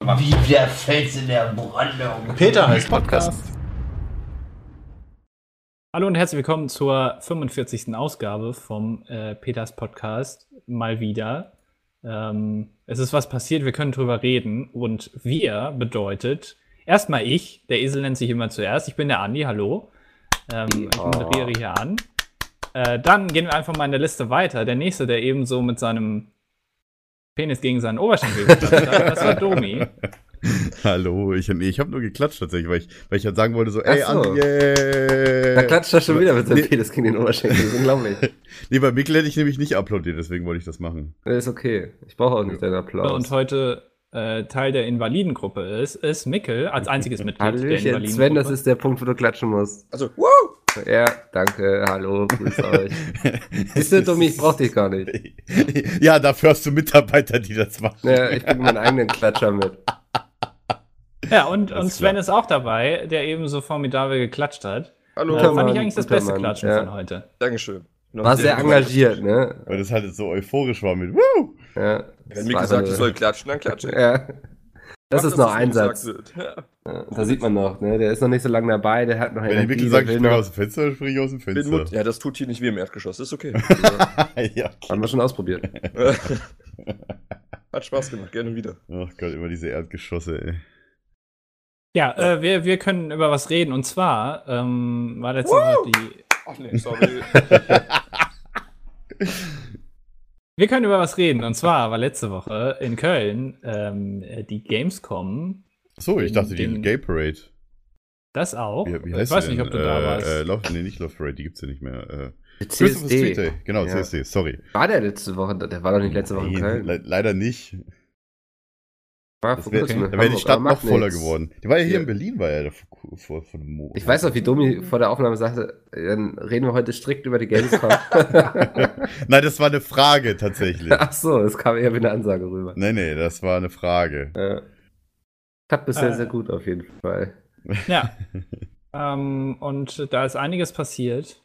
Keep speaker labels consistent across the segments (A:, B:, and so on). A: Wie der Fels in der Brandung.
B: Peter heißt Podcast.
C: Hallo und herzlich willkommen zur 45. Ausgabe vom äh, Peters Podcast. Mal wieder. Ähm, es ist was passiert, wir können drüber reden. Und wir bedeutet erstmal ich, der Esel nennt sich immer zuerst. Ich bin der Andi, hallo. Ähm, ich moderiere hier an. Äh, dann gehen wir einfach mal in der Liste weiter. Der nächste, der ebenso mit seinem Penis gegen seinen Oberschenkel geklappt hat, das war Domi.
D: Hallo, ich, nee, ich habe nur geklatscht tatsächlich, weil ich, weil ich halt sagen wollte, so, ey,
B: Ach so.
D: Andi, yay.
B: Da klatscht er schon wieder mit seinem Penis gegen den Oberschenkel. Das ist unglaublich.
D: Nee, bei Mikkel hätte ich nämlich nicht applaudiert, deswegen wollte ich das machen.
B: Das ist okay. Ich brauche auch nicht deinen Applaus.
C: Und heute äh, Teil der Invalidengruppe ist, ist Mickel als einziges Mitglied der
B: Hallöchen,
C: Invalidengruppe.
B: Sven, das ist der Punkt, wo du klatschen musst.
A: Also, wow!
B: Ja, danke, hallo, grüß euch. Siehst du, Dummi, ich brauch dich gar nicht.
D: Ja, dafür hast du Mitarbeiter, die das machen.
B: Ja, ich bringe meinen eigenen Klatscher mit.
C: Ja, und, und
D: Alles
C: Sven
D: klar.
C: ist auch dabei, der ebenso formidabel geklatscht hat.
A: Hallo,
C: Äh,
B: Guter
C: fand
B: Mann,
C: ich eigentlich das
B: guter
C: beste
B: Mann,
C: Klatschen
B: ja.
C: von heute.
A: Dankeschön. Noch
B: War sehr engagiert, ne?
D: Weil das halt so euphorisch war mit, Woo!
B: Ja, das
A: Wenn mir
B: war
A: gesagt,
B: so-
A: ich soll klatschen, dann klatsche ich.
B: Ja. Das ist noch ein Satz.
A: Ja.
B: Ja, Da sieht man noch, ne? Der ist noch nicht so lange dabei, der hat noch
D: Wenn der
B: Energie,
D: Mikkel
B: der
D: sagt, ich
B: will
D: springe
B: noch-
D: aus dem Fenster, dann springe ich aus dem
A: Bin
D: Fenster.
A: Mut. ja, das tut hier nicht weh im Erdgeschoss, ist okay.
D: ja, okay.
B: Haben wir schon ausprobiert.
A: Hat Spaß gemacht, gerne wieder.
D: Ach Gott, immer diese Erdgeschosse, ey.
C: Ja, äh, wir, wir können über was reden. Und zwar ähm, war letzte Woche die.
A: Ach nee, sorry.
C: Wir können über was reden. Und zwar war letzte Woche in Köln ähm, die Gamescom.
D: So, ich
C: Den-
D: dachte, die
C: den-
D: Gay Parade.
C: Das auch.
D: Wie, wie
C: ich
D: heißt
C: weiß
D: die
C: nicht,
D: denn?
C: ob du da
D: äh,
C: warst.
D: Äh, Love, nee, nicht Love Parade, die gibt's ja nicht mehr. Äh, Christopher's Street
B: CSD.
D: Day, genau,
B: Ja.
D: CSD, sorry.
B: War der letzte Woche? Der war doch nicht letzte Woche in
D: Nein,
B: Köln.
D: Le leider nicht.
B: War
D: Das
B: vor
D: wär,
B: kurzem
D: Da
B: in
D: wäre die
B: Hamburg,
D: Stadt
B: aber
D: noch
B: macht
D: voller
B: nichts.
D: geworden. Die war ja hier
B: Ja.
D: in Berlin, war ja da vor, vor, vor einem Monat.
B: Ich weiß noch, wie Domi vor der Aufnahme sagte, dann reden wir heute strikt über die Gamescom.
D: Nein, das war eine Frage tatsächlich.
B: Ach so, es kam eher wie eine Ansage rüber.
D: nee, nee, das war eine Frage.
B: Äh, klappt bisher
C: Äh.
B: sehr gut auf jeden Fall.
C: Ja. ähm, und da ist einiges passiert.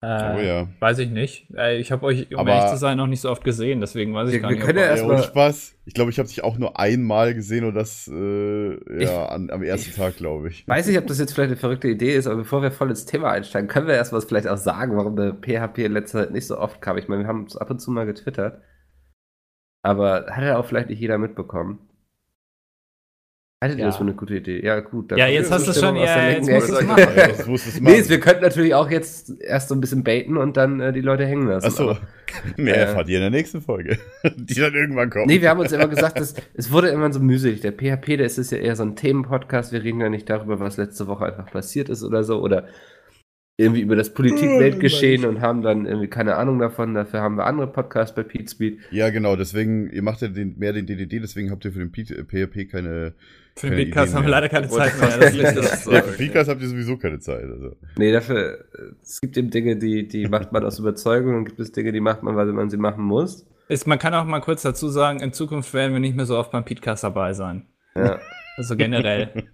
C: Äh,
D: Oh ja.
C: Weiß ich nicht. Äh, ich habe euch, um
D: Aber-
C: ehrlich zu sein, noch nicht so oft gesehen, deswegen weiß ich
B: Wir-
C: gar
B: wir
C: nicht.
B: können ja
C: ob-
D: Ja, ohne
B: erstmal-
D: Spaß. Ich glaube, ich habe dich auch nur einmal gesehen und das äh,
B: Ich-
D: ja, an, am ersten Tag, glaube ich.
B: Weiß nicht, ob das jetzt vielleicht eine verrückte Idee ist, aber bevor wir voll ins Thema einsteigen, können wir erstmal vielleicht auch sagen, warum der PHP in letzter Zeit nicht so oft kam. Ich meine, wir haben es ab und zu mal getwittert. Aber hat ja auch vielleicht nicht jeder mitbekommen. Haltet ihr
C: Ja.
B: das für eine gute Idee? Ja, gut. dann
C: Ja,
B: kommt
C: jetzt
B: so
C: hast du
B: Stimmung
C: schon-
B: aus der
C: ja,
B: linken
C: jetzt
B: Ecke.
C: musst du's
D: Ja, das muss es machen.
B: Nee, wir könnten natürlich auch jetzt erst so ein bisschen baiten und dann äh, die Leute hängen lassen.
D: Achso.
B: Aber-
D: Mehr
B: Äh.
D: erfahrt ihr in der nächsten Folge, die dann irgendwann kommt.
B: Nee, wir haben uns immer gesagt, dass, es wurde immer so mühselig. Der PHP, der ist es ja eher so ein Themenpodcast. Wir reden ja nicht darüber, was letzte Woche einfach passiert ist oder so. Oder irgendwie über das Politik-Weltgeschehen und haben dann irgendwie keine Ahnung davon. Dafür haben wir andere Podcasts bei Speed.
D: ja, genau, deswegen, ihr macht ja den, mehr den DDD, deswegen habt ihr für den P PHP keine.
C: Für den
D: keine
C: Podcast
D: Ideen
C: haben wir
D: mehr.
C: leider keine Zeit mehr. Das liegt-
A: Das
D: Ja, für Podcast habt ihr sowieso keine Zeit. Also.
B: Nee, dafür, äh, es gibt eben Dinge, die, die macht man aus Überzeugung und gibt es Dinge, die macht man, weil man sie machen muss.
C: Ist, man kann auch mal kurz dazu sagen, in Zukunft werden wir nicht mehr so oft beim Podcast dabei sein.
B: Ja.
C: Also generell.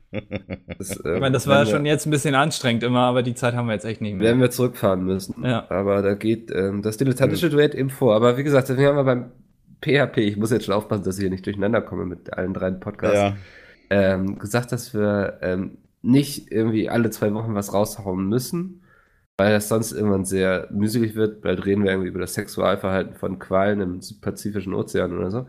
B: Das,
C: ich
B: äh,
C: meine, das war
B: wenn wir-
C: schon jetzt ein bisschen anstrengend immer, aber die Zeit haben wir jetzt echt nicht mehr.
B: Werden wir zurückfahren müssen.
C: Ja.
B: Aber da geht ähm, das dilettantische Duett eben vor. Aber wie gesagt, deswegen haben wir beim PHP, ich muss jetzt schon aufpassen, dass ich hier nicht durcheinander komme mit allen drei Podcasts,
D: Ja,
B: ähm, gesagt, dass wir ähm, nicht irgendwie alle zwei Wochen was raushauen müssen, weil das sonst irgendwann sehr müßig wird. Bald reden wir irgendwie über das Sexualverhalten von Qualen im Pazifischen Ozean oder so.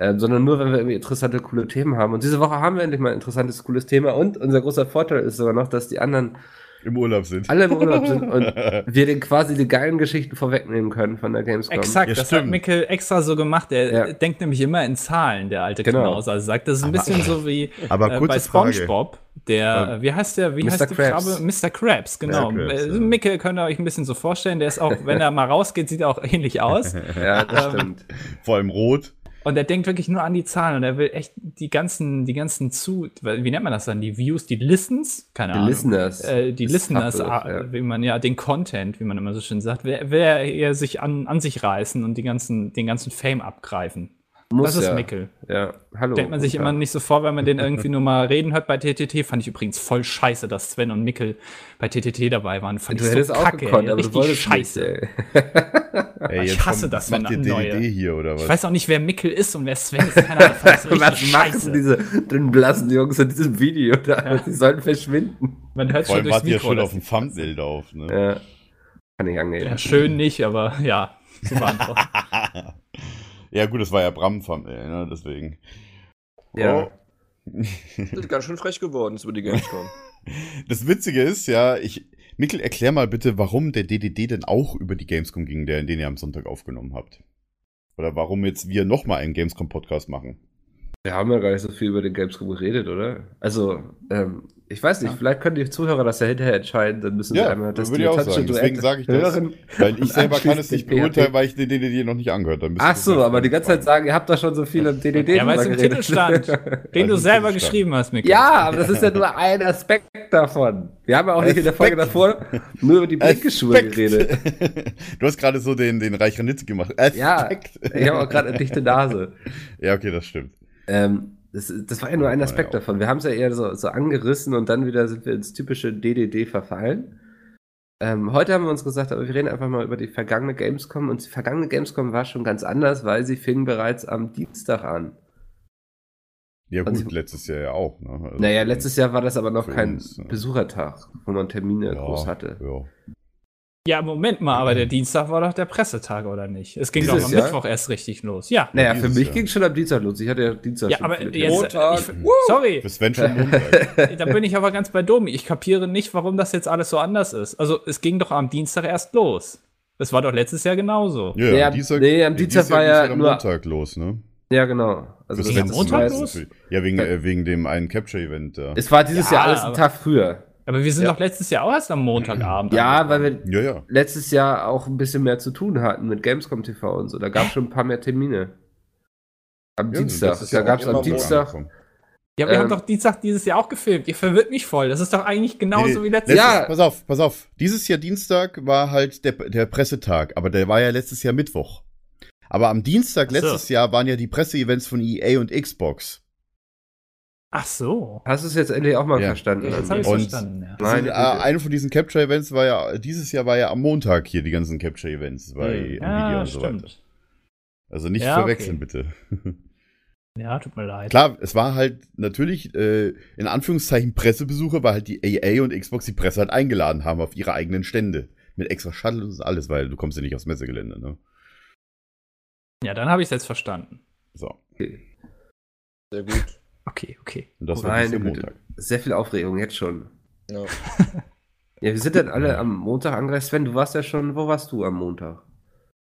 B: Ähm, sondern nur, wenn wir irgendwie interessante, coole Themen haben. Und diese Woche haben wir endlich mal ein interessantes, cooles Thema. Und unser großer Vorteil ist sogar noch, dass die anderen
D: im Urlaub sind.
B: alle im Urlaub sind und wir den quasi die geilen Geschichten vorwegnehmen können von der Gamescom.
C: Exakt,
D: Ja,
C: das hat
D: stimmt.
C: Mikkel extra so gemacht. Er
B: Ja.
C: äh, denkt nämlich immer in Zahlen, der alte
B: Genau.
C: Knaus. Also sagt, das ist ein bisschen so wie
D: Aber
C: äh,
D: kurze
C: bei
D: Frage.
C: SpongeBob. Der, äh, wie heißt der, wie
B: Mr.
C: heißt die
B: Krabs.
C: Krabbe? Mr. Krabs, genau.
D: Mr. Krabs,
C: Äh,
D: ja.
C: Mikkel könnt ihr euch ein bisschen so vorstellen. Der ist auch, wenn er mal rausgeht, sieht er auch ähnlich aus.
B: Ja, das
C: Ähm,
B: stimmt.
D: Vor allem rot.
C: Und er denkt wirklich nur an die Zahlen und er will echt die ganzen, die ganzen zu, wie nennt man das dann? Die Views, die Listens? Keine
B: Die
C: Ahnung.
B: Listeners.
C: Äh, die
B: Das
C: Listeners,
B: ist
C: ah,
B: absurd, ja.
C: wie man ja, den Content, wie man immer so schön sagt, wer, wer er sich an, an sich reißen und die ganzen, den ganzen Fame abgreifen.
B: Muss
C: Das ist
B: ja.
C: Mickel.
B: Ja, hallo.
C: Stellt man sich
B: ja.
C: immer nicht so vor, wenn man den irgendwie nur mal reden hört bei TTT. Fand ich übrigens voll scheiße, dass Sven und Mickel bei TTT dabei waren. Fand
B: Du
C: ich
B: hättest
C: so
B: auch
C: kacke,
B: gekonnt,
C: ey.
B: aber du
C: Richtig
B: wolltest
C: scheiße.
B: Nicht, ey.
D: Ey,
C: ich
D: jetzt
C: hasse
D: komm,
C: das, wenn
D: macht ihr
C: da neue-
D: DDD hier oder was?
C: Ich weiß auch nicht, wer Mickel ist und wer Sven ist. Keine Ahnung, fand ich so
B: Was
C: richtig
B: machen
C: scheiße.
B: diese dünnen blassen Jungs in diesem Video da? Die sollen verschwinden.
C: Man hört
D: Vor allem
C: schon durchs
D: wart ihr
C: Mikro.
D: schon auf
C: dass-
D: dem Thumbnail drauf, ne?
B: Ja. Kann ich angehen.
C: Ja, schön nicht, aber ja. So war einfach.
D: ja, gut, das war ja Bram-Thumbnail, ne? Deswegen. Oh.
B: Ja.
A: Das Oh, ist ganz schön frech geworden ist über die Gamescom.
D: Das Witzige ist ja, ich. Mikkel, erklär mal bitte, warum der DDD denn auch über die Gamescom ging, der, den ihr am Sonntag aufgenommen habt. Oder warum jetzt wir nochmal einen Gamescom-Podcast machen.
B: Wir haben ja gar nicht so viel über den Gamescom geredet, oder? Also, ähm, ich weiß nicht, vielleicht können die Zuhörer das ja hinterher entscheiden, dann müssen
D: Ja,
B: sie einmal das
D: würde ich auch
B: Dilettante
D: sagen, deswegen
B: Duett
D: sage ich das.
B: hören.
D: Weil ich
B: Und
D: selber kann es
B: anschließend
D: nicht
B: den PHP.
D: beurteilen, weil ich den DDD noch nicht angehört habe.
B: Ach so, aber die ganze Zeit sagen, ihr habt da schon so viel im DDD
C: Ja, weil es im
B: drüber
C: Titel stand, den du
D: im Titel
C: selber
D: stand.
C: geschrieben hast, Mickel.
B: Ja, aber das ist ja nur ein Aspekt davon. Wir haben ja auch nicht in der Folge davor nur über die Blickgeschuhe geredet.
D: du hast gerade so den, den Reich Ranitzky gemacht.
B: Ja,
D: Aspekt.
B: ich habe auch gerade eine dichte Nase.
D: ja, okay, das stimmt.
B: Ähm, das, das war ja nur ein Aspekt davon. Wir haben es ja eher so, so angerissen und dann wieder sind wir ins typische DDD verfallen. Ähm, heute haben wir uns gesagt, aber wir reden einfach mal über die vergangene Gamescom und die vergangene Gamescom war schon ganz anders, weil sie fing bereits am Dienstag an.
D: Ja, gut,
B: Also-
D: letztes Jahr ja auch. Ne? Also-
B: Naja, letztes Jahr war das aber noch
D: Für
B: kein
D: uns, ja.
B: Besuchertag, wo man Termine groß hatte.
D: Ja.
C: Ja, Moment mal, aber der Dienstag war doch der Pressetag, oder nicht? Es ging
B: Dieses
C: doch am
B: Jahr?
C: Mittwoch erst richtig los. Ja.
B: Naja,
D: dieses
B: für mich
D: Jahr.
B: ging es schon am Dienstag los. Ich hatte ja Dienstag
C: Ja,
B: schon
C: aber
B: viele
C: jetzt.
B: Termine.
A: Montag.
C: Ich, sorry,
D: Für Sven schon Montag.
C: da bin ich aber ganz bei Domi. Ich kapiere nicht, warum das jetzt alles so anders ist. Also, es ging doch am Dienstag erst los. Das war doch letztes Jahr genauso.
D: Ja,
B: Nee, am- nee, am
D: ja,
B: Dienstag war
D: Jahr
B: ja
D: ging's am
B: nur-
D: Montag los, ne?
B: Ja, genau. Also
D: Fürs
B: das
C: ging am
D: letzte
B: letzte
C: Montag
B: Mal
D: Mal
B: ist-
C: los?
D: natürlich. Ja, wegen, äh, wegen dem einen Capture-Event da.
B: Es war dieses
C: Ja,
B: Jahr alles einen
C: aber-
B: Tag früher.
C: Aber wir sind
B: Ja.
C: doch letztes Jahr auch erst am Montagabend.
B: Ja, weil wir
D: Ja, ja.
B: letztes Jahr auch ein bisschen mehr zu tun hatten mit Gamescom TV und so. Da gab es schon ein paar mehr Termine. Am
D: Ja,
B: Dienstag.
D: letztes
B: Da
D: Jahr
B: gab es
A: immer
B: am
A: Montag.
B: Dienstag.
D: angekommen.
C: Ja, wir
B: ähm,
C: haben doch Dienstag dieses Jahr auch gefilmt. Ihr verwirrt mich voll. Das ist doch eigentlich genauso
D: Nee,
C: wie
D: letztes,
C: letztes Jahr.
B: Ja.
D: Pass auf, pass auf. Dieses Jahr Dienstag war halt der, der Pressetag, aber der war ja letztes Jahr Mittwoch. Aber am Dienstag
C: Ach so.
D: letztes Jahr waren ja die Presseevents von EA und Xbox.
C: Ach so.
B: Hast du es jetzt endlich auch mal
D: Ja.
B: verstanden? Also
C: Jetzt habe ich
D: Und-
C: verstanden. Ja.
D: Das sind,
B: Meine
D: äh,
B: Güte.
D: eine von diesen Capture-Events war ja, dieses Jahr war ja am Montag hier die ganzen Capture-Events bei
B: Hm.
D: Nvidia
C: Ja,
D: und so weiter.
C: Ah, stimmt.
D: Also nicht
C: Ja,
D: verwechseln,
C: okay.
D: bitte.
C: Ja, tut mir leid.
D: Klar, es war halt natürlich äh, in Anführungszeichen Pressebesuche, weil halt die EA und Xbox die Presse halt eingeladen haben auf ihre eigenen Stände. Mit extra Shuttle und alles, weil du kommst ja nicht aufs Messegelände, ne?
C: Ja, dann habe ich es jetzt verstanden.
D: So.
A: Sehr gut.
C: Okay, okay.
D: Und das war
B: Meine
D: dieses Jahr
B: Güte.
D: Montag.
B: Sehr viel Aufregung jetzt schon.
A: Ja.
B: Ja, wir sind dann alle am Montag angereist. Sven, du warst ja schon, wo warst du am Montag?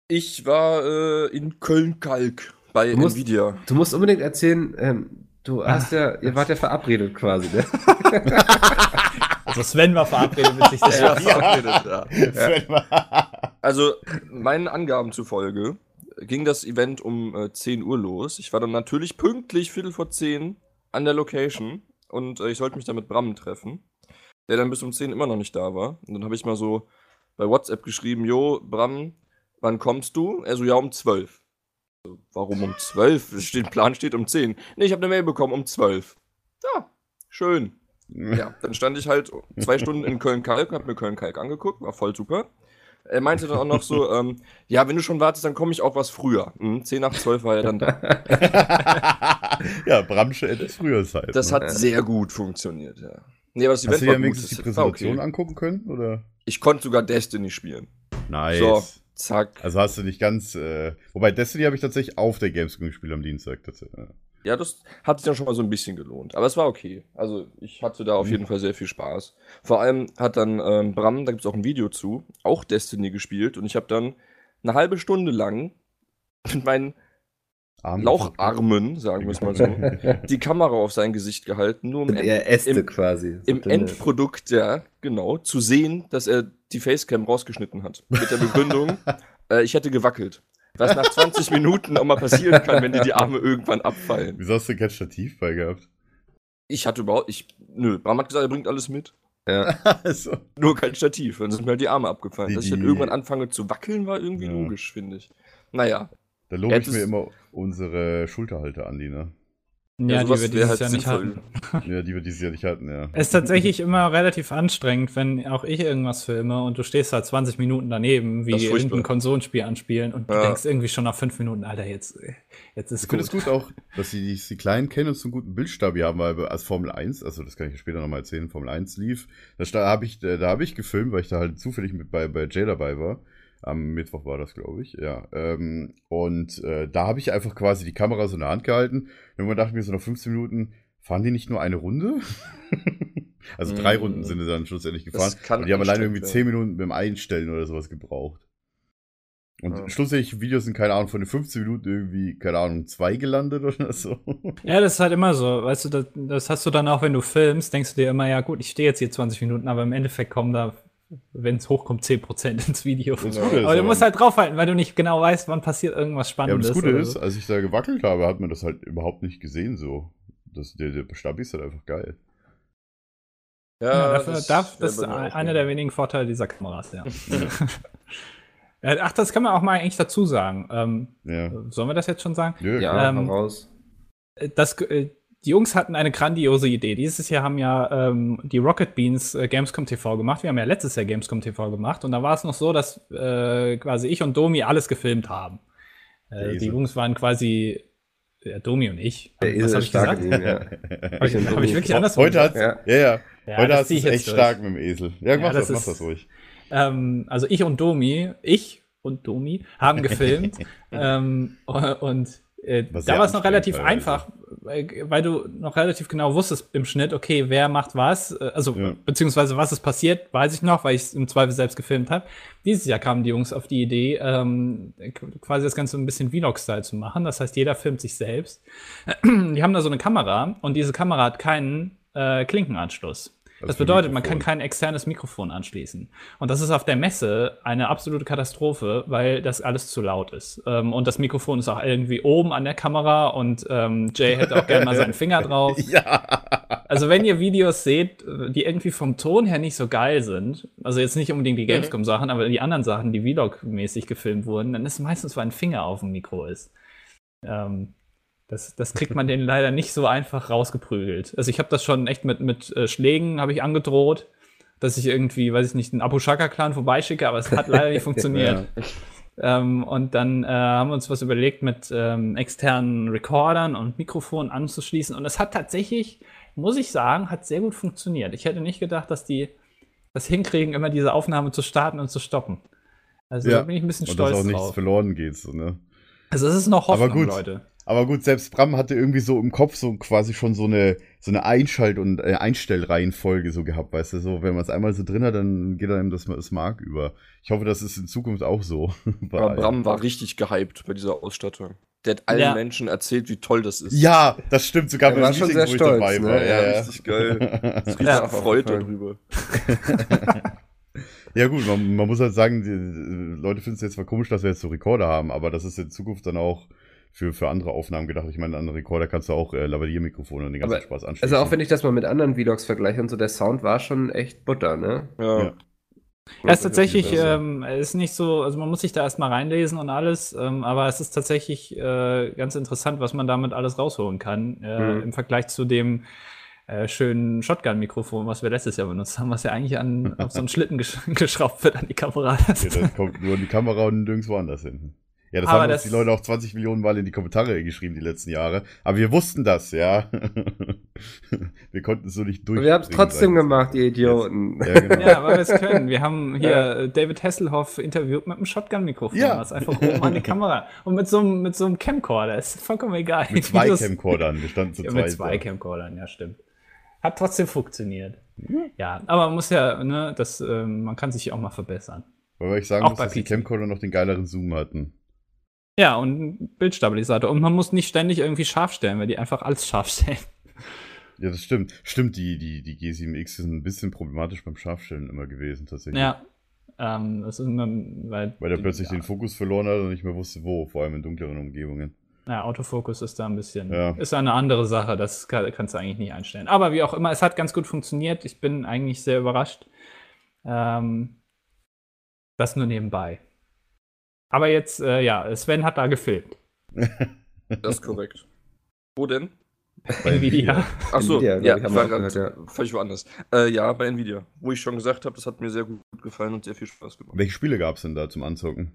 A: Ich war äh, in Köln-Kalk bei
B: Du musst-
A: Nvidia.
B: Du musst unbedingt erzählen, ähm, du hast ja, ihr wart ja verabredet quasi, ne?
C: Also Sven war verabredet mit sich selber.
A: ja. Also meinen Angaben zufolge ging das Event um äh, 10 Uhr los. Ich war dann natürlich pünktlich Viertel vor 10 an der Location und äh, ich sollte mich dann mit Bram treffen, der dann bis um 10 immer noch nicht da war. Und dann habe ich mal so bei WhatsApp geschrieben, Jo, Bram, wann kommst du? Er so, ja, um 12. So, Warum um 12? Es Steht, Plan steht um 10. Nee, ich habe eine Mail bekommen um 12. Ja, schön. Ja, dann stand ich halt zwei Stunden in Köln-Kalk, hab mir Köln-Kalk angeguckt, war voll super. Er meinte dann auch noch so, ähm, ja, wenn du schon wartest, dann komme ich auch was früher. Hm, 10 nach 12 war er dann da.
D: ja, Bramsche etwas früher ist halt.
A: Das
D: ne?
A: hat sehr gut funktioniert, ja. Nee, aber das
D: Hast
A: Event
D: du
A: war
D: dir
A: gut.
D: wenigstens die
A: Das war
D: Präsentation
A: okay.
D: angucken können? Oder?
A: Ich konnte sogar Destiny spielen.
D: Nice.
A: So, zack.
D: Also hast du nicht ganz. Äh, wobei Destiny habe ich tatsächlich auf der Gamescom gespielt am Dienstag. Das, äh,
A: Ja, das hat sich dann schon mal so ein bisschen gelohnt. Aber es war okay. Also ich hatte da auf
D: Mhm.
A: jeden Fall sehr viel Spaß. Vor allem hat dann ähm, Bram, da gibt es auch ein Video zu, auch Destiny gespielt. Und ich habe dann eine halbe Stunde lang mit meinen
D: Arm-
A: Laucharmen, sagen wir es mal so, die Kamera auf sein Gesicht gehalten, nur um
B: Und ihr äste
A: im-
B: quasi. So
A: im
B: dünne-
A: Endprodukt, ja, genau, zu sehen, dass er die Facecam rausgeschnitten hat. Mit der Begründung, äh, ich hätte gewackelt. Was nach 20 Minuten auch mal passieren kann, wenn dir die Arme irgendwann abfallen.
D: Wieso hast du kein Stativ bei gehabt?
A: Ich hatte überhaupt, ich, nö, Bram hat gesagt, er bringt alles mit.
B: Ja.
D: also,
A: Nur kein Stativ, dann sind mir halt die Arme abgefallen.
D: Die-
A: Dass ich dann
D: die-
A: irgendwann anfange zu wackeln, war irgendwie
D: Ja.
A: logisch, finde ich. Naja,
D: Da lobe ich mir immer unsere Schulterhalter an, die, ne?
C: Ja, ja die wir dieses halt Jahr nicht hatten.
D: Ja, die wir dieses Jahr nicht hatten, ja.
C: Es ist tatsächlich immer relativ anstrengend, wenn auch ich irgendwas filme und du stehst halt 20 Minuten daneben, wie irgendein Konsolenspiel anspielen und ja. du denkst irgendwie schon nach 5 Minuten, Alter, jetzt, jetzt ist
D: ich gut. Ich finde es gut auch, dass sie die, die Kleinen kennen und so einen guten Bildstabi haben, weil als Formel 1, also das kann ich später nochmal erzählen, Formel 1 lief, da habe ich, da hab ich gefilmt, weil ich da halt zufällig mit bei, bei Jay dabei war. Am Mittwoch war das, glaube ich, ja. Ähm, und äh, da habe ich einfach quasi die Kamera so in der Hand gehalten. Und man dachte mir so nach 15 Minuten, fahren die nicht nur eine Runde? also mm. drei Runden sind dann schlussendlich gefahren. Und die haben alleine irgendwie 10 Minuten beim Einstellen oder sowas gebraucht. Und ja. schlussendlich Videos sind, keine Ahnung, von den 15 Minuten irgendwie, keine Ahnung, zwei gelandet oder so.
C: Ja, das ist halt immer so. Weißt du, das, das hast du dann auch, wenn du filmst, denkst du dir immer, ja gut, ich stehe jetzt hier 20 Minuten, aber im Endeffekt kommen da wenn es hochkommt, 10% ins Video. Das Gute ist, aber du musst halt also. draufhalten, weil du nicht genau weißt, wann passiert irgendwas Spannendes.
D: Ja, das Gute ist, als ich da gewackelt habe, hat man das halt überhaupt nicht gesehen so. Das, der, der Stabi ist halt einfach geil.
C: Ja, ja dafür, das, darf, das ist einer der wenigen Vorteile dieser Kameras, ja. ja. Ach, das kann man auch mal eigentlich dazu sagen. Ähm, ja. Sollen wir das jetzt schon sagen? Äh,
B: Ja, ja ähm, raus.
C: Das, die Jungs hatten eine grandiose Idee. Dieses Jahr haben ja ähm, die Rocket Beans äh, Gamescom TV gemacht. Wir haben ja letztes Jahr Gamescom TV gemacht und da war es noch so, dass äh, quasi ich und Domi alles gefilmt haben. Äh, die Jungs waren quasi ja, Domi und ich.
B: Der Was habe ich gesagt? Ihn, ja.
C: Habe ich, hab ich wirklich anders
D: Heute hat's, ja, ja. ja. ja Heute hast du es echt durch. stark mit dem Esel. Ja, mach das, das ist, mach das ruhig.
C: Ähm, also ich und Domi, ich und Domi haben gefilmt ähm, und was da war es noch relativ teilweise. einfach, weil du noch relativ genau wusstest im Schnitt, okay, wer macht was, also ja. beziehungsweise was ist passiert, weiß ich noch, weil ich es im Zweifel selbst gefilmt habe. Dieses Jahr kamen die Jungs auf die Idee, ähm, quasi das Ganze ein bisschen Vlog-Style zu machen. Das heißt, jeder filmt sich selbst. die haben da so eine Kamera und diese Kamera hat keinen äh, Klinkenanschluss. Das bedeutet, man kann kein externes Mikrofon anschließen. Und das ist auf der Messe eine absolute Katastrophe, weil das alles zu laut ist. Ähm, und das Mikrofon ist auch irgendwie oben an der Kamera und ähm, Jay hätte auch gerne mal seinen Finger drauf.
D: Ja.
C: Also wenn ihr Videos seht, die irgendwie vom Ton her nicht so geil sind, also jetzt nicht unbedingt die Gamescom-Sachen, aber die anderen Sachen, die Vlog-mäßig gefilmt wurden, dann ist meistens, weil ein Finger auf dem Mikro ist. Ähm, das, das, kriegt man denen leider nicht so einfach rausgeprügelt. Also ich habe das schon echt mit, mit äh, Schlägen habe ich angedroht, dass ich irgendwie, weiß ich nicht, einen Aposhaka-Clan vorbeischicke, aber es hat leider nicht funktioniert. Ja. Ähm, und dann äh, haben wir uns was überlegt, mit ähm, externen Recordern und Mikrofonen anzuschließen. Und es hat tatsächlich, muss ich sagen, hat sehr gut funktioniert. Ich hätte nicht gedacht, dass die das hinkriegen, immer diese Aufnahme zu starten und zu stoppen. Also ja. da bin ich ein bisschen
D: und
C: stolz drauf.
D: Dass auch nichts drauf. verloren geht, so, ne?
C: Also es ist noch Hoffnung,
D: aber gut.
C: Leute.
D: Aber gut, selbst Bram hatte irgendwie so im Kopf so quasi schon so eine, so eine Einschalt- und äh, Einstellreihenfolge so gehabt, weißt du, so, wenn man es einmal so drin hat, dann geht einem das, das Mark über. Ich hoffe, das ist in Zukunft auch so.
A: Aber Bram war richtig gehypt bei dieser Ausstattung. Der hat allen ja. Menschen erzählt, wie toll das ist.
D: Ja, das stimmt, sogar
B: er war schon sehr stolz, dabei ne? war.
A: Ja, ja, richtig geil. Das riecht ja, Freude darüber.
D: Ja, gut, man, man, muss halt sagen, die, Leute finden es jetzt zwar komisch, dass wir jetzt so Rekorder haben, aber das ist in Zukunft dann auch für, für andere Aufnahmen gedacht. Ich meine, an einen Rekorder kannst du auch äh, Lavalier-Mikrofone und den ganzen aber, Spaß anschließen.
B: Also, auch wenn ich das mal mit anderen Vlogs vergleiche und so, der Sound war schon echt Butter, ne?
A: Ja. ja.
C: Er ist tatsächlich, ähm, ist nicht so, also man muss sich da erstmal reinlesen und alles, ähm, aber es ist tatsächlich äh, ganz interessant, was man damit alles rausholen kann, äh, mhm. im Vergleich zu dem, äh, schönen Shotgun-Mikrofon, was wir letztes Jahr benutzt haben, was ja eigentlich an, auf so einen Schlitten gesch geschraubt wird an die Kamera.
D: ja, das kommt nur an die Kamera und nirgendwo anders hin. Ja, das Aber haben das die Leute auch 20 Millionen Mal in die Kommentare geschrieben die letzten Jahre. Aber wir wussten das, ja. wir konnten es so nicht durch.
B: Wir haben es trotzdem gemacht, die Idioten.
C: Ja, genau. ja weil wir es können. Wir haben hier ja. David Hasselhoff interviewt mit einem Shotgun-Mikrofon,
D: ja.
C: was einfach oben an die Kamera. Und mit so einem, mit so einem Camcorder, das ist vollkommen egal.
D: Mit zwei Camcordern, wir standen zu ja,
C: Mit zwei Camcordern, ja, stimmt hat trotzdem funktioniert. Mhm. Ja, aber man muss ja, ne, das, äh, man kann sich auch mal verbessern.
D: Weil ich sagen auch muss, dass die Camcorder noch den geileren Zoom hatten.
C: Ja, und Bildstabilisator. Und man muss nicht ständig irgendwie scharf stellen, weil die einfach alles scharf stellen.
D: Ja, das stimmt. Stimmt, die, die, die G7X sind ein bisschen problematisch beim Scharfstellen immer gewesen, tatsächlich.
C: Ja. Ähm, das ist immer, weil,
D: weil er plötzlich ja. den Fokus verloren hat und nicht mehr wusste, wo, vor allem in dunkleren Umgebungen.
C: Ja, Autofokus ist da ein bisschen, ja. ist eine andere Sache, das kann, kannst du eigentlich nicht einstellen. Aber wie auch immer, es hat ganz gut funktioniert. Ich bin eigentlich sehr überrascht. Ähm, das nur nebenbei. Aber jetzt, äh, ja, Sven hat da gefilmt.
A: Das ist korrekt. Wo denn?
C: Bei Nvidia.
A: Achso,
B: Nvidia,
A: ja,
B: glaub ich,
A: ich
B: haben
A: war
B: wir auch
A: grad,
B: gehört,
A: völlig woanders. Äh, ja, bei Nvidia. Wo ich schon gesagt habe, das hat mir sehr gut gefallen und sehr viel Spaß gemacht.
D: Welche Spiele gab es denn da zum Anzocken?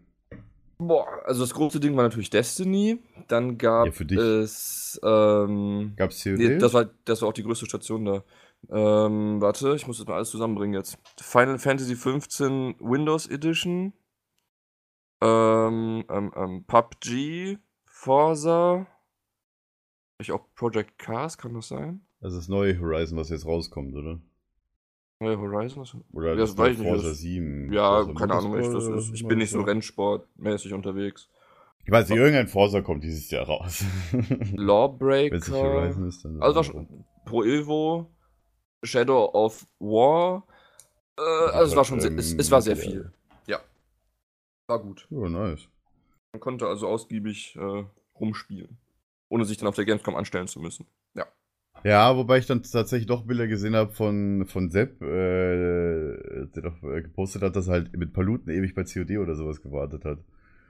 A: Boah, also das große Ding war natürlich Destiny. Dann gab
D: Ja, für dich.
A: es. Ähm,
D: Gab es COD?
A: nee, das, war, das war auch die größte Station da. Ähm, warte, ich muss das mal alles zusammenbringen jetzt. Final Fantasy 15 Windows Edition. Ähm, ähm, ähm, PUBG, Forza. Hab Ich auch Project Cars, kann das sein?
D: das ist das neue Horizon, was jetzt rauskommt, oder?
A: Neue Horizon? Das
D: Oder
A: Das
D: neue
A: weiß ich nicht,
D: Forza
A: das-
D: 7.
A: ja,
D: Forza
A: keine Ahnung, welches das
D: Motorsport
A: ist.
D: oder
A: Ich bin nicht so
D: was?
A: rennsportmäßig unterwegs.
D: Ich weiß nicht, irgendein Forza kommt dieses Jahr raus. Wenn es nicht
A: Lawbreaker.
D: Horizon ist, dann.
A: Also war schon Pro Evo, Shadow of War. Äh, also es war schon sehr, es, es war sehr
D: Ähm,
A: viel. Ja. War gut.
D: Oh, nice.
A: Man konnte also ausgiebig äh, rumspielen. Ohne sich dann auf der Gamescom anstellen zu müssen.
D: Ja, wobei ich dann tatsächlich doch Bilder gesehen habe von, von Sepp, äh, der doch äh, gepostet hat, dass er halt mit Paluten ewig bei COD oder sowas gewartet hat.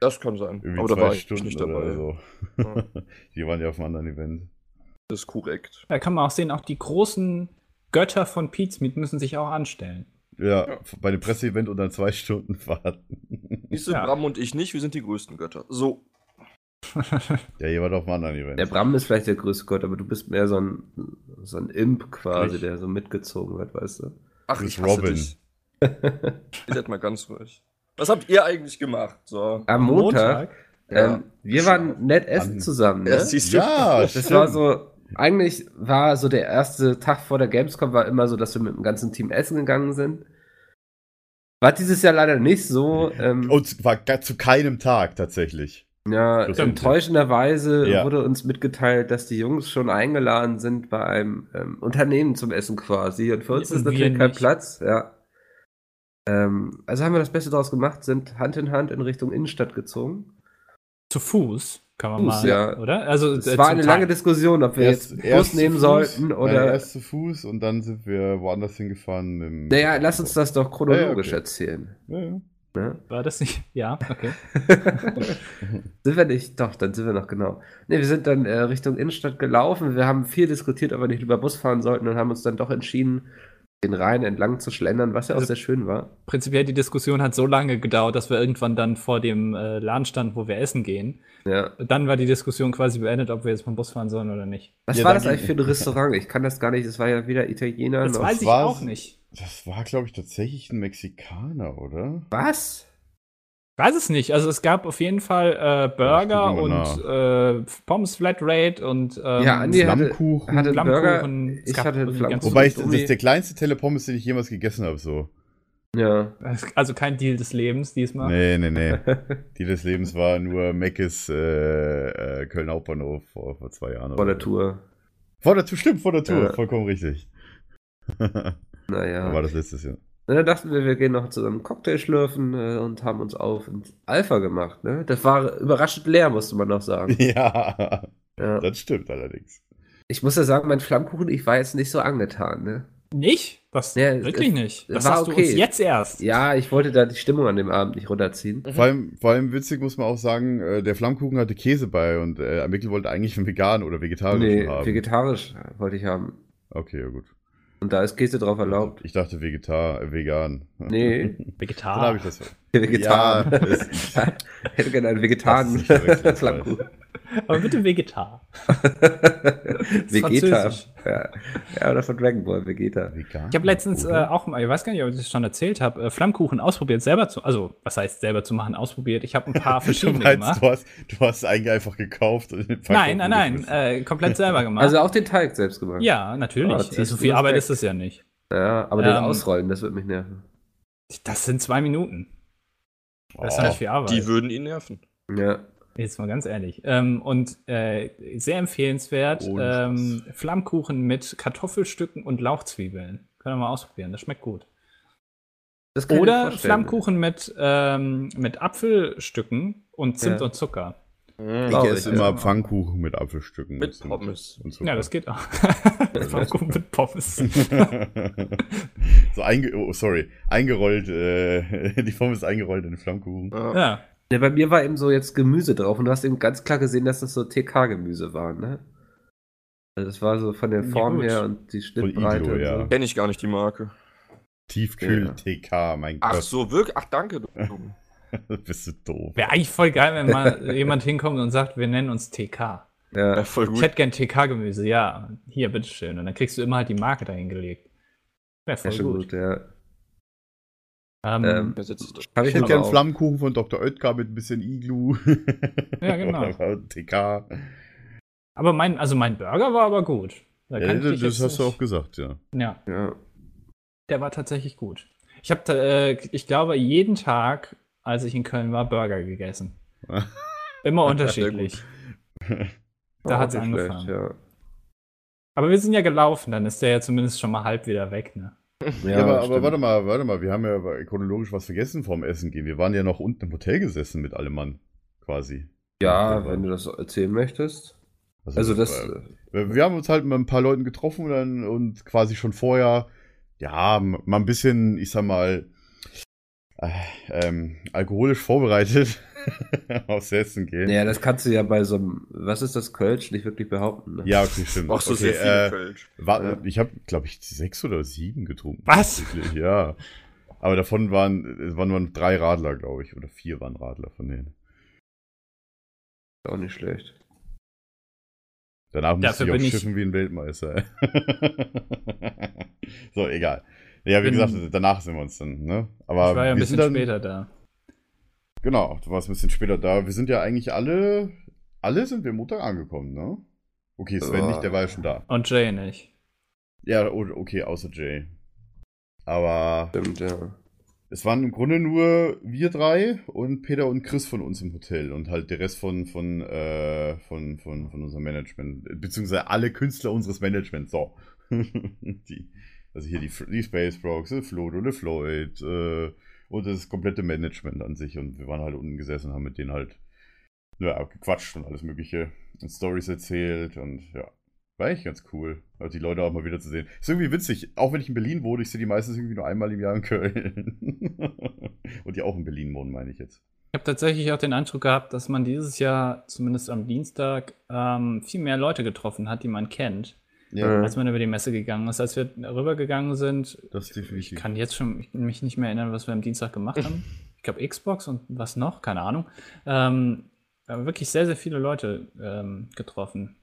A: Das kann sein.
D: Irgendwie
A: Aber da
D: zwei
A: war ich
D: Stunden
A: nicht dabei.
D: oder so.
A: Ja.
D: Die waren ja auf einem anderen Event.
A: Das ist korrekt.
C: Da kann man auch sehen, auch die großen Götter von Pizmeet müssen sich auch anstellen.
D: Ja,
A: Ja.
D: bei einem Presseevent und dann zwei Stunden warten.
A: Siehst du,
C: Ja.
A: Bram und ich nicht, wir sind die größten Götter. So.
D: ja, ihr wart auf einem anderen Event.
B: Der Bram ist vielleicht der größte Gott, aber du bist mehr so ein, so ein Imp quasi,
D: Ich-
B: der so mitgezogen wird, weißt du?
A: Ach,
D: Grüß
A: ich hasse
D: Robin.
A: dich. Ihr seid mal ganz ruhig. Was habt ihr eigentlich gemacht? So.
B: Am Montag,
A: Ja.
B: ähm, wir waren nett essen
D: An-
B: zusammen. Ne?
A: Ja, siehst du?
D: ja,
B: Das war so, eigentlich war so der erste Tag vor der Gamescom war immer so, dass wir mit dem ganzen Team essen gegangen sind. War dieses Jahr leider nicht so. Ähm,
D: Und es war gar zu keinem Tag tatsächlich.
B: ja,
D: stimmt.
B: enttäuschenderweise
D: Ja.
B: wurde uns mitgeteilt, dass die Jungs schon eingeladen sind bei einem ähm, Unternehmen zum Essen quasi. Und für uns
C: Und
B: ist
C: wir
B: natürlich kein
C: nicht.
B: Platz, ja. Ähm, also haben wir das Beste daraus gemacht, sind Hand in Hand in Richtung Innenstadt gezogen.
C: Zu Fuß, kann man
B: Fuß,
C: mal,
B: ja.
C: oder? Also,
B: Es
C: äh,
B: war
C: zum
B: eine
C: Teil.
B: lange Diskussion, ob wir
D: Erst-
B: jetzt
D: erst
B: Bus
D: zu
B: nein, nehmen
D: Fuß,
B: sollten oder.
D: Nein, erst zu Fuß und dann sind wir woanders hingefahren mit dem.
B: Naja, lass uns das doch chronologisch
D: Ja, ja, okay.
B: erzählen.
D: Ja, ja.
B: Ne?
C: War das nicht? Ja, okay.
B: sind wir nicht? Doch, dann sind wir noch genau. Ne, wir sind dann äh, Richtung Innenstadt gelaufen. Wir haben viel diskutiert, ob wir nicht über Bus fahren sollten und haben uns dann doch entschieden, den Rhein entlang zu schlendern, was ja auch
C: Also-
B: sehr schön war.
C: Prinzipiell die Diskussion hat so lange gedauert, dass wir irgendwann dann vor dem äh, Laden standen, wo wir essen gehen.
B: Ja.
C: Dann war die Diskussion quasi beendet, ob wir jetzt vom Bus fahren sollen oder nicht.
B: Was
D: Ja,
B: war
D: dann
B: das eigentlich für
D: ging-
B: ein Restaurant? Ich kann das gar nicht. Das war ja weder Italiener
C: Das
B: noch.
C: weiß ich
D: war's.
C: auch nicht.
D: Das war, glaube ich, tatsächlich ein Mexikaner, oder?
B: Was?
C: Ich weiß es nicht. Also es gab auf jeden Fall äh, Burger
D: Ja, ich guck
C: und äh, Pommes Flatrate und ähm,
B: ja, Andi hatte,
D: Flammkuchen.
B: hatte einen Burger.
C: Flammkuchen. Es
B: Ich
C: gab
B: hatte einen
C: irgendwie ganz-
B: Flammkuchen.
D: Wobei ich,
B: mit
D: das
B: Omi.
D: ist der kleinste Telepommes, den ich jemals gegessen habe, so.
B: Ja.
C: Also kein Deal des Lebens diesmal.
D: Nee, nee, nee. Die des Lebens war nur Meckes äh, äh, Köln Hauptbahnhof vor, vor zwei Jahren.
B: Vor der Tour.
D: Vor der Tour, stimmt, vor der Tour,
B: Ja.
D: vollkommen richtig.
B: Naja.
D: War das letztes Jahr.
B: Und dann dachten wir, wir gehen noch zu einem Cocktail schlürfen äh, und haben uns auf ins Alpha gemacht. Ne? Das war überraschend leer, musste man noch sagen.
D: Ja,
B: Ja.
D: das stimmt allerdings.
B: Ich muss ja sagen, mein Flammkuchen, ich war jetzt nicht so angetan. Ne?
C: Nicht? Das
B: Ja, es-
C: wirklich
B: es-
C: nicht.
B: es
C: Das
B: war
C: hast du
B: okay.
C: uns jetzt erst.
B: Ja, ich wollte da die Stimmung an dem Abend nicht runterziehen.
D: Vor allem, vor allem witzig muss man auch sagen, äh, der Flammkuchen hatte Käse bei und äh, Mikkel wollte eigentlich einen veganen oder vegetarischen
B: Nee,
D: haben.
B: vegetarisch wollte ich haben.
D: okay, ja gut.
B: Und da ist Käse drauf erlaubt.
D: Ich dachte vegetar, äh, vegan.
B: Nee,
D: Dann habe
C: Vegetar.
D: ich das.
B: Vegetar.
D: Ja, das-
B: ich hätte gerne einen vegetaren
D: Das ist nicht verwechselt,
B: Flammkuchen.
C: Aber bitte Vegetar.
B: Vegeta.
C: Französisch.
B: Ja. ja, oder von Dragon Ball, Vegeta.
D: Vegan?
C: Ich habe letztens äh,
D: Oder?
C: auch mal, ich weiß gar nicht, ob ich das schon erzählt habe, äh, Flammkuchen ausprobiert, selber zu, also was heißt selber zu machen, ausprobiert. Ich habe ein paar
D: Du
C: verschiedene
D: meinst,
C: gemacht.
D: du hast, du hast eigentlich einfach gekauft und den
C: Nein, nein, nein,
D: geschmissen.
C: äh, komplett selber gemacht.
B: Also auch den Teig selbst gemacht.
C: ja, natürlich.
B: Ah,
C: Ey, so viel
B: Respekt.
C: Arbeit ist es ja nicht.
B: ja aber den
C: Ähm,
B: ausrollen, das wird mich nerven.
C: Das sind zwei Minuten. Das ist
D: Oh.
C: äh, nicht viel Arbeit.
A: Die würden ihn nerven.
B: Ja.
C: Jetzt mal ganz ehrlich. Ähm, und äh, sehr empfehlenswert,
D: Ohne
C: ähm, Flammkuchen mit Kartoffelstücken und Lauchzwiebeln. Können wir mal ausprobieren, das schmeckt gut.
B: Das kann ich mir
C: Oder
B: vorstellen.
C: Flammkuchen mit, ähm, mit Apfelstücken und Zimt
B: Ja.
C: und Zucker.
D: Ich
A: Mhm.
B: glaub ich,
D: esse
B: also-
D: immer Pfannkuchen mit Apfelstücken.
A: Mit
D: und-
A: Pommes.
D: Und so.
C: Ja, das geht auch.
D: das
C: Flammkuchen mit Pommes.
D: so einge oh, sorry, eingerollt, äh, die Pommes eingerollt in den Flammkuchen.
A: Ja.
C: Ja,
B: Ja, bei mir war eben so jetzt Gemüse drauf und du hast eben ganz klar gesehen, dass das so TK-Gemüse war, ne? Also das war so von der Form
A: Ja, gut.
B: her und die
D: Iglo,
B: Schnittbreite. und
D: ja.
B: so.
A: Kenne ich gar nicht die Marke.
D: Tiefkühl TK, mein
A: Ach
D: Gott.
A: so, wirklich? Ach, danke, du. Dumm.
D: Bist du doof.
C: Wäre eigentlich voll geil, wenn mal jemand hinkommt und sagt, wir nennen uns TK.
A: Ja,
B: ja.
A: voll
C: Ich
A: gut.
C: hätte gern TK-Gemüse, ja. Hier, bitteschön. Und dann kriegst du immer halt die Marke dahingelegt. Wäre voll
B: Ja, schon
C: gut.
B: gut, ja.
C: Ähm,
B: Ähm,
A: Da sitzt du.
B: Hab
D: Ich
B: ich
D: hätte
B: aber
D: gern
B: auch.
D: Flammenkuchen von Dr. Oetker mit ein bisschen Iglu.
C: Ja, genau.
D: Oder TK.
C: aber mein, also mein Burger war aber gut. Da
D: Ja,
C: kann ich
D: das
C: dich jetzt
D: hast du
C: nicht-
D: auch gesagt, ja.
C: Ja,
B: Ja.
C: der war tatsächlich gut. Ich habe, äh, ich glaube, jeden Tag, als ich in Köln war, Burger gegessen. Immer unterschiedlich. Da
B: Auch
C: hat's
B: nicht schlecht,
C: angefangen.
B: Ja.
C: Aber wir sind ja gelaufen, dann ist der ja zumindest schon mal halb wieder weg, ne?
D: Ja, aber, aber
B: stimmt.
D: warte mal, warte mal, wir haben ja chronologisch was vergessen vorm Essen gehen. Wir waren ja noch unten im Hotel gesessen mit allem Mann, quasi.
B: Ja, wenn du das erzählen möchtest. Also das,
D: äh, wir haben uns halt mit ein paar Leuten getroffen und, dann, und quasi schon vorher, ja, m- mal ein bisschen, ich sag mal, äh, ähm, alkoholisch vorbereitet aufs Essen gehen.
B: naja, das kannst du äh, ja bei so einem, was ist das Kölsch, nicht wirklich behaupten. Ne?
D: Ja, okay, stimmt.
A: Brauchst du
D: okay,
A: sehr viel
D: äh,
A: Kölsch.
D: War,
B: Ja.
D: Ich habe, glaube ich, sechs oder sieben getrunken.
C: Was?
D: Tatsächlich, ja. Aber davon waren, waren, waren drei Radler, glaube ich. Oder vier waren Radler von denen.
B: Auch nicht schlecht.
D: Danach musste
C: Dafür
D: ich auch
C: bin ich-
D: schiffen wie ein Weltmeister. so, egal. Ja, wie
C: Bin-
D: gesagt, danach sind wir uns dann, ne? Aber
C: ich war ja ein
D: wir sind
C: bisschen
D: dann,
C: später da.
D: Genau, du warst ein bisschen später da. Wir sind ja eigentlich alle, alle sind wir Montag angekommen, ne? Okay, Sven
B: Ja.
D: nicht, der war ja schon da.
C: Und Jay nicht.
D: Ja, o- okay, außer Jay. Aber
B: Stimmt, ja.
D: Es waren im Grunde nur wir drei und Peter und Chris von uns im Hotel und halt der Rest von, von, äh, von, von, von unserem Management, beziehungsweise alle Künstler unseres Managements. So. die, also hier die, F- die Space Brox, äh, Flodo, Le Floyd äh, und das komplette Management an sich. Und wir waren halt unten gesessen und haben mit denen halt ja, gequatscht und alles Mögliche und Stories erzählt und ja. War echt ganz cool, also die Leute auch mal wieder zu sehen. Ist irgendwie witzig, auch wenn ich in Berlin wohne, ich sehe die meistens irgendwie nur einmal im Jahr in Köln. Und die auch in Berlin wohnen, meine ich jetzt.
C: Ich habe tatsächlich auch den Eindruck gehabt, dass man dieses Jahr, zumindest am Dienstag, ähm, viel mehr Leute getroffen hat, die man kennt,
B: Ja.
C: als man über die Messe gegangen ist. Als wir rübergegangen sind,
D: das ist
C: ich
D: definitiv.
C: kann jetzt schon mich nicht mehr erinnern, was wir am Dienstag gemacht haben. Ich glaube Xbox und was noch, keine Ahnung. Ähm, aber wirklich sehr, sehr viele Leute ähm, getroffen.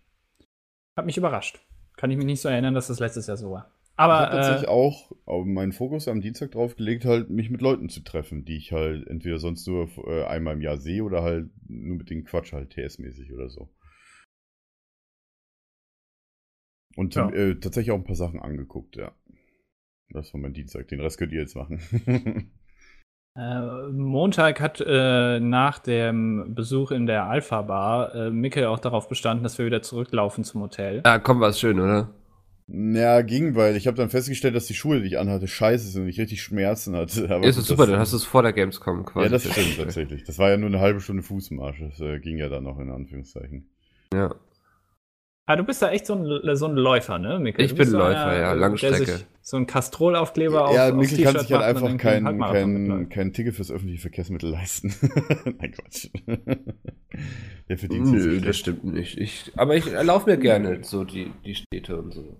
C: Hat mich überrascht. Kann ich mich nicht so erinnern, dass das letztes Jahr so war.
D: ich
C: Aber
D: habe tatsächlich
C: äh,
D: auch auf meinen Fokus am Dienstag drauf gelegt, halt mich mit Leuten zu treffen, die ich halt entweder sonst nur äh, einmal im Jahr sehe oder halt nur mit denen Quatsch halt TS-mäßig oder so. Und
C: Ja.
D: äh, tatsächlich auch ein paar Sachen angeguckt, ja. Das war mein Dienstag. Den Rest könnt ihr jetzt machen.
C: äh, Montag hat äh, nach dem Besuch in der Alpha Bar äh, Mikkel auch darauf bestanden, dass wir wieder zurücklaufen zum Hotel.
B: Ja, komm, war schön, oder?
D: Ja, ging, weil ich habe dann festgestellt, dass die Schuhe, die ich anhatte, scheiße sind und ich richtig Schmerzen hatte. Aber
B: Ja, ist
D: gut,
B: das super,
D: das-
B: dann hast du es vor der Gamescom quasi.
D: Ja, das stimmt
B: festgestellt.
D: tatsächlich. Das war ja nur eine halbe Stunde Fußmarsch. Das äh, ging ja dann noch in Anführungszeichen.
B: Ja.
C: Ah, du bist da echt so ein, so ein Läufer, ne, Mikkel?
B: Ich
C: du
B: bin
C: bist so
B: Läufer,
C: der
B: ja, Langstrecke.
C: sich So ein Kastrolaufkleber
D: ja,
C: auf, aufs
D: Mikkel kann
C: T-Shirt
D: sich halt
C: macht und
D: einfach
C: dann kann
D: kein,
C: er einen Halbmarathon
D: kein,
C: mitläuft.
D: kein Ticket fürs öffentliche Verkehrsmittel leisten. Nein, Quatsch. Der verdient sich
B: Nö,
D: nicht
B: das
D: schlecht.
B: stimmt nicht. Ich, aber ich laufe mir gerne so die, die Städte und so.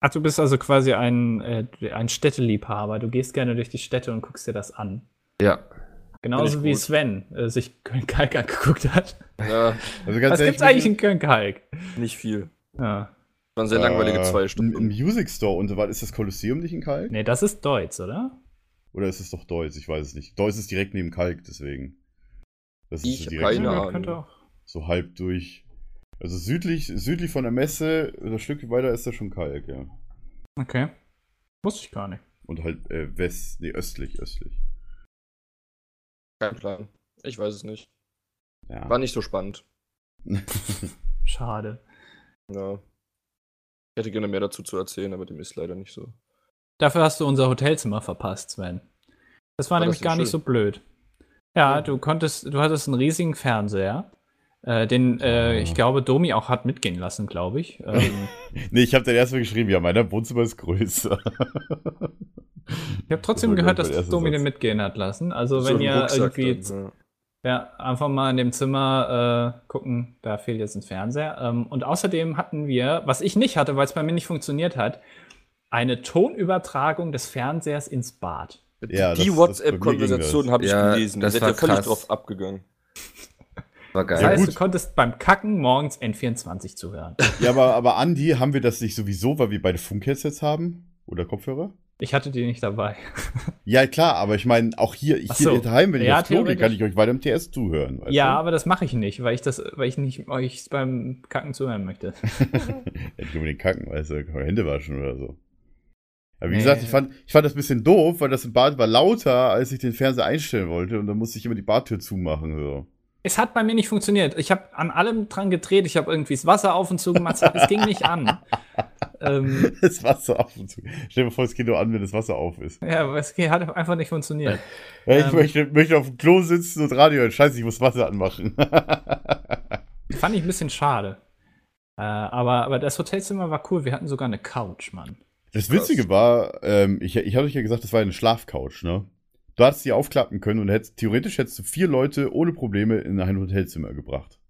C: Ach, du bist also quasi ein, äh, ein Städteliebhaber. Du gehst gerne durch die Städte und guckst dir das an.
B: Ja.
A: Finde
C: Genauso
A: ich
C: wie
A: gut.
C: Sven äh, sich Köln-Kalk angeguckt hat.
A: Ja,
D: Also ganz
C: Was
D: ehrlich,
C: gibt's eigentlich in
D: Mikkel,
C: Köln-Kalk?
A: nicht viel.
C: Ja.
A: Waren sehr langweilige
D: äh,
A: zwei
D: Im
A: Stunden.
D: Music Store und so weiter. Ist das Kolosseum nicht in Kalk?
C: Nee, das ist Deutsch, oder?
D: Oder ist es doch Deutsch? Ich weiß es nicht. Deutsch ist direkt neben Kalk, deswegen. Das ist
A: Ich
D: so
A: hab
D: direkt
A: keine
C: Ja,
A: Ahnung.
C: könnte auch.
D: so halb durch. Also südlich, südlich von der Messe, das Stück weiter ist da schon Kalk, ja.
C: Okay. Wusste ich gar nicht.
D: Und halt äh, west, nee, östlich, östlich.
A: Kein Plan. Ich weiß es nicht.
D: Ja.
A: War nicht so spannend.
C: Schade.
A: Ja. Ich hätte gerne mehr dazu zu erzählen, aber dem ist leider nicht so.
C: Dafür hast du unser Hotelzimmer verpasst, Sven. Das war,
A: War das
C: nämlich
A: denn
C: gar nicht so
A: schön?
C: blöd. Ja,
A: Ja.
C: du konntest, du hattest einen riesigen Fernseher, äh, den äh,
A: Ah.
C: ich glaube Domi auch hat mitgehen lassen, glaube ich. Ähm,
D: nee, ich habe dann erstmal geschrieben, ja, meiner Wohnzimmer ist größer.
C: ich habe trotzdem
D: Das war, glaub ich,
C: gehört, dass
D: mein erster
C: Domi
D: Satz.
C: den mitgehen hat lassen. Also
A: so
C: wenn
A: im
C: ihr
A: Rucksack
C: irgendwie
A: dann, ja.
C: Ja, einfach mal in dem Zimmer äh, gucken, da fehlt jetzt ein Fernseher. Ähm, und außerdem hatten wir, was ich nicht hatte, weil es bei mir nicht funktioniert hat, eine Tonübertragung des Fernsehers ins Bad.
A: Ja, die WhatsApp-Konversation habe ich
B: Ja,
A: gelesen. Da
B: das
A: seid
B: war
A: ihr völlig
B: krass.
A: drauf abgegangen.
B: War
C: Das
B: geil.
D: Ja,
C: heißt,
D: gut.
C: du konntest beim Kacken morgens N24 zuhören.
D: Ja, aber, aber Andi, haben wir das nicht sowieso, weil wir beide Funkheadsets haben? Oder Kopfhörer?
C: Ich hatte die nicht dabei.
D: Ja, klar, aber ich meine, auch hier,
C: Ach
D: hier
C: so.
D: daheim, wenn ich
C: Ja,
D: aufs Klo gehe, kann
C: theoretisch.
D: ich euch weiter im TS zuhören. weißt
C: ja, aber das mache ich nicht, weil ich das, weil ich nicht euch beim Kacken zuhören möchte.
D: Ja, nicht unbedingt kacken, weißt du, kann man Hände waschen oder so. Aber wie
C: Nee.
D: gesagt, ich fand, ich fand das ein bisschen doof, weil das im Bad war lauter, als ich den Fernseher einstellen wollte und dann musste ich immer die Badtür zumachen. So.
C: Es hat bei mir nicht funktioniert. Ich habe an allem dran gedreht. Ich habe irgendwie das Wasser auf und zu gemacht. Es ging nicht an. ähm,
D: Das Wasser auf und zu. Stell dir vor, es geht nur an, wenn das Wasser auf ist.
C: ja, aber es ge- hat einfach nicht funktioniert.
D: Ja, ich
C: Ähm.
D: möchte, möchte auf dem Klo sitzen und Radio hören. Scheiße, ich muss Wasser anmachen.
C: Fand ich ein bisschen schade. Äh, aber, aber das Hotelzimmer war cool. Wir hatten sogar eine Couch, Mann.
D: Das Witzige war, ähm, ich, ich hatte euch ja gesagt, das war eine Schlafcouch, ne? Du hattest die aufklappen können und hättest, theoretisch hättest du vier Leute ohne Probleme in ein Hotelzimmer gebracht.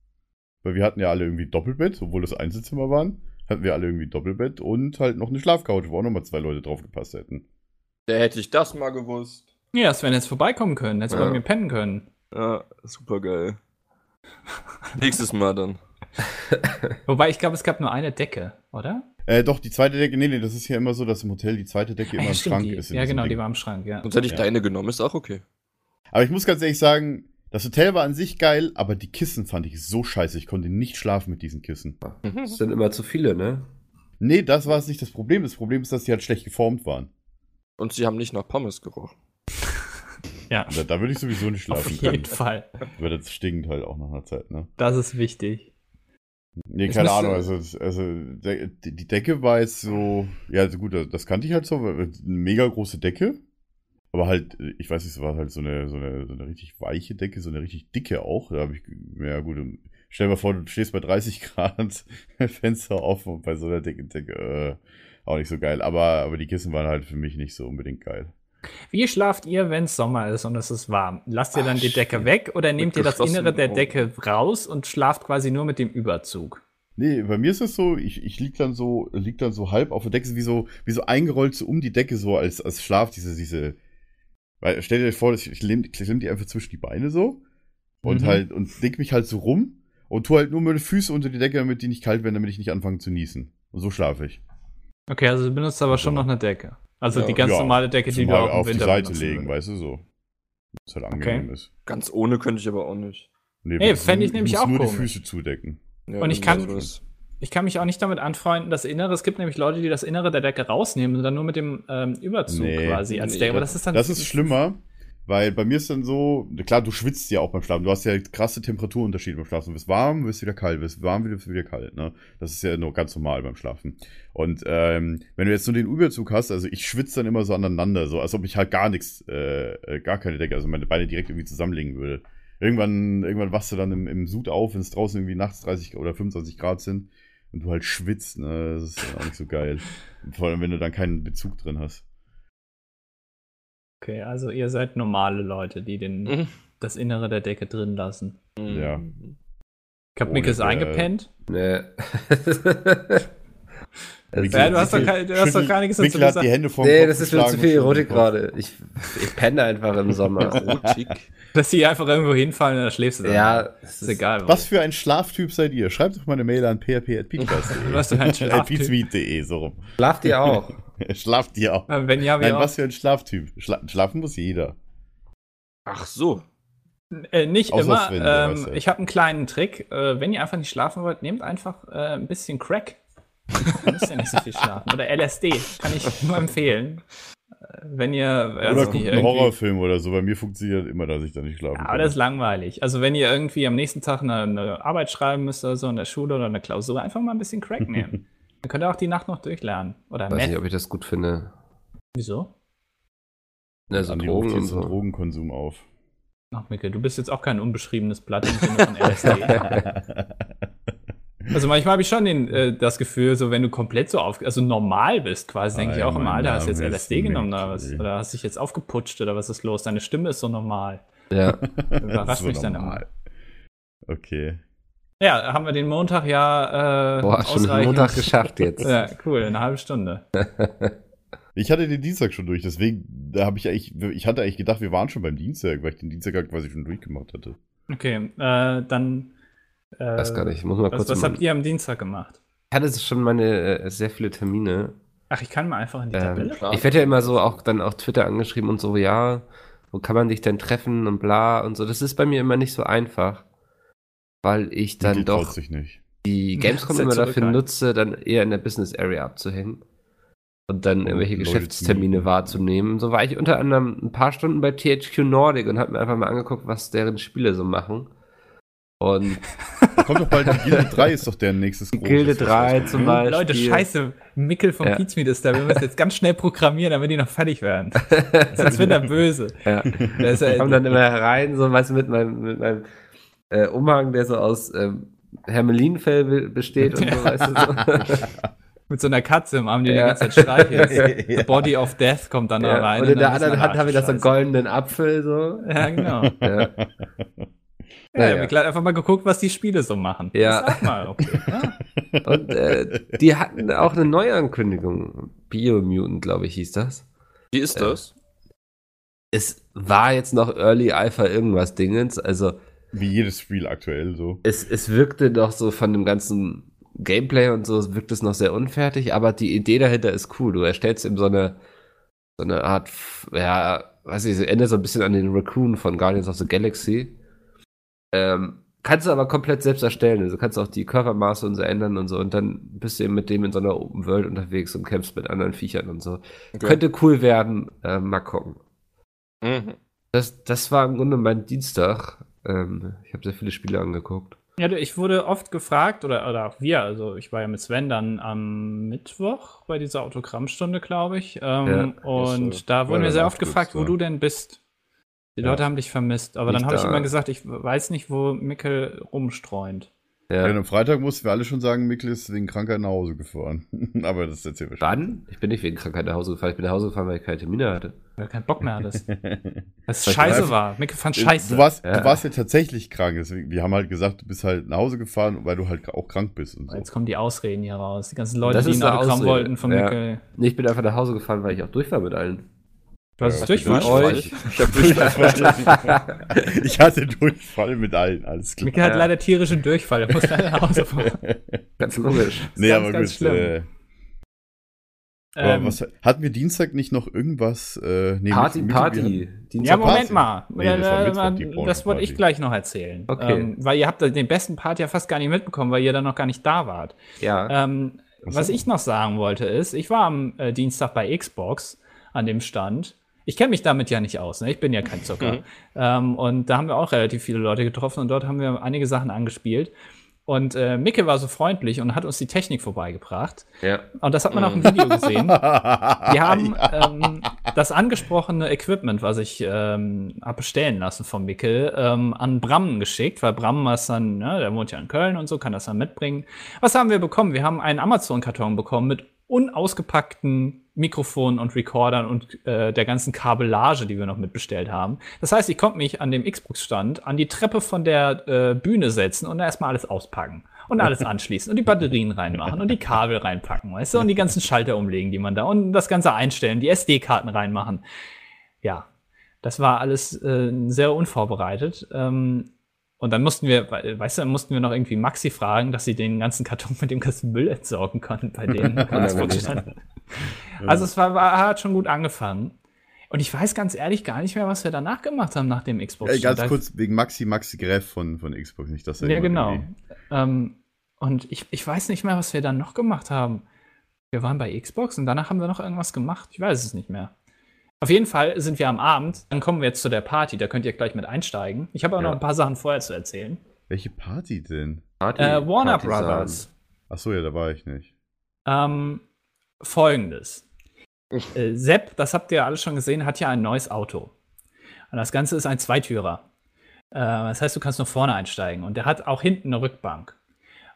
D: Weil wir hatten ja alle irgendwie Doppelbett, obwohl das Einzelzimmer waren, hatten wir alle irgendwie Doppelbett und halt noch eine Schlafcouch, wo auch nochmal zwei Leute drauf gepasst hätten.
A: Da hätte ich das mal gewusst.
C: Ja, Sven hätte vorbeikommen können. Hätte
A: Ja.
C: bei mir pennen können.
A: Ja, super geil. Nächstes Mal dann.
C: Wobei, ich glaube, es gab nur eine Decke, oder?
D: Äh, doch, die zweite Decke, nee, nee, das ist ja immer so, dass im Hotel die zweite Decke
C: Ah,
D: immer
C: ja,
D: im
C: stimmt,
D: Schrank
C: die,
D: ist. in
C: Ja,
D: diesem
C: genau,
D: Ding.
C: die war im Schrank, ja.
A: Sonst hätte ich
D: Ja.
A: deine genommen, ist auch okay.
D: Aber ich muss ganz ehrlich sagen, das Hotel war an sich geil, aber die Kissen fand ich so scheiße. Ich konnte nicht schlafen mit diesen Kissen.
B: Es sind immer zu viele, ne?
D: Nee, das war es nicht das Problem. Das Problem ist, dass die halt schlecht geformt waren.
A: Und sie haben nicht nach Pommes gerochen.
C: Ja,
D: Da, da würde ich sowieso nicht
C: auf
D: schlafen können.
C: jeden Fall.
D: Weil das stinkt halt auch nach einer Zeit, ne?
C: Das ist wichtig.
D: Nee,
C: Es
D: keine
C: müsste-
D: Ahnung. Also, das- also de die die Decke war jetzt so. Ja, also gut, das- das kannte ich halt so. weil- weil Eine mega große Decke. Aber halt, ich weiß nicht, es war halt so eine, so eine, so eine richtig weiche Decke, so eine richtig dicke auch. Da habe ich, ge- ja gut, stell dir mal vor, du stehst bei 30 Grad, Fenster offen und bei so einer dicken Decke, äh, auch nicht so geil. Aber, aber die Kissen waren halt für mich nicht so unbedingt geil.
C: Wie schlaft ihr, wenn es Sommer ist und es ist warm? Lasst ihr dann
A: Ach,
C: die Decke weg oder nehmt ihr das
A: geschlossenen
C: Innere der
A: Augen.
C: Decke raus und schlaft quasi nur mit dem Überzug?
D: Nee, bei mir ist es so, ich, ich lieg dann so, lieg dann so halb auf der Decke, wie so, wie so eingerollt so um die Decke, so als, als Schlaf, diese, diese. Weil, stell dir vor, ich, ich lehm ich lehm die einfach zwischen die Beine so und
C: Mhm.
D: halt, und leg mich halt so rum und tu halt nur meine Füße unter die Decke, damit die nicht kalt werden, damit ich nicht anfange zu niesen. Und so schlafe ich.
C: Okay, also du benutzt aber schon
D: Ja.
C: noch eine Decke. Also
A: Ja.
C: die ganz
D: Ja,
C: normale Decke, die
D: Zum
C: du
D: halt
C: auch im
D: auf die
C: Winter
D: Seite
C: benutzen
D: legen,
C: würdest.
D: weißt du so. Was halt angenehm ist.
A: Ganz ohne könnte ich aber auch nicht.
D: Nee,
C: Ey,
D: das-
C: fände ich nämlich
D: muss
C: auch
D: nur die
C: komisch.
D: Füße zudecken.
A: Ja,
C: Und ich
A: wenn
C: kann-
A: man sowas-
C: Ich kann mich auch nicht damit anfreunden, das Innere. Es gibt nämlich Leute, die das Innere der Decke rausnehmen und dann nur mit dem ähm, Überzug
D: Nee.
C: quasi als
A: Nee,
C: Decke. Aber das ist dann
D: Das ist schlimmer, weil bei mir ist dann so, klar, du schwitzt ja auch beim Schlafen. Du hast ja krasse Temperaturunterschiede beim Schlafen. Du wirst warm, wirst wieder kalt, wirst warm, wirst wieder kalt. Ne? Das ist ja nur ganz normal beim Schlafen. Und ähm, wenn du jetzt nur den Überzug hast, also ich schwitze dann immer so aneinander, so als ob ich halt gar nichts, äh, äh, gar keine Decke, also meine Beine direkt irgendwie zusammenlegen würde. Irgendwann, irgendwann wachst du dann im, im Sud auf, wenn es draußen irgendwie nachts 30 oder 25 Grad sind und du halt schwitzt. Ne? Das ist auch nicht so geil. Vor allem, wenn du dann keinen Bezug drin hast.
C: Okay, also ihr seid normale Leute, die den,
A: Mhm.
C: das Innere der Decke drin lassen.
D: Ja.
A: Hm.
C: Ich hab
D: Ohne
C: Mickes
D: der-
C: eingepennt.
B: Ne.
D: Mikkel
C: Ja,
D: hat
C: du hast
D: sich
C: doch kein- du hast doch
D: schüttelt-
C: gar nichts dazu
D: Mikkel hat
C: gesagt.
D: die Hände vor
B: nee, das ist mir zu viel Erotik gerade. Ich, ich penne einfach im Sommer.
A: Erotik.
C: Dass die einfach irgendwo hinfallen und dann schläfst du dann.
B: ja, es
C: Ist egal. wo.
D: Was für ein Schlaftyp seid ihr? Schreibt doch mal eine Mail an php.peakcast.de.
C: Du hast doch einen Schlaftyp.
D: Schlaftyp. so rum.
B: Schlaft ihr auch?
D: Schlaft ihr auch.
C: Äh, Wenn ja, wir
D: Nein,
C: auch,
D: was für ein Schlaftyp. Schla schlafen muss jeder.
A: Ach so.
C: äh, nicht
D: Außer
C: immer.
D: Sven, der weiß
C: ähm,
D: ja.
C: ich habe einen kleinen Trick. Äh, wenn ihr einfach nicht schlafen wollt, nehmt einfach äh, ein bisschen Crack. Dann müsst ihr nicht so viel schlafen. Oder LSD. Kann ich nur empfehlen. Äh, Wenn ihr. also
D: Oder
C: die
D: guckt einen
C: irgendwie-
D: Horrorfilm oder so. Bei mir funktioniert immer, dass ich da nicht schlafen
C: Ja,
D: kann.
C: aber das ist langweilig. Also, wenn ihr irgendwie am nächsten Tag eine, eine Arbeit schreiben müsst oder so in der Schule oder eine Klausur, einfach mal ein bisschen Crack nehmen. Dann könnt ihr auch die Nacht noch durchlernen. Oder
B: Weiß nicht,
C: Meth.
B: ob ich das gut finde.
C: Wieso?
B: Ne, so
D: Andi
B: Drogen
D: ruft
B: und
D: jetzt den
B: so.
D: Drogenkonsum auf.
C: Ach, Mikkel, du bist jetzt auch kein unbeschriebenes Blatt im Sinne von LSD. Also manchmal habe ich schon den, äh, das Gefühl, so wenn du komplett so auf, also normal bist quasi, denke ich
D: Ei,
C: auch immer,
D: mein
C: Alter, hast du jetzt
D: Name ist
C: LSD genommen oder was?
D: Mickey.
C: Oder hast dich jetzt aufgeputscht oder was ist los? Deine Stimme ist so normal.
B: Ja.
C: Überrascht
D: So
C: mich dann immer.
D: normal. Okay.
C: Ja, haben wir den Montag ja äh,
B: Boah, schon den
C: ausreichend.
B: Montag geschafft jetzt.
C: Ja, cool, eine halbe Stunde.
D: Ich hatte den Dienstag schon durch, deswegen da habe ich eigentlich, ich hatte eigentlich gedacht, wir waren schon beim Dienstag, weil ich den Dienstag halt quasi schon durchgemacht hatte.
C: Okay, äh, dann. Äh,
B: Weiß gar nicht, ich muss mal
C: Was,
B: kurz.
C: was
B: mal-
C: habt ihr am Dienstag gemacht?
B: Ich hatte schon meine äh, sehr viele Termine.
C: Ach, ich kann mal einfach in die
B: Ähm,
C: Tabelle.
B: ich werde ja immer so auch dann auf Twitter angeschrieben und so, ja, wo kann man dich denn treffen und bla und so. Das ist bei mir immer nicht so einfach, weil ich dann
D: Die traut
B: doch
D: sich nicht.
B: die Gamescom
C: Sehr
B: immer dafür
C: zurückhaltend.
B: nutze, dann eher in der Business Area abzuhängen und dann
D: Und
B: irgendwelche
D: Oh, Leute zu
B: Geschäftstermine
D: mieten.
B: wahrzunehmen. So war ich unter anderem ein paar Stunden bei THQ Nordic und habe mir einfach mal angeguckt, was deren Spiele so machen. Und
D: Da kommt doch bald die Gilde 3 ist doch der nächstes großes. Also,
B: Gilde 3 zum Beispiel.
C: Leute, scheiße, Mickel vom
B: Ja.
C: ja. Pizmeet ist da. Wir müssen jetzt ganz schnell programmieren, damit die noch fertig werden. Sonst wird er böse.
B: Ja.
C: Der ist
B: Ich
C: ja,
B: komme dann immer herein, so weißt du, mit meinem, mit meinem äh, Umhang, der so aus ähm, Hermelinfell be- besteht und so, weißt du. So.
C: mit so einer Katze im Arm, die
B: Ja.
C: die ganze Zeit streichelt.
D: Ja.
C: The Body of Death kommt dann da
B: ja.
C: rein.
B: Und Genau, in der
C: dann
B: anderen
C: wissen
B: Hand
C: alle,
B: habe ich da so einen
C: Scheiße.
B: goldenen Apfel, so.
C: Ja, genau.
B: Ja.
C: Ja,
B: Naja.
C: wir haben gleich einfach mal geguckt, was die Spiele so machen.
B: Ja.
C: Sag mal, okay. Ja.
B: Und äh, die hatten auch eine Neuankündigung. Biomutant, glaube ich, hieß das.
A: Wie ist das?
B: Es war jetzt noch Early Alpha irgendwas Dingens, also
D: Wie jedes Spiel aktuell so.
B: es, es wirkte noch so von dem ganzen Gameplay und so, wirkt es noch sehr unfertig, aber die Idee dahinter ist cool. Du erstellst eben so eine, so eine Art, ja, weiß ich, Ende so ein bisschen an den Raccoon von Guardians of the Galaxy. Ähm, kannst du aber komplett selbst erstellen. Also kannst auch die Körpermaße und so ändern und so und dann bist du eben mit dem in so einer Open World unterwegs und kämpfst mit anderen Viechern und so.
A: Okay.
B: Könnte cool werden, äh, mal gucken.
A: Mhm.
B: Das, das war im Grunde mein Dienstag. Ähm, ich habe sehr viele Spiele angeguckt.
C: Ja, du, ich wurde oft gefragt, oder, oder auch wir, also ich war ja mit Sven dann am Mittwoch bei dieser Autogrammstunde, glaube ich. Ähm, und
D: das, äh,
C: da
D: war
C: wurden wir
D: dann
C: sehr oft
D: abgestürzt,
C: gefragt, wo
D: ja.
C: du denn bist. Die
D: Ja.
C: Leute haben dich vermisst, aber dann
B: Nicht
C: habe ich
B: da.
C: immer gesagt, ich weiß nicht, wo Mickel rumstreunt.
B: Ja.
D: Denn am Freitag mussten wir alle schon sagen, Mikkel ist wegen Krankheit nach Hause gefahren. Aber das ist jetzt hier wahrscheinlich.
B: Wann? Ich bin nicht wegen Krankheit nach Hause gefahren. Ich bin nach Hause gefahren, weil ich keine Termine hatte.
C: Weil du keinen Bock mehr hattest. Was
B: Weil ich
C: scheiße
D: einfach-
C: war. Mickel
B: Äh,
C: fand scheiße.
D: Du warst,
B: Ja.
D: du warst ja tatsächlich krank. Deswegen, wir haben halt gesagt, du bist halt nach Hause gefahren, weil du halt auch krank bist und so.
C: Jetzt kommen die Ausreden hier raus. Die ganzen Leute,
B: Das
C: die
B: ist
C: ein
B: eine
C: Autogramm
B: Ausrede.
C: wollten von
B: Ja.
C: Mickel.
B: Nee, ich bin einfach nach Hause gefahren, weil ich auch durch war mit allen.
C: Du hast
D: Ja.
C: es Durchfall.
B: Durch- Euch.
A: Ich hab Durchfall.
D: ich hatte Durchfall mit allen, alles klar.
C: Mickel hat
B: Ja.
C: leider tierischen Durchfall. Er muss leider nach Hause fahren.
B: Ganz logisch.
D: Nee,
C: ganz,
D: aber
C: ganz
D: gut.
C: schlimm.
D: Äh, aber
C: Ähm,
D: was, hatten wir Dienstag nicht noch irgendwas? Äh, nee,
B: Party,
D: mit- mit-
B: Party.
C: Ja,
B: Dienstag
C: Moment
D: Party.
C: mal.
D: Nee,
C: Äh,
D: das war
C: äh,
D: Mittwoch, die
C: das
D: Porno-Party.
C: wollte ich gleich noch erzählen.
B: Okay.
C: Ähm, weil ihr habt den besten Part ja fast gar nicht mitbekommen, weil ihr dann noch gar nicht da wart.
B: Ja.
C: Ähm,
D: Was
C: was
D: denn?
C: ich noch sagen wollte ist, ich war am äh, Dienstag bei Xbox an dem Stand. Ich kenne mich damit ja nicht aus, ne? ich bin ja kein Zucker. ähm, und da haben wir auch relativ viele Leute getroffen und dort haben wir einige Sachen angespielt. Und äh, Micke war so freundlich und hat uns die Technik vorbeigebracht.
B: ja.
C: Und das hat man auch im Video gesehen. Wir haben
D: Ja.
C: ähm, das angesprochene Equipment, was ich ähm, habe bestellen lassen von Mickel, ähm, an Brammen geschickt, weil Brammen ist dann, ne, der wohnt ja in Köln und so, kann das dann mitbringen. Was haben wir bekommen? Wir haben einen Amazon-Karton bekommen mit unausgepackten Mikrofonen und Recordern und äh, der ganzen Kabellage, die wir noch mitbestellt haben. Das heißt, ich konnte mich an dem Xbox-Stand an die Treppe von der äh, Bühne setzen und da erstmal alles auspacken und alles anschließen und die Batterien reinmachen und die Kabel reinpacken, weißt du, und die ganzen Schalter umlegen, die man da und das Ganze einstellen, die SD-Karten reinmachen. Ja, das war alles äh, sehr unvorbereitet. Ähm, und dann mussten wir, we- weißt du, dann mussten wir noch irgendwie Maxi fragen, dass sie den ganzen Karton mit dem ganzen Müll entsorgen konnten bei denen. also es war, war, hat schon gut angefangen. Und ich weiß ganz ehrlich gar nicht mehr, was wir danach gemacht haben nach dem Xbox.
D: Ey, ganz
C: Da-
D: kurz wegen Maxi, Maxi Greff von, von Xbox, nicht dass er
C: ja,
D: jemand
C: genau.
D: irgendwie-
C: Ähm, und ich, ich weiß nicht mehr, was wir dann noch gemacht haben. Wir waren bei Xbox und danach haben wir noch irgendwas gemacht. Ich weiß es nicht mehr. Auf jeden Fall sind wir am Abend. Dann kommen wir jetzt zu der Party. Da könnt ihr gleich mit einsteigen. Ich habe aber
B: Ja.
C: noch ein paar Sachen vorher zu erzählen.
D: Welche Party denn?
B: Party.
C: Äh, Warner
B: Partisan.
C: Brothers.
D: Achso, ja, da war ich nicht.
C: Ähm, Folgendes. Äh, Sepp, das habt ihr alle schon gesehen, hat ja ein neues Auto. Und das Ganze ist ein Zweitürer. Äh, das heißt, du kannst nur vorne einsteigen. Und der hat auch hinten eine Rückbank.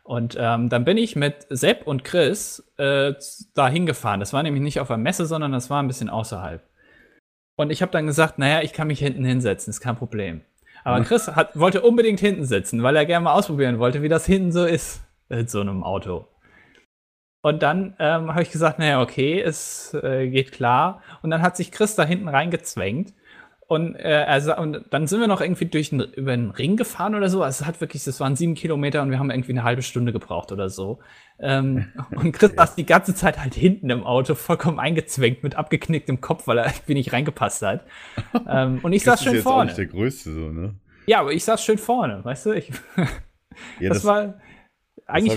C: Und ähm, dann bin ich mit Sepp und Chris äh, da hingefahren. Das war nämlich nicht auf einer Messe, sondern das war ein bisschen außerhalb. Und ich habe dann gesagt, naja, ich kann mich hinten hinsetzen, ist kein Problem. Aber Chris hat, wollte unbedingt hinten sitzen, weil er gerne mal ausprobieren wollte, wie das hinten so ist mit so einem Auto. Und dann ähm, habe ich gesagt, naja, okay, es äh, geht klar. Und dann hat sich Chris da hinten reingezwängt. Und, äh, also, und dann sind wir noch irgendwie durch den, über den Ring gefahren oder so. Also es hat wirklich, das waren sieben Kilometer und wir haben irgendwie eine halbe Stunde gebraucht oder so. Ähm, und Chris saß die ganze Zeit halt hinten im Auto, vollkommen eingezwängt mit abgeknicktem Kopf, weil er irgendwie nicht reingepasst hat. Ähm, und ich saß schön
D: jetzt Auch nicht der
C: vorne.
D: Größte so, ne?
C: Ja, aber ich saß schön vorne, weißt du? Ich,
D: Ja,
C: das, war, eigentlich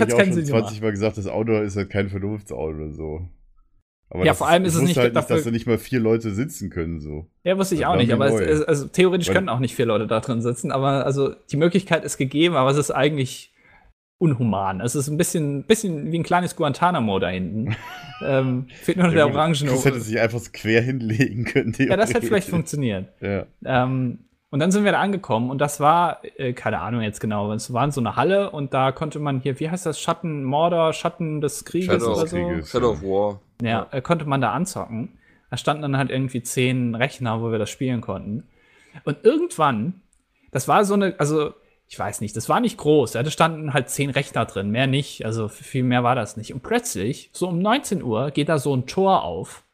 D: das hab ich
C: hat es keinen
D: auch schon
C: Sinn gemacht.
D: 20 Mal gesagt, das Auto ist halt kein Vernunftsauto oder so. Aber
C: Ja,
D: das
C: vor allem ist
D: ich
C: es
D: wusste
C: nicht
D: halt
C: dafür-
D: nicht, dass da nicht mal vier Leute sitzen können so.
C: Ja, wusste ich
D: Das
C: auch
D: war
C: nicht,
D: mir
C: aber es,
D: neu.
C: es, also theoretisch
D: Weil-
C: können auch nicht vier Leute da drin sitzen, aber also die Möglichkeit ist gegeben, aber es ist eigentlich unhuman. Es ist ein bisschen, bisschen wie ein kleines Guantanamo da hinten. ähm, fehlt nur noch der
D: gut, Chris hätte
C: Orangen.
D: sich einfach so quer hinlegen können.
C: Ja, das hätte vielleicht
D: theoretisch.
C: funktioniert.
D: Ja.
C: Ähm, und dann sind wir da angekommen und das war, äh, keine Ahnung jetzt genau, aber es war in so eine Halle und da konnte man hier, wie heißt das, Schattenmorder, Schatten des Krieges
A: Shadow
C: oder
A: des
C: so?
D: Krieges.
A: Shadow of War.
C: Ja, äh, konnte man da anzocken. Da standen dann halt irgendwie zehn Rechner, wo wir das spielen konnten. Und irgendwann, das war so eine, also ich weiß nicht, das war nicht groß. Ja, da standen halt zehn Rechner drin, mehr nicht. Also viel mehr war das nicht. Und plötzlich, so um 19 Uhr, geht da so ein Tor auf.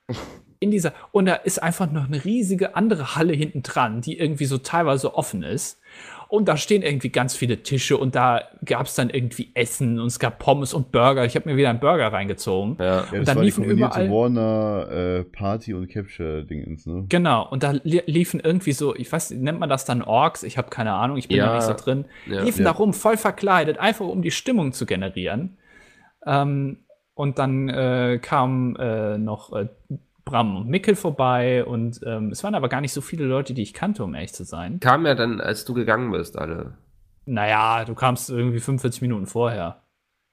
C: In dieser, und da ist einfach noch eine riesige andere Halle hinten dran, die irgendwie so teilweise offen ist. Und da stehen irgendwie ganz viele Tische und da gab es dann irgendwie Essen und es gab Pommes und Burger. Ich habe mir wieder einen Burger reingezogen.
A: Ja.
D: Ja,
C: Und
D: das
C: dann
D: war die
C: liefen
D: kombinierte
C: überall-
D: Warner äh, Party und Capture Dingens, ne?
C: Genau, und da li liefen irgendwie so, ich weiß, nennt man das dann Orks? Ich habe keine Ahnung, ich bin
A: Ja.
C: da nicht so drin.
A: Ja.
C: liefen
D: Ja.
C: da rum, voll verkleidet, einfach um die Stimmung zu generieren. Ähm, und dann äh, kamen äh, noch äh, Bram und Mickel vorbei und ähm, es waren aber gar nicht so viele Leute, die ich kannte, um ehrlich zu sein.
B: Kam ja dann, als du gegangen bist, alle.
C: Naja, du kamst irgendwie 45 Minuten vorher.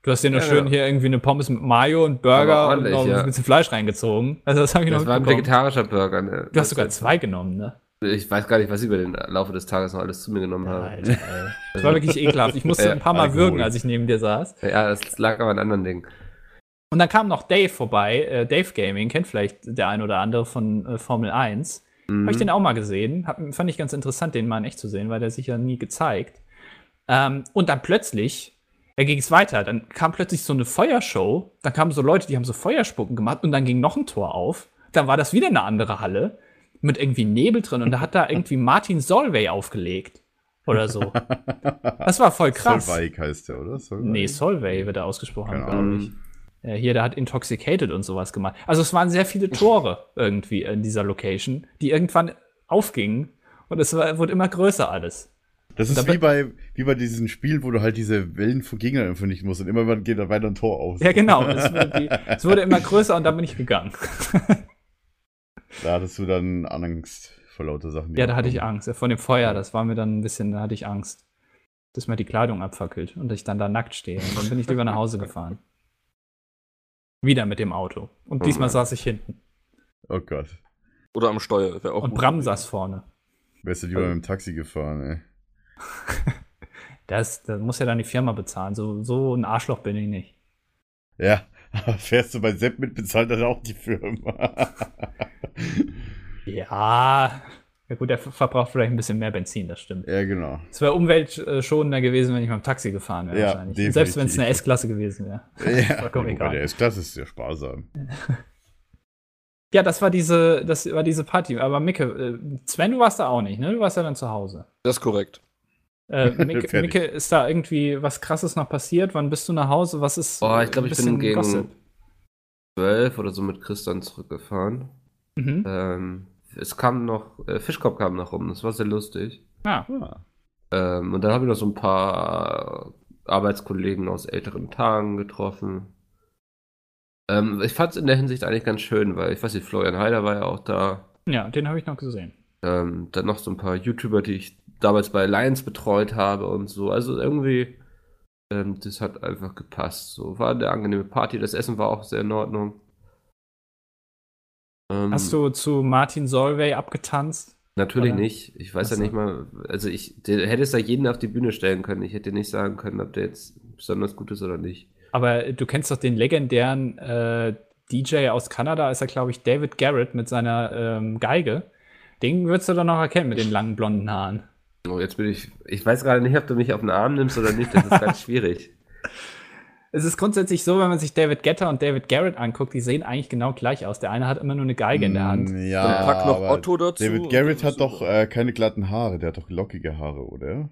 C: Du hast dir noch
B: Ja,
C: schön
B: ja.
C: hier irgendwie eine Pommes mit Mayo und
B: Aber
C: Burger und
B: ordentlich,
C: noch
B: ja.
C: ein bisschen Fleisch reingezogen. Also das habe ich
B: Das
C: noch
B: war ein
C: mitbekommen.
B: vegetarischer Burger, ne?
C: Du hast sogar zwei genommen, ne?
B: Ich weiß gar nicht, was ich über den Laufe des Tages noch alles zu mir genommen habe.
C: Alter, ey. Das war wirklich ekelhaft. Ich musste
B: Ja,
C: ein paar Mal
D: Alkohol.
C: würgen, als ich neben dir saß.
B: Ja, das lag aber an anderen Dingen.
C: Und dann kam noch Dave vorbei. Äh, Dave Gaming, kennt vielleicht der ein oder andere von äh, Formel 1. Habe ich den auch mal gesehen. Hab, fand ich ganz interessant, den mal in echt zu sehen, weil der sich ja nie gezeigt. Ähm, und dann plötzlich, da ging es weiter. Dann kam plötzlich so eine Feuershow. Dann kamen so Leute, die haben so Feuerspucken gemacht und dann ging noch ein Tor auf. Dann war das wieder eine andere Halle mit irgendwie Nebel drin und da hat da irgendwie Martin Solveig aufgelegt. Oder so. Das war voll krass.
D: Solveig heißt der, oder? Solveig?
C: Nee, Solvay wird er ausgesprochen,
D: Keine
C: glaube ich. Äh, Hier, der hat Intoxicated und sowas gemacht. Also es waren sehr viele Tore irgendwie in dieser Location, die irgendwann aufgingen und es war, wurde immer größer alles.
D: Das ist
C: dabei-
D: wie bei, wie bei diesen Spielen, wo du halt diese Wellen von Gegnern vernichten musst und immer man geht da weiter ein Tor auf.
C: Ja, genau. Es, wurde die- es wurde immer größer und dann bin ich gegangen.
D: Da hattest du dann Angst vor lauter Sachen. die
C: Ja, da hatte ich
D: kommen.
C: Angst. Ja, Von dem Feuer, das war mir dann ein bisschen, da hatte ich Angst, dass mir die Kleidung abfackelt und ich dann da nackt stehe. Und dann bin ich lieber nach Hause gefahren. Wieder mit dem Auto.
A: Oh
C: Und diesmal
B: Mann.
C: saß ich hinten.
D: Oh Gott.
A: Oder am Steuer. Wäre auch
C: Und
A: gut.
C: Bram saß vorne.
D: Wärst du lieber
C: Oh.
D: mit dem Taxi gefahren, ey.
C: Das, das muss ja dann die Firma bezahlen. So, so ein Arschloch bin ich nicht.
D: Ja, aber fährst du bei Sepp mit, bezahlt dann auch die Firma.
C: Ja. Ja gut, der ver- verbraucht vielleicht ein bisschen mehr Benzin, das stimmt.
D: ja, genau.
C: Es wäre umweltschonender gewesen, wenn ich mit dem Taxi gefahren wäre
D: Ja,
C: wahrscheinlich.
D: definitiv.
C: Selbst wenn es eine S-Klasse gewesen wäre.
D: Ja,
C: Vollkommen
D: wobei
C: egal.
D: der ist klasse, ist ja sparsam.
C: Ja, das war diese, das war diese Party. Aber Micke, äh, Sven, du warst da auch nicht, ne? Du warst ja dann zu Hause.
A: Das ist korrekt.
C: Äh, Micke,
D: Fertig.
C: Micke, ist da irgendwie was krasses noch passiert? Wann bist du nach Hause? Was ist
B: Boah, ich
C: äh,
B: glaube, ich
C: bisschen
B: bin gegen
C: Gossip?
B: 12 oder so mit Christian zurückgefahren.
C: Mhm.
B: Ähm, es kam noch, äh, Fischkopf kam noch rum, das war sehr lustig.
C: Ah,
D: Ah,
B: Ähm, und dann habe ich noch so ein paar Arbeitskollegen aus älteren Tagen getroffen. Ähm, ich fand es in der Hinsicht eigentlich ganz schön, weil ich weiß nicht, Florian Heider war ja auch da.
C: ja, den habe ich noch gesehen.
B: Ähm, dann noch so ein paar YouTuber, die ich damals bei Alliance betreut habe und so. Also irgendwie, ähm, das hat einfach gepasst. So war eine angenehme Party. Das Essen war auch sehr in Ordnung.
D: Hm.
B: Ähm,
C: Hast du zu Martin Solveig abgetanzt?
B: Natürlich
C: Oder?
B: nicht. Ich weiß
C: Ach
B: ja
C: so.
B: nicht mal, also ich der hätte es da jeden auf die Bühne stellen können. Ich hätte dir nicht sagen können, ob der jetzt besonders gut ist oder nicht.
C: Aber du kennst doch den legendären äh, DJ aus Kanada, ist er, glaube ich, David Garrett mit seiner ähm, Geige. Den würdest du doch noch erkennen mit den langen blonden Haaren.
B: Oh, jetzt bin ich. Ich weiß gerade nicht, ob du mich auf den Arm nimmst oder nicht. Das ist ganz schwierig.
C: Es ist grundsätzlich so, wenn man sich David Getter und David Garrett anguckt, die sehen eigentlich genau gleich aus. Der eine hat immer nur eine Geige in
D: Mm,
C: der Hand.
D: Hm, Ja,
A: Und pack noch
D: aber
A: Otto dazu
D: David
A: und
D: Garrett
A: dann
D: hat
A: bist du
D: doch äh, keine glatten Haare, der hat doch lockige Haare, oder?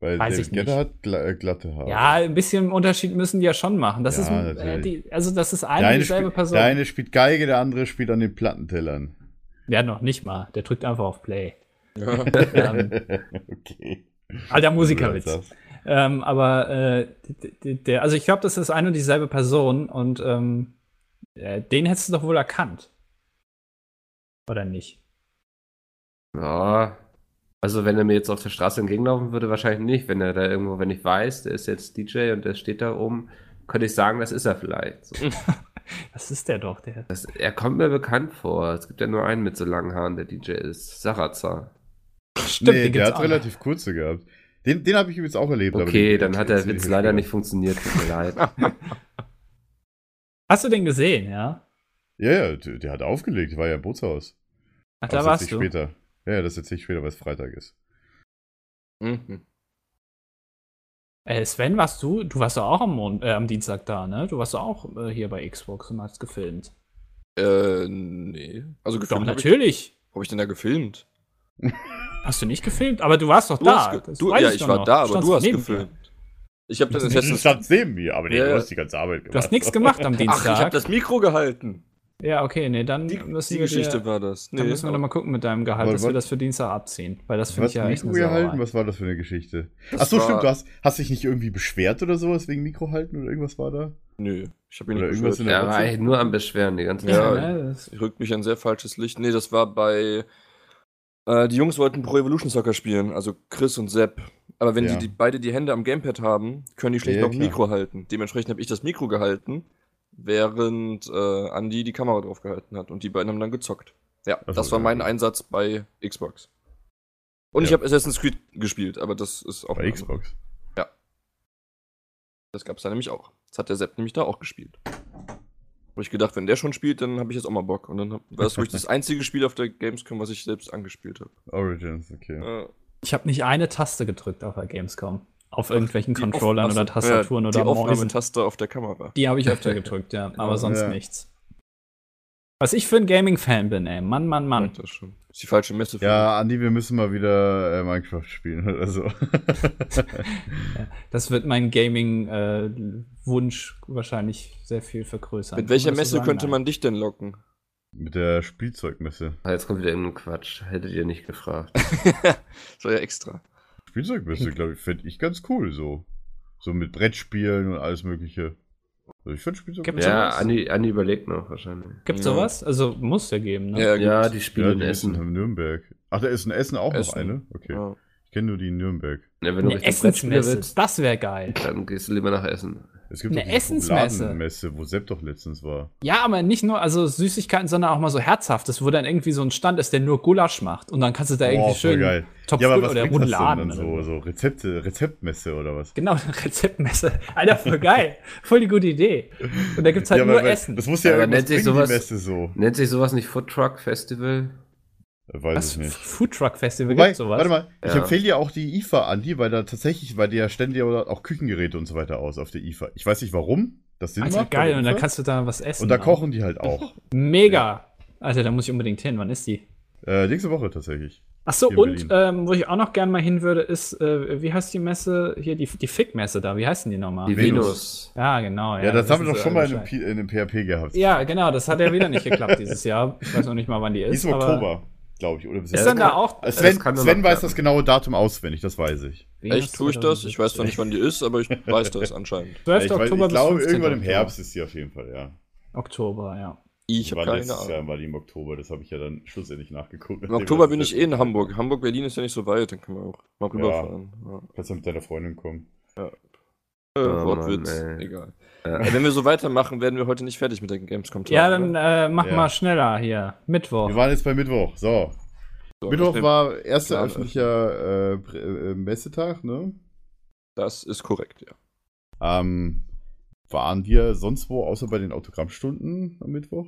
D: Weil
C: Weiß
D: David
C: ich nicht.
D: Guetta hat gla äh, glatte Haare.
C: Ja, ein bisschen Unterschied müssen die ja schon machen. Das
D: Ja,
C: ist äh,
D: natürlich.
C: die, also das ist
D: der
C: eine
D: eine,
C: dieselbe
D: spielt,
C: Person.
D: der eine spielt Geige, der andere spielt an den Plattentellern.
C: Ja, noch nicht mal. Der drückt einfach auf Play.
A: Ja.
C: Ähm,
D: okay.
C: alter Musikerwitz.
D: Ernsthaft?
C: Ähm, aber äh, d- d- der, also ich glaube, das ist eine und dieselbe Person und ähm, äh, den hättest du doch wohl erkannt. Oder nicht?
B: Ja. Also, wenn er mir jetzt auf der Straße entgegenlaufen würde, wahrscheinlich nicht. Wenn er da irgendwo, wenn ich weiß, der ist jetzt DJ und der steht da oben, könnte ich sagen, das ist er vielleicht. So.
C: Das ist der doch, der.
B: Das, er kommt mir bekannt vor. Es gibt ja nur einen mit so langen Haaren, der DJ ist. Saraza.
C: Stimmt,
D: nee,
C: den
D: der
C: gibt's
D: hat
C: auch.
D: relativ kurze gehabt. Den, den habe ich übrigens auch erlebt. aber
B: Okay,
D: den-
B: dann hat der
D: den-
B: Witz
D: den-
B: leider nicht funktioniert. Tut mir leid.
C: Hast du den gesehen, ja?
D: Ja, ja, der, der hat aufgelegt, war ja im Bootshaus.
C: Ach, da
D: das
C: warst
D: erzähl
C: du.
D: ich Später. Ja, ja, das erzähl ich später, weil es Freitag ist.
A: Mhm.
C: Äh, Sven, warst du? Du warst doch auch am, Mon äh, am Dienstag da, ne? Du warst doch auch äh, hier bei Xbox und hast gefilmt.
A: Äh, nee. Also
C: Doch,
A: gefilmt. Hab ich,
C: natürlich.
A: hab ich denn da gefilmt?
C: Hast du nicht gefilmt? Aber du warst doch
A: Du
C: da.
A: hast ge-
C: Das
A: du,
C: weiß
A: ja, ich
C: doch
A: war
C: noch.
A: da, aber
C: standst
A: du hast
C: neben
A: gefilmt.
C: mir.
A: Ich habe das
D: Das
A: letztens.
D: stand neben mir, aber
A: Ja,
D: du
A: ja.
D: hast die ganze Arbeit gemacht.
C: Du hast nichts gemacht am
A: Ach, ich
C: Dienstag.
A: habe das Mikro gehalten.
C: ja, okay, nee, dann
A: Die,
C: müssen
A: die
C: wir
A: Geschichte
C: dir,
A: war das.
C: dann müssen wir
A: aber-
C: noch mal gucken mit deinem Gehalt,
D: Aber
C: dass wir
D: was-
C: das für Dienstag abziehen, weil das finde ich
D: Was,
C: ja echt
D: Mikro
C: eine
D: gehalten?
C: Sauerei.
D: Was war das für eine Geschichte?
A: Das
D: Ach so,
A: war-
D: stimmt, du hast, hast dich nicht irgendwie beschwert oder sowas wegen Mikro halten oder irgendwas war da?
A: Nö, ich habe ihn
D: Oder
A: nicht
D: irgendwas
A: beschwert.
B: Er war eigentlich nur am Beschweren die ganze Zeit.
A: Ja.
C: ne, das,
A: Ich rückt mich in ein sehr falsches Licht. Nee, das war bei. Äh, die Jungs wollten Pro Evolution Soccer spielen, also Chris und Sepp. Aber wenn
D: Ja.
A: die, die beide die Hände am Gamepad haben, können die schlecht
D: Ja,
A: noch ein
D: klar.
A: Mikro halten. Dementsprechend habe ich das Mikro gehalten, während äh, Andy die Kamera drauf gehalten hat. Und die beiden haben dann gezockt. Ja,
D: Ach so,
A: das war
D: ja,
A: mein
D: gut.
A: Einsatz bei Xbox. Und ich
D: Ja.
A: habe Assassin's Creed gespielt, aber das ist auch.
D: Bei
A: eine andere-
D: Xbox.
A: Das gab es da nämlich auch. Das hat der Sepp nämlich da auch gespielt. Wo ich gedacht, wenn der schon spielt, dann habe ich jetzt auch mal Bock. Und dann hab- war das wirklich das einzige Spiel auf der Gamescom, was ich selbst angespielt habe.
D: Origins, okay.
A: Äh,
C: ich habe nicht eine Taste gedrückt auf der Gamescom. Auf irgendwelchen
A: die
C: Controllern
A: Auf-
C: oder
A: Ach so,
C: Tastaturen
A: ja,
C: oder
A: Die
C: Mäusen.
A: Aufnahmetaste auf der Kamera.
C: Die habe ich öfter gedrückt, ja, aber sonst
D: Ja.
C: nichts. Was ich für ein Gaming-Fan bin, ey. Mann, Mann, Mann.
A: Das ist schon. Das ist die falsche Messe für
D: Ja, Andi, wir müssen mal wieder äh, Minecraft spielen oder so.
C: Das wird meinen Gaming-Wunsch wahrscheinlich sehr viel
A: mich.
C: vergrößern.
A: Mit welcher
C: Würdest du
A: Messe
C: sagen,
A: könnte
C: nein?
A: man dich denn locken?
D: Mit der Spielzeugmesse.
B: Ah, Jetzt kommt wieder irgendein Quatsch. Hättet ihr nicht gefragt.
A: Das war ja extra.
D: Spielzeugmesse, glaube ich, fände ich ganz cool so. So mit Brettspielen und alles mögliche. Also ich finde Spielzeugmesse.
C: Gibt's
B: ja,
C: sowas?
B: Andi, Andi überlegt noch wahrscheinlich.
C: Gibt's
A: Ja.
C: sowas? Also muss ja geben, ne?
A: Ja,
B: Ja,
A: gut.
B: die spielen
D: Ja,
B: in
D: die ist in
B: Essen.
D: Nürnberg. Ach, da ist in Essen auch noch
A: Essen.
D: eine? Okay.
A: Ja.
D: Ich kenne nur die in Nürnberg.
B: Ja, wenn du
C: Eine
B: Richtung Brettspiele
C: Essensmesse,
B: willst,
C: das wäre geil.
B: dann gehst du lieber nach Essen.
D: Es gibt
C: Eine
D: doch diese
C: Essensmesse.
D: Schokoladenmesse, wo Sepp doch letztens war.
C: Ja, aber nicht nur also Süßigkeiten, sondern auch mal so Herzhaftes, wo dann irgendwie so ein Stand ist, der nur Gulasch macht. Und dann kannst du da irgendwie
D: voll
C: schön
D: geil.
C: Topf
D: ja, aber was
C: oder
D: bringt das denn
C: Rouladen.
D: dann so? So Rezepte, Rezeptmesse oder was?
C: Genau, Rezeptmesse. Alter, voll geil. voll die gute Idee. Und da gibt's halt
D: ja,
C: nur
D: weil- weil-
C: Essen.
D: Das muss ja,
B: Aber
D: irgendwas
B: nennt sich
D: bringen,
B: sowas-
D: die Messe so.
B: Nennt sich sowas nicht Food Truck Festival?
D: Äh, Weiß
C: Was?
D: ich nicht.
C: Foodtruck-Festival
D: Wobei,
C: gibt's sowas?
D: warte mal, ich
B: Ja.
D: empfehle dir auch die IFA, Andi, weil da tatsächlich, weil die ja ständig auch Küchengeräte und so weiter aus auf der IFA. Ich weiß nicht warum, das Sinn
C: Alter,
D: macht. bei
C: Ah, geil.
D: der
C: Und dann
D: IFA.
C: kannst du da was essen.
D: und da
C: auch.
D: kochen die halt auch.
C: Mega. Alter, da muss ich unbedingt hin. Wann ist die?
D: äh, nächste Woche tatsächlich.
C: Ach so,
D: Hier in
C: und ähm, wo ich auch noch gern mal hin würde, ist, äh, wie heißt die Messe? Hier, die, die Fick-Messe da. Wie heißt denn die nochmal?
B: Die
D: Ah, Venus.
B: Venus.
C: ja, genau.
D: Ja, das, haben wir
C: wissen
D: doch
C: Sie
D: schon mal in
C: alle
D: einem,
C: Bescheid.
D: P- in einem PHP gehabt.
C: Ja, genau. Das hat ja wieder nicht geklappt dieses Jahr. Ich weiß noch nicht mal, wann die
D: die
C: ist.
D: ist im
C: aber
D: Oktober, glaube ich. Oder bis
C: Ist
B: Ja,
C: dann
B: das
C: da auch.
D: Äh, Sven,
B: das kann nur
D: Sven
B: noch
D: weiß
B: klappen.
D: das genaue Datum auswendig, das weiß ich.
C: Venus
A: Echt, tue ich das? Ich weiß zwar nicht, wann die ist, aber ich weiß das anscheinend.
C: 12.
D: ich weiß-
C: Oktober
D: ich glaube,
C: bis 15.
D: irgendwann im
C: Oktober.
D: Herbst ist die auf jeden Fall, ja.
C: Oktober, ja.
A: Ich habe
D: War
A: keine
D: letztes Jahr
A: Ahnung.
D: war die im Oktober, das habe ich ja dann schlussendlich nachgeguckt.
A: Im Oktober bin ich eh in Hamburg. Hamburg, Berlin ist ja nicht so weit, dann können wir auch mal rüberfahren. Ja.
D: Kannst du mit deiner Freundin kommen?
A: Äh,
B: Oh
A: Wortwitz,
B: Mann, ey.
A: egal. Äh, wenn wir so weitermachen, werden wir heute nicht fertig mit den Gamescom.
C: Ja, dann äh, mach
D: Ja.
C: mal schneller hier.
A: Oh.
C: Mittwoch.
D: Wir waren jetzt bei Mittwoch, so.
A: So,
D: Mittwoch
A: das-
D: war erster
A: Plan
D: öffentlicher äh, Pr- äh, Messetag, ne?
A: Das ist korrekt, ja.
D: Ähm, waren wir sonst wo, außer bei den Autogrammstunden am Mittwoch?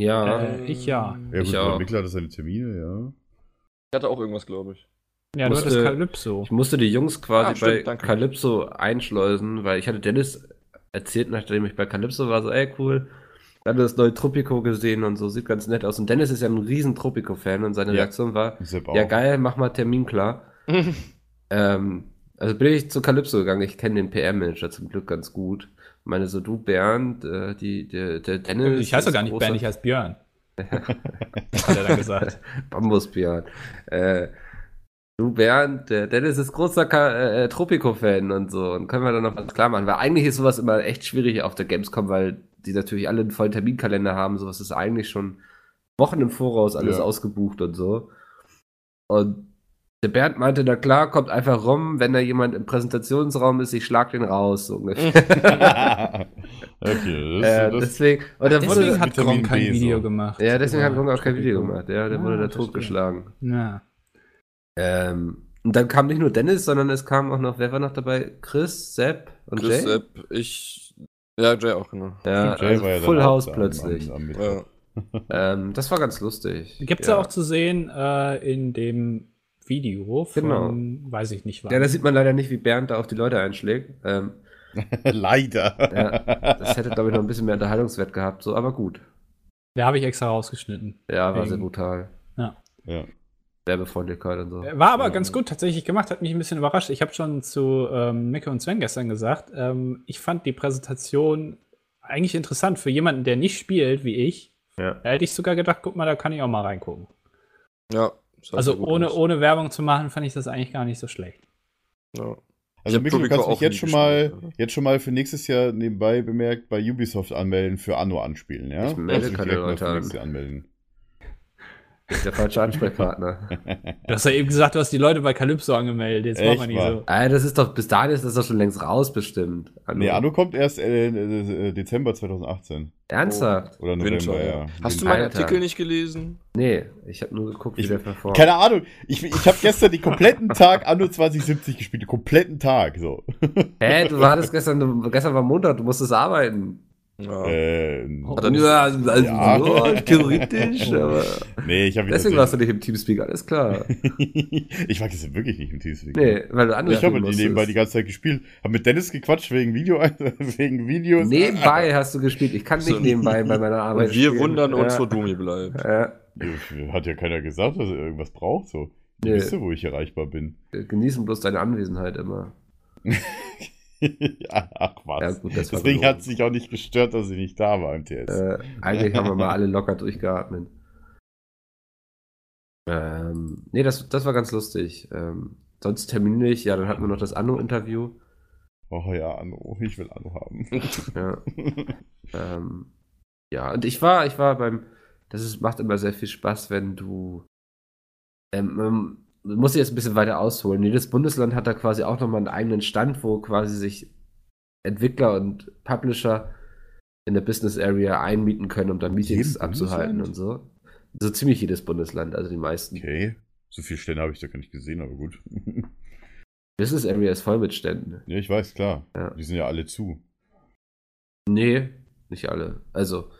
B: Ja.
C: Äh, ich ja.
D: Ja,
B: Ich
D: gut,
B: auch.
D: der Entwickler hatte seine Termine, ja.
A: Ich hatte auch irgendwas, glaube ich.
C: Ja, du
B: Musste-
C: hattest Calypso.
B: Ich musste die Jungs quasi
A: Ah, stimmt,
B: bei
A: danke.
B: Calypso einschleusen, weil ich hatte Dennis erzählt, nachdem ich bei Calypso war, so, ey, cool. Dann das neue Tropico gesehen und so, sieht ganz nett aus. Und Dennis ist ja ein riesen Tropico-Fan und seine
D: Ja.
B: Reaktion war,
D: Zip
B: ja
D: auch.
B: geil, mach mal Termin klar. ähm, also bin ich zu Calypso gegangen, ich kenne den PR-Manager zum Glück ganz gut. Meine so, du Bernd, äh, die, der, der Dennis.
C: Ich heiße
B: ist
C: gar nicht
B: großer-
C: Bernd, ich heiße Björn. hat er dann gesagt.
B: Bambusbjörn. Äh, du Bernd, der Dennis ist großer Ka- äh, äh, Tropico-Fan und so. Und können wir da noch was klar machen? Weil eigentlich ist sowas immer echt schwierig auf der Gamescom, weil die natürlich alle einen vollen Terminkalender haben. Sowas ist eigentlich schon Wochen im Voraus alles
D: Ja.
B: ausgebucht und so. Und der Bernd meinte, na klar, kommt einfach rum, wenn da jemand im Präsentationsraum ist, ich schlag den raus, so ungefähr.
D: okay, das,
B: äh,
D: das,
B: deswegen, und dann
C: Deswegen
B: wurde,
C: hat
D: Vitamin
C: Grom kein
D: B so.
C: Video gemacht.
B: ja, deswegen hat
C: Über
B: Hunger auch kein Video
C: Tropico.
B: gemacht, ja, der
C: Ah,
B: wurde da
C: verstehe.
B: totgeschlagen.
C: Ja.
B: Ähm, und dann kam nicht nur Dennis, sondern es kam auch noch, wer war noch dabei? Chris, Sepp und
A: Chris,
B: Jay?
A: Sepp, ich. Ja, Jay auch, genau.
B: Ja,
D: Jay
B: also
D: war ja dann
B: Full
D: auch
B: House
D: da am-
B: plötzlich.
D: am- am Mittag.
A: Ja.
B: Ähm, das war ganz lustig.
C: Gibt es
B: ja.
C: auch zu sehen äh, in dem Video von,
B: Genau.
C: weiß ich nicht wann.
B: Ja, da sieht man leider nicht, wie Bernd da auf die Leute einschlägt. Ähm,
D: Leider.
B: ja, das hätte, glaube ich, noch ein bisschen mehr Unterhaltungswert gehabt, so, aber gut.
C: da habe ich extra rausgeschnitten.
B: Ja, war
C: Wegen-
B: sehr brutal.
D: Ja.
B: Werbefreundlichkeit und so.
C: War aber
D: Ja.
C: ganz gut tatsächlich gemacht, hat mich ein bisschen überrascht. Ich habe schon zu ähm, Micke und Sven gestern gesagt, ähm, ich fand die Präsentation eigentlich interessant für jemanden, der nicht spielt wie ich.
B: Ja.
C: Da hätte ich sogar gedacht, guck mal, da kann ich auch mal reingucken.
A: ja das
C: Also
A: sah gut
C: ohne,
A: aus.
C: ohne Werbung zu machen, fand ich das eigentlich gar nicht so schlecht.
A: Ja.
D: Also, Mikkel,
A: hab
D: du
A: Tropico
D: kannst
A: auch
D: mich
A: nie
D: jetzt schon, mal,
A: gespielt,
D: jetzt schon mal für nächstes Jahr nebenbei bemerkt bei Ubisoft anmelden für Anno anspielen, ja?
B: Ich
D: Kannst
B: melde
D: du dich
B: keine
D: direkt mal
B: Leute
D: für
B: an.
D: nächstes Jahr anmelden.
B: Ist der falsche Ansprechpartner.
C: Du hast ja eben gesagt, du hast die Leute bei Calypso angemeldet. Jetzt
D: Echt
C: machen wir nicht
D: wahr?
C: so.
B: ah, das ist doch, bis dahin ist das doch schon längst raus, bestimmt. Hallo.
D: Nee, Anno kommt erst äh, äh, äh, Dezember 2018.
B: Ernsthaft?
D: Oder November,
A: Winter,
D: ja.
A: ja. Hast du
D: Winter.
A: meinen
B: Alter.
A: Artikel nicht gelesen?
B: Nee, ich habe nur geguckt, wie
D: Ich-
B: der performt.
D: Keine Ahnung, ich, ich habe gestern den kompletten Tag Anno 2070 gespielt, den kompletten Tag, so.
B: Hä, du hattest gestern, du, gestern war Montag, du musstest arbeiten.
A: Ja.
B: Äh,
D: Ähm,
C: Oh.
A: Hat er nicht-
B: also,
D: Ja.
B: ja, theoretisch, aber
D: nee, ich habe
B: deswegen warst du nicht im Teamspeak, alles klar.
D: ich war gestern wirklich nicht im Teamspeak.
B: Nee, weil du andere
D: Ich habe
B: spielen
D: die nebenbei die
B: musstest.
D: ganze Zeit gespielt, habe mit Dennis gequatscht wegen Video, wegen Videos.
B: Nebenbei hast du gespielt, ich kann nicht
A: So.
B: nebenbei bei meiner Arbeit
A: Und wir
B: spielen.
A: wundern uns,
B: ja.
A: wo Domi bleibt.
B: Ja.
D: Hat ja keiner gesagt, dass er irgendwas braucht. So. Du
B: Nee.
D: wisst ihr, wo ich erreichbar bin.
B: Wir genießen bloß deine Anwesenheit immer.
D: Ach was.
B: Ja, gut, das war
D: Deswegen
B: gelogen.
D: hat es sich auch nicht gestört, dass ich nicht da war im TS.
B: Äh, eigentlich haben wir mal alle locker durchgeatmet. Ähm, nee, das, das war ganz lustig. Ähm, sonst terminlich, ja, dann hatten wir noch das Anno-Interview.
D: Oh ja, Anno, ich will Anno haben.
B: Ja. Ähm, ja, und ich war, ich war beim, das ist, macht immer sehr viel Spaß, wenn du, ähm, ähm, muss ich jetzt ein bisschen weiter ausholen. Jedes Bundesland hat da quasi auch nochmal einen eigenen Stand, wo quasi sich Entwickler und Publisher in der Business Area einmieten können, um dann Meetings
D: Jedem
B: abzuhalten
D: Bundesland?
B: und so. So ziemlich jedes Bundesland, also die meisten.
D: Okay. So viel Stände habe ich da gar nicht gesehen, aber gut.
B: Business Area ist voll mit Ständen.
D: ja, ich weiß, klar.
B: Ja.
D: Die sind ja alle zu.
B: Nee, nicht alle. Also,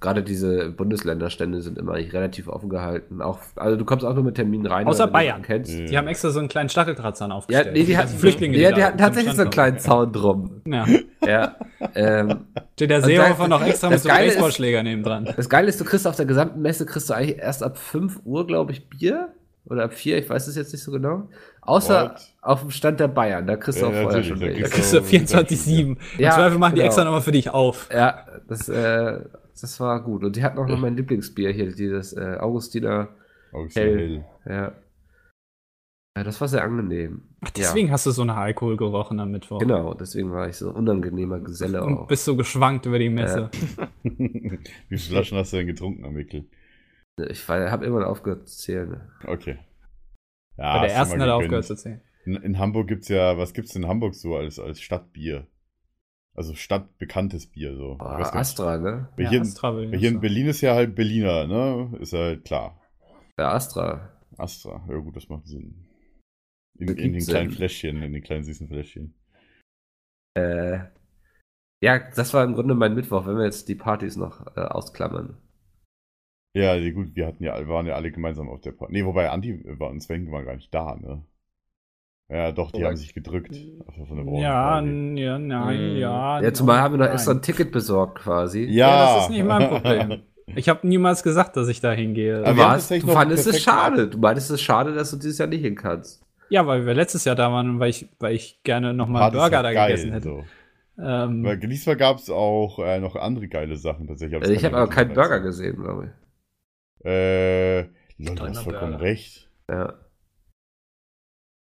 B: gerade diese Bundesländerstände sind immer eigentlich relativ offen gehalten. Auch, also du kommst auch nur mit Terminen rein.
C: Außer
B: wenn du
C: Bayern.
B: den Kennst.
D: Ja.
C: Die haben extra so einen kleinen Stacheldrahtzaun
B: Ja,
C: aufgestellt.
B: nee, die
C: Das
B: hatten,
C: sind Flüchtlinge,
B: ja,
C: da
B: die hatten
C: zum
B: tatsächlich
C: Stand
B: so einen kleinen
C: kommen.
B: Zaun drum.
C: Ja.
B: Ja. ähm,
C: Steht der
B: Und
C: Seehofer
B: da-
C: noch extra mit
B: das
C: so einem
B: Geile ist-
C: Baseballschläger nebendran.
B: das Geile ist, du kriegst auf der gesamten Messe kriegst du eigentlich erst ab 5 Uhr, glaube ich, Bier. Oder ab 4, ich weiß es jetzt nicht so genau. Außer
D: What?
B: auf dem Stand der Bayern, da kriegst du
D: Ja,
B: auch vorher
D: natürlich,
B: schon
D: da
B: welche.
C: Da
D: kriegst
C: kriegst du
D: so-
C: 24-7.
B: Ja,
C: Im Zweifel machen die
B: genau.
C: extra nochmal für dich auf.
B: Ja, das, äh, das war gut. Und die hatten auch noch mein Lieblingsbier hier, dieses äh, Augustiner.
D: Augustin
B: Hell.
D: Hell.
B: Ja. ja das war sehr angenehm.
C: Ach, deswegen hast du so nach Alkohol gerochen am Mittwoch.
B: Ja, genau, deswegen war ich so ein unangenehmer Geselle
C: Und
B: auch.
C: bist so geschwankt über die Messe.
D: Wie viele Flaschen hast du denn getrunken, am Mikkel?
B: Ich habe immer aufgehört zu zählen.
D: Okay.
C: Bei
D: Ja, hast
C: der
D: du
C: ersten
D: mal
C: hat er
D: Ah, gegönnt.
C: aufgehört zu zählen.
D: In, in Hamburg gibt's ja, was gibt's in Hamburg so als, als Stadtbier? Also stadtbekanntes Bier so. Ich weiß gar
B: Boah,
D: nicht.
B: Astra, ne?
D: Weil hier, in-
C: Astra will
D: weil hier in
C: das
D: Berlin ist ja halt Berliner, ne? Ist halt klar.
B: Ja, Astra.
D: Astra. Ja gut, das macht Sinn. In, in
B: Das
D: den
B: gibt's
D: kleinen
B: denn.
D: Fläschchen, in den kleinen süßen Fläschchen.
B: Äh, ja, das war im Grunde mein Mittwoch, wenn wir jetzt die Partys noch äh, ausklammern.
D: äh, Ja, nee, gut, wir hatten ja, waren ja alle gemeinsam auf der Party. Nee, wobei Andi war und Sven waren gar nicht da, ne? Ja, doch, die Oder haben sich gedrückt. Also
C: ja, ja, nein, ja.
B: Mhm. Ja, zumal haben wir da extra ein Ticket besorgt quasi.
D: Ja.
C: ja, das ist nicht mein Problem. Ich habe niemals gesagt, dass ich da hingehe.
B: Du, warst, du fandest es schade. Du meintest es schade, dass du dieses Jahr nicht hin kannst.
C: Ja, weil wir letztes Jahr da waren und weil ich, weil ich gerne nochmal einen Burger da gegessen hätte. So.
D: Ähm, weil diesmal gab es auch äh, noch andere geile Sachen tatsächlich.
B: Also ich habe aber keinen Burger gesehen, glaube
D: ich. Äh, Lol, du hast vollkommen Burger. recht.
B: Ja.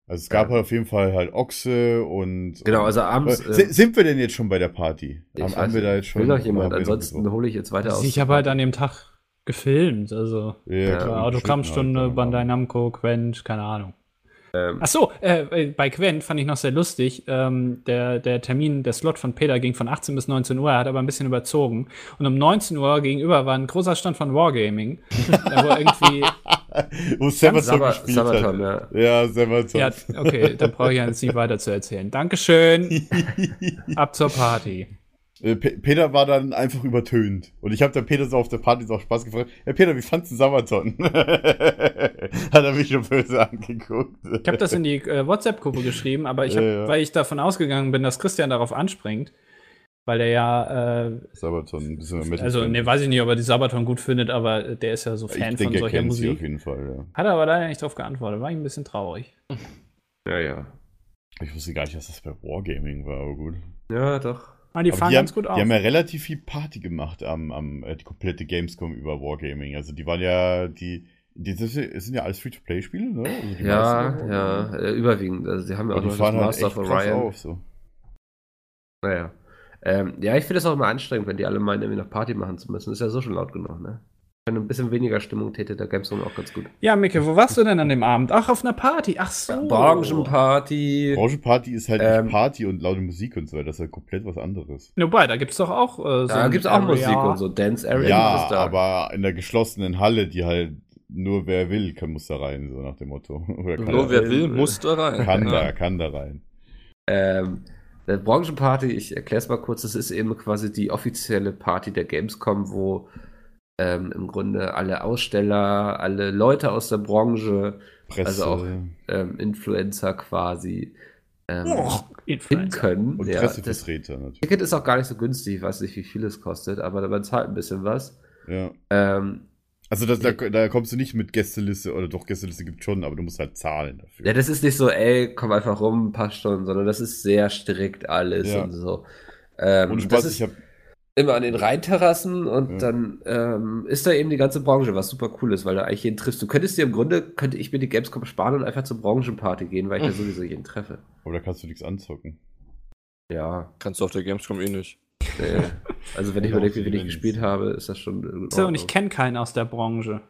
D: Also es gab ja. auf jeden Fall halt Ochse und.
B: Genau, also abends.
D: Äh, sind wir denn jetzt schon bei der Party?
B: Haben, haben wir da jetzt schon. Will noch jemand, ansonsten hole Also ich jetzt weiter
C: aus. Ich habe halt an dem Tag gefilmt, also ja, Autogrammstunde, halt, Bandai Namco, Quent, keine Ahnung. Ähm, Ach so, äh, bei Quent fand ich noch sehr lustig. Ähm, der, der Termin, der Slot von Peter ging von 18 bis 19 Uhr, er hat aber ein bisschen überzogen. Und um 19 Uhr gegenüber war ein großer Stand von Wargaming, wo irgendwie
D: wo Sabaton gespielt Sabaton, hat. Ja, ja Sabaton. Ja,
C: okay, dann brauche ich ja jetzt nicht weiter zu erzählen. Dankeschön. Ab zur Party.
D: Äh, Peter war dann einfach übertönt. Und ich habe dann Peter so auf der Party so auch Spaß gefragt. Herr Peter, wie fandst du Sabaton? hat er mich schon böse angeguckt.
C: Ich habe das in die äh, WhatsApp-Gruppe geschrieben, aber ich hab, ja, weil ich davon ausgegangen bin, dass Christian darauf anspringt, weil er ja. Äh,
D: Sabaton ein bisschen
C: mit. Also, ne, weiß ich nicht, ob er die Sabaton gut findet, aber äh, der ist ja so Fan ich denke, von solcher er Musik.
D: auf jeden Fall, ja.
C: Hat er aber leider nicht drauf geantwortet, war ich ein bisschen traurig.
B: Ja, ja.
D: Ich wusste gar nicht, dass das bei Wargaming war, aber gut.
B: Ja, doch.
C: Ah, die fahren
D: die
C: ganz
D: haben,
C: gut auf.
D: Die haben ja relativ viel Party gemacht am, am äh, die komplette Gamescom über Wargaming. Also die waren ja, die, die sind ja alles Free-to-Play-Spiele, ne? Also
B: ja, meisten, ja, oder? überwiegend. Also die haben ja auch
D: die
B: noch
D: das Master halt of Orion. Auf, so.
B: Naja. Ähm, ja, ich finde es auch immer anstrengend, wenn die alle meinen, irgendwie noch Party machen zu müssen. Ist ja so schon laut genug, ne? Wenn ein bisschen weniger Stimmung täte der Gamescom auch ganz gut.
C: Ja, Micke, wo warst du denn an dem Abend? Ach, auf einer Party. Ach so.
B: Branchenparty.
D: Branchenparty ist halt ähm, nicht Party und laute Musik und so, das ist halt komplett was anderes.
C: Wobei, da gibt's doch auch äh, so
B: Da gibt's auch Musik ja. und so, Dance Area.
D: Ja, aber in der geschlossenen Halle, die halt nur wer will, kann, muss da rein, so nach dem Motto.
A: nur wer will, will, muss da rein.
D: Kann da, kann da rein.
B: Ähm, der Branchenparty, ich erkläre es mal kurz, das ist eben quasi die offizielle Party der Gamescom, wo ähm, im Grunde alle Aussteller, alle Leute aus der Branche, Presse. also auch ähm, Influencer quasi ähm, oh, hin können.
D: Und
B: ja,
D: Pressevertreter natürlich.
B: Ticket ist auch gar nicht so günstig, ich weiß nicht, wie viel es kostet, aber man zahlt ein bisschen was.
D: Ja.
B: Ähm,
D: also das, da, da, kommst du nicht mit Gästeliste, oder doch, Gästeliste gibt schon, aber du musst halt zahlen dafür.
B: Ja, das ist nicht so, ey, komm einfach rum, passt schon, sondern das ist sehr strikt alles ja. und so.
D: Ähm, und Spaß, ich habe
B: immer an den Rheinterrassen und ja. dann ähm, ist da eben die ganze Branche, was super cool ist, weil du eigentlich jeden triffst. Du könntest dir im Grunde, könnte ich mir die Gamescom sparen und einfach zur Branchenparty gehen, weil ich hm. da sowieso jeden treffe.
D: Aber da kannst du nichts anzocken.
B: Ja.
A: Kannst du auf der Gamescom eh nicht.
B: Nee. Also wenn
D: Genau,
B: ich überlege, wie wenig ich gespielt habe, ist das schon.
C: So, und ich kenne keinen aus der Branche.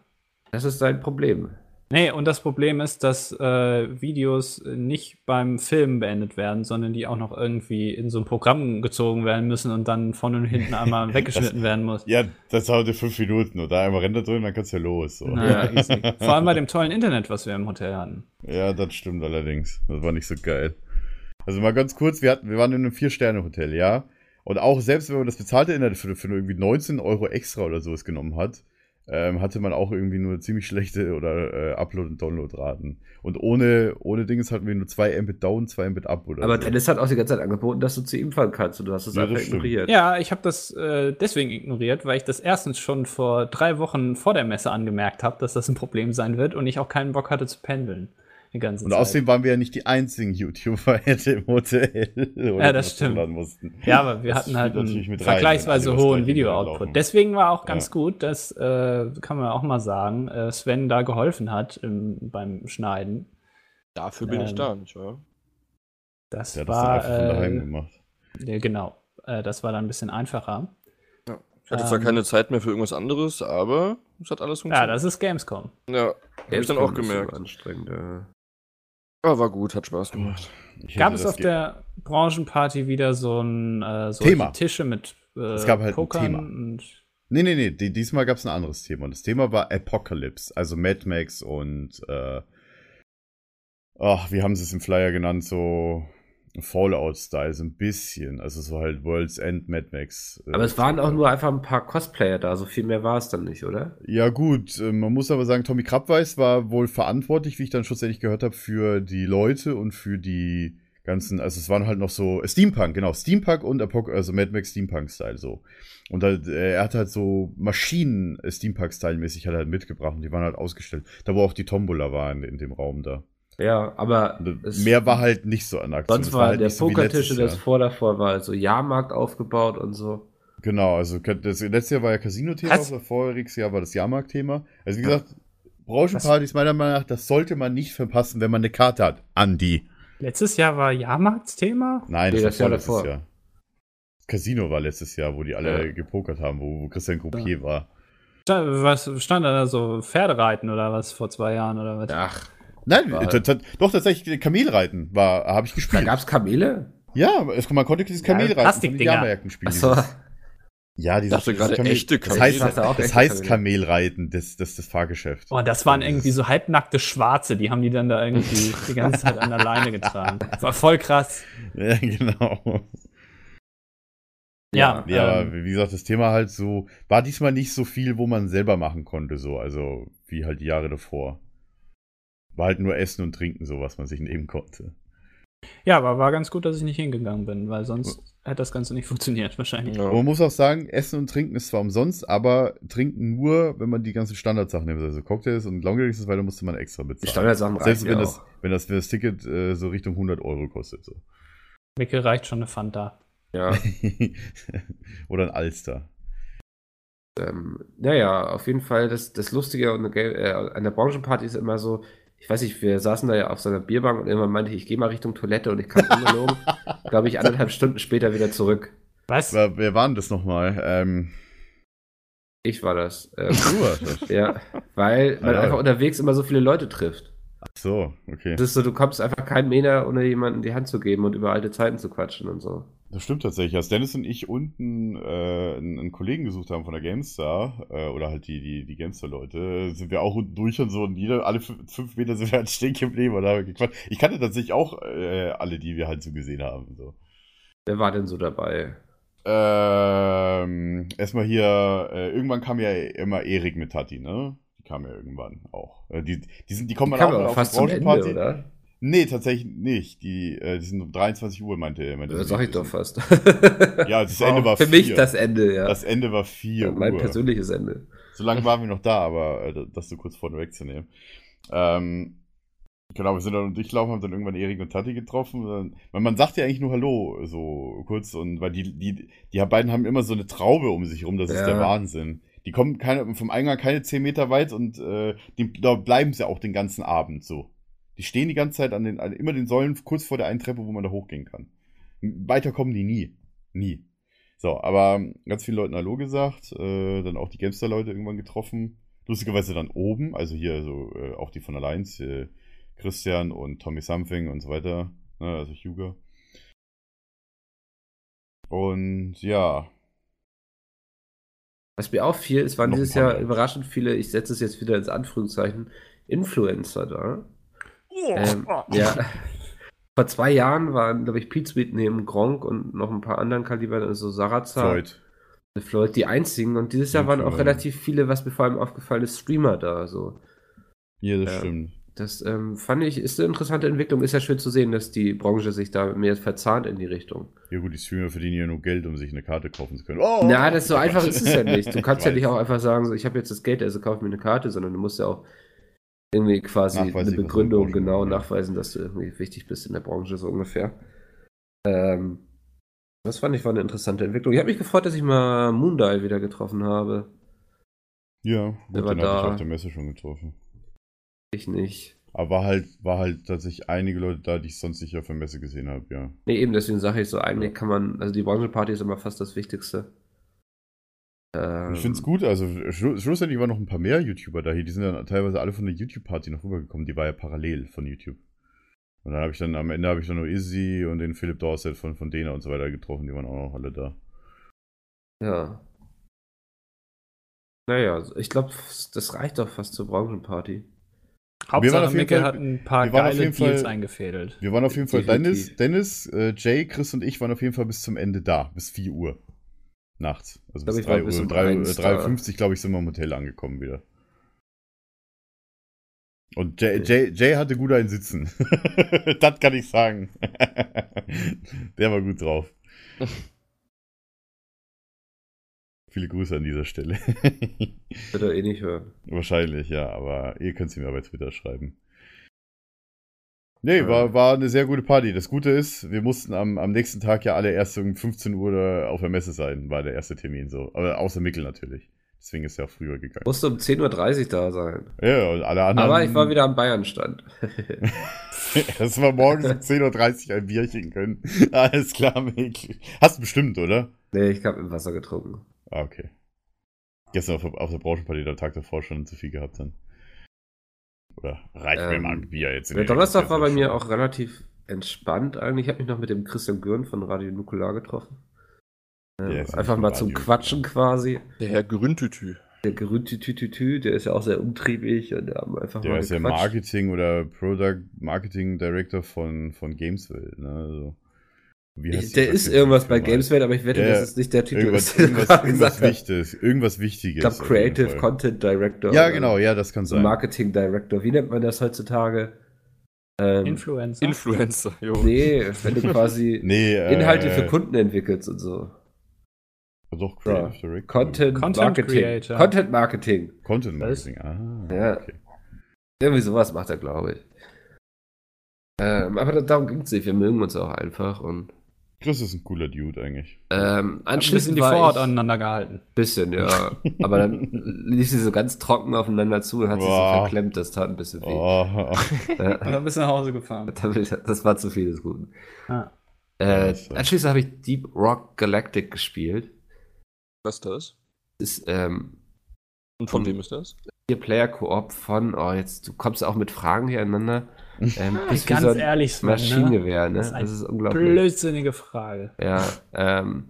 B: Das ist dein Problem.
C: Nee, und das Problem ist, dass äh, Videos nicht beim Filmen beendet werden, sondern die auch noch irgendwie in so ein Programm gezogen werden müssen und dann vorne und hinten einmal weggeschnitten
D: das,
C: werden muss.
D: Ja, das dauert fünf Minuten und da einmal Render drin, dann kannst du ja los. So.
C: Naja, easy. Vor allem bei dem tollen Internet, was wir im Hotel hatten.
D: Ja, das stimmt allerdings. Das war nicht so geil. Also mal ganz kurz, wir, hatten, wir waren in einem Vier-Sterne-Hotel, ja. Und auch selbst wenn man das bezahlte Internet für, für irgendwie 19 Euro extra oder sowas genommen hat, ähm, hatte man auch irgendwie nur ziemlich schlechte oder äh, Upload- und Download-Raten. Und ohne, ohne Dings hatten wir nur 2 Mbit down, 2 Mbit up oder
B: Aber so. Dennis hat auch die ganze Zeit angeboten, dass du zu ihm fahren kannst und du hast es ja, einfach ignoriert.
C: Ja, ich habe das äh, deswegen ignoriert, weil ich das erstens schon vor drei Wochen vor der Messe angemerkt habe, dass das ein Problem sein wird und ich auch keinen Bock hatte zu pendeln. Die ganze
D: und
C: Zeit.
D: außerdem waren wir ja nicht die einzigen YouTuber im Hotel.
C: ja, das stimmt. Ja, aber wir das hatten halt einen vergleichsweise rein, hohen Video-Output. Deswegen war auch ganz ja. gut, dass, äh, kann man auch mal sagen, äh, Sven da geholfen hat im, beim Schneiden.
A: Dafür bin ähm, ich da, nicht wahr?
C: Das Der war. Das
D: äh, daheim gemacht.
C: Ja, genau. Äh, das war dann ein bisschen einfacher.
A: Ja. Ich hatte ähm, zwar keine Zeit mehr für irgendwas anderes, aber es hat alles
C: funktioniert. Ja, das ist Gamescom.
A: Ja, habe ich dann auch gemerkt.
B: So anstrengend, ja.
A: Aber war gut, hat Spaß gemacht.
C: Ich gab es auf geht. der Branchenparty wieder so ein äh, so
D: Thema.
C: Tische mit
D: äh, Es gab halt Pokern ein Thema. Und nee, nee, nee, die, diesmal gab es ein anderes Thema. Und das Thema war Apocalypse, also Mad Max und äh, ach, wie haben sie es im Flyer genannt? So Fallout-Style, so ein bisschen. Also so halt World's End, Mad Max.
B: Äh, aber es waren auch nur einfach ein paar Cosplayer da, so viel mehr war es dann nicht, oder?
D: Ja, gut. Äh, man muss aber sagen, Tommy Krabweis war wohl verantwortlich, wie ich dann schlussendlich gehört habe, für die Leute und für die ganzen, also es waren halt noch so Steampunk, genau, Steampunk und Apoc also Mad Max Steampunk-Style so. Und halt, er hat halt so Maschinen Steampunk-Style-mäßig halt, halt mitgebracht und die waren halt ausgestellt. Da wo auch die Tombola war in, in dem Raum da.
B: Ja, aber
D: mehr war halt nicht so an
B: Aktion. Sonst war, halt der Pokertisch, so das vor davor war, so Jahrmarkt aufgebaut und so.
D: Genau, also das, letztes Jahr war ja Casino-Thema, voriges Jahr war das Jahrmarkt-Thema. Also wie gesagt, Branchenpartys meiner Meinung nach, das sollte man nicht verpassen, wenn man eine Karte hat. Andi.
C: Letztes Jahr war Jahrmarktsthema?
D: Nein, nee, das, das war Jahr davor. Jahr. Casino war letztes Jahr, wo die alle ja. gepokert haben, wo, wo Christian Croupier ja. war.
C: Was stand da so Pferdereiten oder was vor zwei Jahren oder was?
D: Ach, Nein, doch tatsächlich äh, Kamelreiten war, habe ich gespielt.
B: Da gab's Kamele?
D: Ja, es, man konnte dieses Kamelreiten ja,
C: von den Jahrmärkten
D: spielen. So. Ja, die
A: dachte gerade Kamel, echte
D: Kamel. Das heißt, das echte heißt Kamelreiten, das, das, das Fahrgeschäft.
C: Oh, das waren irgendwie so halbnackte Schwarze, die haben die dann da irgendwie die ganze Zeit an der Leine getragen. Das war voll krass.
D: Ja, genau.
C: Ja,
D: ja ähm, wie gesagt, das Thema halt so, war diesmal nicht so viel, wo man selber machen konnte, so, also wie halt die Jahre davor. War halt nur Essen und Trinken so, was man sich nehmen konnte.
C: Ja, aber war ganz gut, dass ich nicht hingegangen bin, weil sonst ja. hätte das Ganze nicht funktioniert, wahrscheinlich.
A: Um?
D: Ja. Man muss auch sagen, Essen und Trinken ist zwar umsonst, aber trinken nur, wenn man die ganzen Standardsachen nimmt. Also Cocktails und Longdrinks und so weiter musste man extra bezahlen. Die
B: Standardsachen
D: Selbst wenn das, wenn das, wenn das, Ticket äh, so Richtung 100 Euro kostet. So.
C: Mickel reicht schon eine Fanta.
B: Ja.
D: Oder ein Alster.
B: Ähm, naja, auf jeden Fall, das, das Lustige an der, äh, der Branchenparty ist immer so, ich weiß nicht, wir saßen da ja auf so einer Bierbank und irgendwann meinte ich, ich gehe mal Richtung Toilette und ich kam ungelogen, glaube ich, anderthalb Stunden später wieder zurück.
D: Was? Wer, wer war denn das nochmal? Ähm
B: ich war das. Ähm, du warst das. Ah, Ja, weil man Alter. einfach unterwegs immer so viele Leute trifft.
D: Ach so, okay.
B: Das ist so, du kommst einfach keinen Meter, ohne jemanden die Hand zu geben und über alte Zeiten zu quatschen und so.
D: Das stimmt tatsächlich. Als Dennis und ich unten äh, einen, Kollegen gesucht haben von der GameStar, äh, oder halt die, die, die GameStar-Leute, sind wir auch unten durch und so und jeder, alle fünf Meter sind wir halt stehen geblieben und haben gequatscht. Ich kannte tatsächlich auch äh, alle, die wir halt so gesehen haben. So.
B: Wer war denn so dabei?
D: Ähm, erstmal hier, äh, irgendwann kam ja immer Erik mit Tati, ne? Die kam ja irgendwann auch. Äh, die, die, sind, die kommen
B: die auch, auch fast auf zum Ende, oder?
D: Nee, tatsächlich nicht. Die, äh, die sind um 23 Uhr, meinte er. Meinte
B: das sag ich doch fast.
D: ja, das Ende war
B: Für vier. mich das Ende, ja.
D: Das Ende war 4 ja,
B: mein Uhr. persönliches Ende.
D: So lange waren wir noch da, aber äh, das so kurz vorne wegzunehmen. Ähm, genau, wir sind dann durchgelaufen, haben dann irgendwann Erik und Tati getroffen. Dann, man, man sagt ja eigentlich nur Hallo, so kurz. Und weil die, die, die beiden haben immer so eine Traube um sich rum, das ja. ist der Wahnsinn. Die kommen keine, vom Eingang keine 10 Meter weit und äh, die, da bleiben sie auch den ganzen Abend so. Die stehen die ganze Zeit an den, an immer den Säulen kurz vor der einen Treppe, wo man da hochgehen kann. Weiter kommen die nie. Nie. So, aber ganz vielen Leuten Hallo gesagt, äh, dann auch die Gamester-Leute irgendwann getroffen. Lustigerweise dann oben, also hier so äh, auch die von Alliance, äh, Christian und Tommy Something und so weiter, ne, also Hugo. Und ja.
B: Was mir auffiel, es waren dieses Jahr überraschend viele, ich setze es jetzt wieder ins Anführungszeichen, Influencer da. Ähm, ja. Vor zwei Jahren waren, glaube ich, Pete Sweet neben Gronk und noch ein paar anderen Kalibern, also Sarazza.
D: Floyd.
B: Floyd, die einzigen. Und dieses Jahr ich waren auch relativ viele, was mir vor allem aufgefallen ist, Streamer da. So.
D: Ja, das ähm, stimmt.
B: Das ähm, fand ich, ist eine interessante Entwicklung. Ist ja schön zu sehen, dass die Branche sich da mehr verzahnt in die Richtung.
D: Ja, gut, die Streamer verdienen ja nur Geld, um sich eine Karte kaufen zu können.
B: Oh, Na, das so einfach ist es ja nicht. Du kannst ja nicht auch einfach sagen, so, ich habe jetzt das Geld, also kauf mir eine Karte, sondern du musst ja auch irgendwie quasi eine Begründung genau ist. nachweisen, dass du irgendwie wichtig bist in der Branche, so ungefähr. Ähm, das fand ich war eine interessante Entwicklung. Ich habe mich gefreut, dass ich mal Moondai wieder getroffen habe.
D: Ja, gut, der war den da. ich auf der Messe schon getroffen.
B: Ich nicht.
D: Aber war halt, war halt tatsächlich einige Leute da, die ich sonst nicht auf der Messe gesehen habe, ja.
B: Nee, eben, deswegen sage ich so, eigentlich kann man, also die Branchenparty ist immer fast das Wichtigste. Ähm,
D: Ich finde es gut, also schlu schlussendlich waren noch ein paar mehr YouTuber da hier, die sind dann teilweise alle von der YouTube-Party noch rübergekommen, die war ja parallel von YouTube. Und dann habe ich dann, am Ende habe ich dann nur Izzy und den Philipp Dorset von, von Dena und so weiter getroffen, die waren auch noch alle da.
B: Ja. also Naja, ich glaube, das reicht doch fast zur Branchenparty.
C: Hauptsache, Micke
D: Fall-
C: hat ein paar
D: wir waren auf
C: geile
D: jeden Fall-
C: Deals eingefädelt.
D: Wir waren auf jeden Fall,
B: Definitiv.
D: Dennis, Dennis äh, Jay, Chris und ich waren auf jeden Fall bis zum Ende da, bis 4 Uhr nachts. Also bis
B: Ich glaub,
D: 3
B: ich war
D: Uhr,
B: bis um
D: 3 Uhr,
B: eins da.
D: 3.50 Uhr, glaube ich, sind wir im Hotel angekommen wieder. Und Jay, Jay, Jay hatte gut ein Sitzen. das kann ich sagen. Der war gut drauf. Viele Grüße an dieser Stelle.
B: Wird er eh nicht hören.
D: Wahrscheinlich, ja, aber ihr könnt sie mir bei Twitter schreiben. Nee, war, war eine sehr gute Party. Das Gute ist, wir mussten am, am nächsten Tag ja alle erst um 15 Uhr da auf der Messe sein, war der erste Termin so. Aber außer Mickel natürlich. Deswegen ist er auch früher gegangen.
B: Musste um 10.30 Uhr da sein.
D: Ja, und alle anderen.
B: Aber ich war wieder am Bayern-Stand.
D: Dass wir morgens um 10.30 Uhr ein Bierchen können. Alles klar, Mickel. Hast du bestimmt, oder?
B: nee, ich habe im Wasser getrunken.
D: Ah, okay. Gestern auf, der- auf der Branchenparty, der Tag davor schon zu viel gehabt dann. Oder reicht mir
B: Ähm,
D: mal ein Bier jetzt. in
B: Der
D: den
B: Donnerstag
D: Rest
B: war bei
D: schon.
B: mir auch relativ entspannt eigentlich. Ich habe mich noch mit dem Christian Gürn von Radio Nukular getroffen. Ähm,
D: Ja, ist ja
B: einfach
D: nicht
B: mal
D: Radio
B: zum
D: Nukular.
B: Quatschen quasi.
A: Der Herr Grüntütü.
B: Der gerühmte Tütütü, der ist ja auch sehr umtriebig und da haben wir einfach
D: Der
B: mal
D: ist ja
B: gequatscht.
D: Marketing oder Product Marketing Director von, von Gameswelt. Ne? Also, wie heißt
B: Ich,
D: die
B: der ist
D: Plattform?
B: irgendwas bei
D: Firma?
B: Gameswelt, aber ich wette,
D: Ja,
B: das ist nicht der Titel,
D: Irgendwas,
B: ist, den du
D: irgendwas,
B: gerade
D: irgendwas,
B: hast.
D: Wichtiges, irgendwas
B: Ich
D: Wichtiges.
B: glaube,
D: auf jeden
B: Creative
D: Fall.
B: Content Director.
D: Ja,
B: oder
D: genau, ja, das kann
B: So
D: sein.
B: Marketing Director. Wie nennt man das heutzutage? Ähm,
C: Influencer.
A: Influencer, jo.
B: nee, wenn du quasi
D: nee, äh,
B: Inhalte für Kunden entwickelst und so.
D: Doch, Creative Director.
B: Content,
C: Content
B: Marketing.
C: Creator.
B: Content Marketing.
D: Content Marketing, ah.
B: Ja.
D: Okay.
B: Irgendwie sowas macht er, glaube ich. Ähm, aber darum ging es nicht. Wir mögen uns auch einfach. Und
D: Chris ist ein cooler Dude eigentlich.
B: ähm,
C: Hab Ein bisschen
B: anschließend
C: die
B: war
C: Vorhaut
B: ich-
C: aneinander gehalten.
B: Bisschen, ja. Aber dann ließ sie so ganz trocken aufeinander zu und hat sich so
D: Boah.
B: verklemmt. Das tat ein bisschen weh.
D: Oh,
B: Ja.
C: Dann bist du nach Hause gefahren.
B: Damit- Das war zu viel des Guten.
C: Ah.
B: Äh,
D: Scheiße.
B: anschließend habe ich Deep Rock Galactic gespielt.
A: Was ist das?
B: Ist ähm,
A: Und von
B: Mhm.
A: wem ist das?
B: vier Player Koop von. Oh, jetzt du kommst auch mit Fragen hier aneinander. Ähm, bist wie
C: Ganz
B: so ein
C: ehrlich, Sven, ne?
B: Maschinengewehr, ne?
C: Das
B: Das
C: ist
B: ist,
C: ein
B: unglaublich.
C: Blödsinnige Frage.
B: Ja, ähm,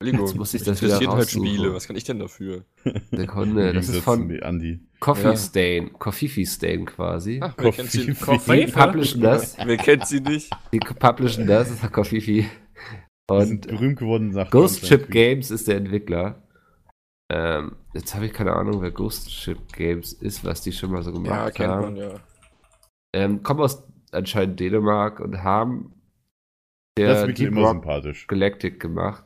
A: Entschuldigung,
B: Jetzt muss ich
A: mich
B: das wieder
A: interessieren halt
B: raussuchen.
A: Spiele. Was kann ich denn dafür?
B: Sekunde. Das ist von
D: Andy.
B: Coffee
A: Ja.
B: Stain, Coffee Stain quasi.
A: Ach, wer kennt sie,
B: die
C: Coffee?
B: publishen das.
A: wer kennt sie nicht?
B: Die publishen das, das ist Coffee.
D: Wir sind
B: Und
D: berühmt geworden nach
B: Ghost
D: Content
B: Ship Games ist der Entwickler. Ähm, jetzt habe ich keine Ahnung, wer Ghost Ship Games ist, was die schon mal so
A: Ja,
B: gemacht
A: kennt man,
B: haben.
A: ja.
B: Ähm, kommen aus anscheinend Dänemark und haben
D: Das
B: der
D: ist mir
B: Deep
D: immer
B: Rock
D: sympathisch.
B: Galactic gemacht.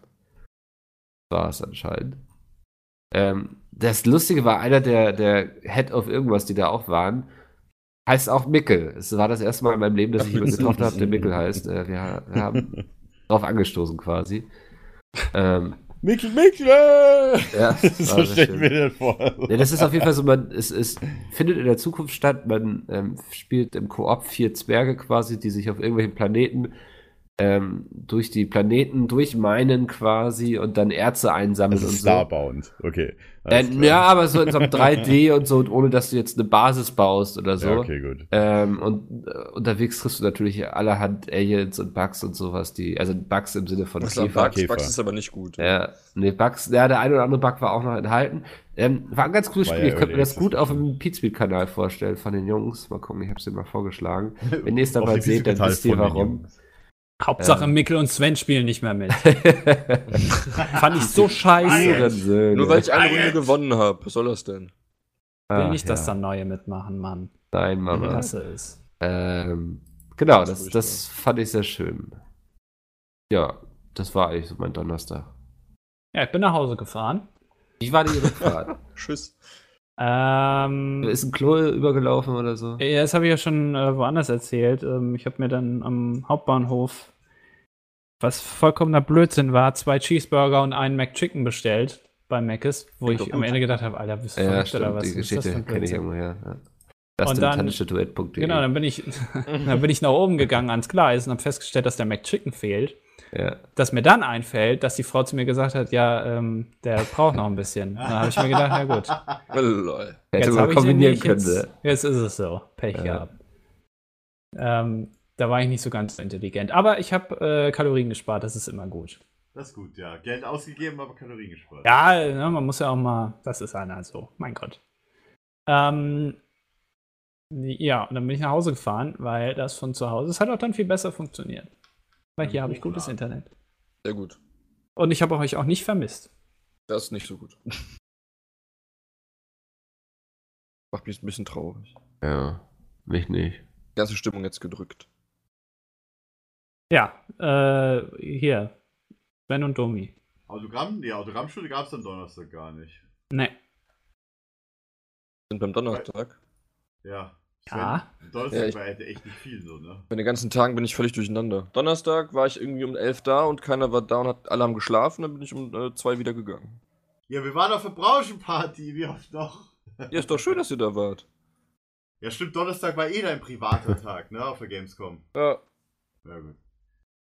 B: War es anscheinend. Ähm, das Lustige war, einer der, der Head of irgendwas, die da auch waren, heißt auch Mickel. Es war das erste Mal in meinem Leben, dass
A: Ach,
B: ich jemanden
A: witzig.
B: getroffen habe, der Mickel heißt. Äh, wir, wir haben drauf angestoßen quasi. Ähm,
D: Mikkel, Mikkel!
B: ja, Ah, das war
D: so stelle
B: sehr
D: ich
B: schön.
D: mir den vor.
B: Ja, das ist auf jeden Fall so, man, es, es findet in der Zukunft statt, man ähm, spielt im Koop vier Zwerge quasi, die sich auf irgendwelchen Planeten ähm, durch die Planeten durchmeinen quasi und dann Erze einsammeln
D: Also
B: und so.
D: Starbound, okay.
B: Äh,
D: alles klar.
B: ja, aber so in so einem 3D und so, und ohne dass du jetzt eine Basis baust oder so.
D: Ja, okay, gut.
B: Ähm, und äh, unterwegs triffst du natürlich allerhand Aliens und Bugs und sowas, die, also Bugs im Sinne von
A: Das war
B: Käfer.
A: Bugs.
D: Käfer.
A: Bugs ist aber nicht gut.
B: Ja, nee, Bugs, ja, der eine oder andere Bug war auch noch enthalten. Ähm, war ein ganz cooles
D: War
B: Spiel.
D: ja
B: ich könnte mir
D: Early
B: das gut
D: Access
B: auf dem Pizbeat-Kanal vorstellen von den Jungs. Mal gucken, ich hab's dir mal vorgeschlagen. Wenn ihr es dann
D: Auf
B: mal
D: die
B: seht, dann
D: Visitenkarte
B: wisst ihr
D: von den
B: warum.
D: Jungs.
C: Hauptsache,
B: Ähm.
C: Mickel und Sven spielen nicht mehr mit. Fand ich so
B: so
C: scheiße.
A: Nur weil ich eine Runde gewonnen habe. Was soll das denn?
C: Will nicht, dass da neue mitmachen, Mann.
B: Ah, Nein, Mama.
C: Hasse es.
B: Ähm, genau,
A: Das ist
B: das,
A: furchtbar.
B: das fand ich sehr schön. Ja, das war eigentlich so mein Donnerstag.
C: Ja, ich bin nach Hause gefahren.
B: Wie war die Rückfahrt?
A: Tschüss.
C: Ähm,
B: Ist ein Klo übergelaufen oder so?
C: Ja, das habe ich ja schon äh, woanders erzählt. Ähm, ich habe mir dann am Hauptbahnhof, was vollkommener Blödsinn war, zwei Cheeseburger und einen McChicken bestellt bei Mc's, wo ich am Ende gedacht habe, Alter, bist du
B: Ja,
C: verrückt oder
B: stimmt,
C: was?
B: die
C: ist das für
B: Geschichte
C: ein
B: kenne ich
C: Blödsinn?
B: irgendwo her. Ja. eh.
C: Und dann-
B: Lastentannische.duett.de.
C: Genau, dann bin ich, dann bin ich nach oben gegangen ans Gleis und habe festgestellt, dass der McChicken fehlt.
B: Ja.
C: Dass mir dann einfällt, dass die Frau zu mir gesagt hat, ja, ähm, der braucht noch ein bisschen. Dann habe ich mir gedacht, na gut.
A: Oh, Lol.
B: Hätte
C: Jetzt
B: man
C: habe ich den
B: kombinieren
C: nicht,
B: können.
C: jetzt,
B: ne?
C: jetzt ist es so. Pech
B: Ja.
C: gehabt. Ähm, da war ich nicht so ganz intelligent. Aber ich habe äh, Kalorien gespart, das ist immer gut.
D: Das ist gut, ja. Geld ausgegeben, aber Kalorien gespart.
C: Ja, ne, man muss ja auch mal, das ist einer so, mein Gott. Ähm, Ja, und dann bin ich nach Hause gefahren, weil das von zu Hause, es hat auch dann viel besser funktioniert. Weil hier habe ich gutes Internet.
A: Sehr gut.
C: Und ich habe euch auch nicht vermisst.
A: Das ist nicht so gut. Macht mich ein bisschen traurig.
B: Ja, mich nicht.
A: Die ganze Stimmung jetzt gedrückt.
C: Ja, äh, hier. Ben und Domi.
D: Autogramm, die Autogrammstunde gab es am Donnerstag gar nicht.
C: Nee.
A: Sind beim Donnerstag.
D: Ja.
B: Ah.
C: Ja.
D: Sven, Donnerstag
A: Ja, ich-
D: war hätte echt nicht viel so, ne?
A: Bei den ganzen Tagen bin ich völlig durcheinander. Donnerstag war ich irgendwie um 11 da und keiner war da und hat, alle haben geschlafen, dann bin ich um 2 wieder gegangen.
D: Ja, wir waren auf der Brauschenparty, wie oft noch?
A: Ja, ist doch schön, dass ihr da wart.
D: Ja, stimmt, Donnerstag war eh dein privater Tag, ne? Auf der Gamescom.
A: Ja,
D: Ja, gut.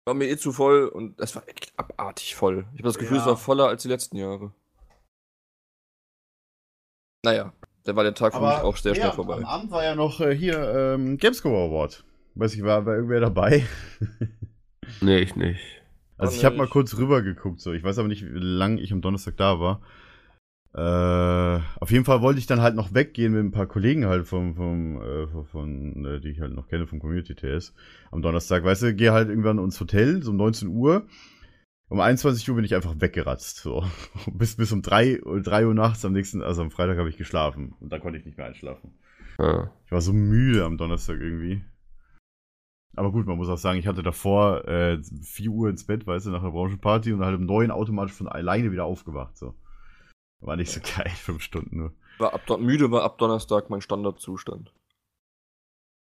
A: war mir eh zu voll und es war echt abartig voll. Ich habe das Gefühl,
D: Ja.
A: es war voller als die letzten Jahre. Naja, da war der Tag für mich auch sehr schnell
D: ja,
A: vorbei.
D: Am Abend war ja noch äh, hier ähm, Gamescom Award. Weiß ich, war, war irgendwer dabei?
B: Nee, ich nicht.
D: Also ich habe mal kurz rübergeguckt, so. Ich weiß aber nicht, wie lang ich am Donnerstag da war. Äh, auf jeden Fall wollte ich dann halt noch weggehen mit ein paar Kollegen halt vom, vom, äh, von, von äh, die ich halt noch kenne vom Community TS am Donnerstag. Weißt du, gehe halt irgendwann ins Hotel, so um 19 Uhr. Um 21 Uhr bin ich einfach weggeratzt, so. bis, bis um 3, Uhr- 3 Uhr nachts am nächsten, also am Freitag habe ich geschlafen und da konnte ich nicht mehr einschlafen.
B: Ah.
D: Ich war so müde am Donnerstag irgendwie. Aber gut, man muss auch sagen, ich hatte davor äh, 4 Uhr ins Bett, weißt du, nach einer Branchenparty und halt um 9 automatisch von alleine wieder aufgewacht. So. War nicht so geil, 5 Stunden nur.
A: War ab, Don- müde war ab Donnerstag mein Standardzustand.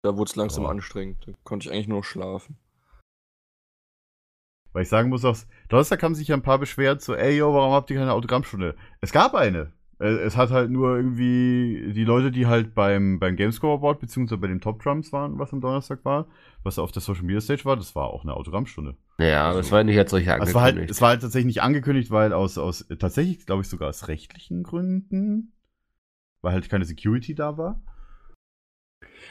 A: Da wurde es langsam
D: Ja.
A: anstrengend. Da konnte ich eigentlich nur noch schlafen.
D: Weil ich sagen muss, auch, Donnerstag haben sich ja ein paar beschwert, so, ey, yo, warum habt ihr keine Autogrammstunde? Es gab eine. Äh, Es hat halt nur irgendwie die Leute, die halt beim, beim Gamescore Award, beziehungsweise bei den Top Drums waren, was am Donnerstag war, was auf der Social Media Stage war, das war auch eine Autogrammstunde.
B: Naja, aber es war nicht als solche
D: Also Es war, halt,
B: angekündigt.
D: es war halt tatsächlich nicht angekündigt, weil aus, aus äh, tatsächlich, glaube ich, sogar aus rechtlichen Gründen, weil halt keine Security da war.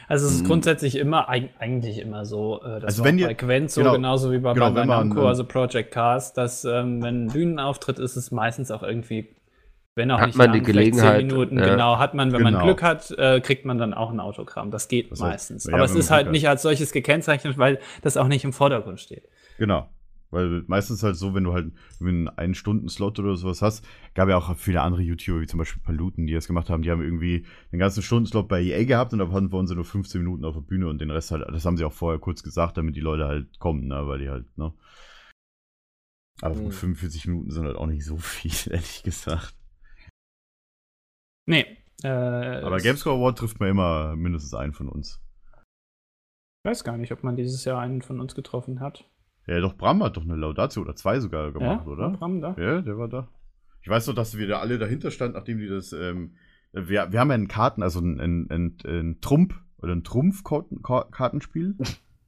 C: Also es ist
B: Mhm.
C: grundsätzlich immer, eig eigentlich immer so, äh, das
D: Also
C: war
D: wenn
C: auch
D: ihr-
C: bei Quent so
D: genau,
C: genauso wie bei
D: genau,
C: Bandai
D: wenn man-
C: Namco, also Project Cars, dass ähm, wenn ein Bühnenauftritt ist, es meistens auch irgendwie, wenn auch
B: Hat
C: nicht
B: man die
C: vielleicht
B: Gelegenheit, äh,
C: Minuten,
B: ja.
C: genau, hat man, wenn man
D: Genau.
C: Glück hat, äh, kriegt man dann auch ein Autogramm. Das geht
D: Das heißt,
C: meistens.
D: ja,
C: Aber es
D: wenn man
C: ist
D: Glück
C: halt
D: hat.
C: nicht als solches gekennzeichnet, weil das auch nicht im Vordergrund steht.
D: Genau. Weil meistens halt so, wenn du halt wenn du einen Stunden-Slot oder sowas hast, gab ja auch viele andere YouTuber, wie zum Beispiel Paluten, die das gemacht haben. Die haben irgendwie den ganzen Stundenslot bei EA gehabt und da hatten wir uns nur 15 Minuten auf der Bühne und den Rest halt, das haben sie auch vorher kurz gesagt, damit die Leute halt kommen, ne, weil die halt, ne. Aber
A: Hm.
D: 45 Minuten sind halt auch nicht so viel, ehrlich gesagt.
C: Nee. Äh,
D: Aber
C: es-
D: Gamescore Award trifft man immer mindestens einen von uns.
C: Ich weiß gar nicht, ob man dieses Jahr einen von uns getroffen hat.
D: Ja, doch, Bram hat doch eine Laudatio oder zwei sogar gemacht,
C: ja?
D: oder?
C: Programm da?
D: Ja, der war da. Ich weiß noch, dass wir da alle dahinter standen, nachdem die das, ähm, wir, wir haben ja einen Karten, also ein, ein, ein, ein Trump oder ein Trumpf-Kartenspiel.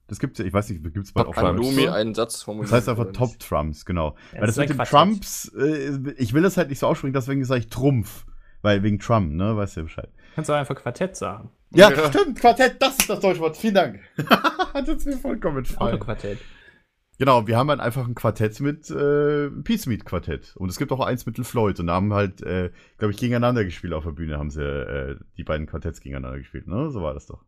D: Das gibt's ja, ich weiß nicht, gibt's bald
B: Top
D: auch
A: Kann
B: Trumps.
A: Domi einen Satz formulieren?
D: Das heißt einfach
A: oder
D: Top
A: nicht?
D: Trumps, genau.
C: Ja,
D: Weil das
C: das ist ein
D: mit dem
C: Quatsch
D: Trumps, äh, ich will das halt nicht so aussprechen, deswegen sage ich Trumpf. Weil wegen Trump, ne? Weißt du ja Bescheid.
C: Kannst du auch einfach Quartett sagen.
D: Ja,
A: Ja.
D: stimmt, Quartett, das ist das deutsche Wort. Vielen Dank. Hat jetzt mir vollkommen entfallen.
C: Autoquartett.
D: Genau, wir haben halt einfach ein Quartett mit äh, Pizza Meat Quartett. Und es gibt auch eins mit LeFloid. Und da haben halt, äh, glaube ich, gegeneinander gespielt auf der Bühne, haben sie äh, die beiden Quartetts gegeneinander gespielt, ne? So war das doch.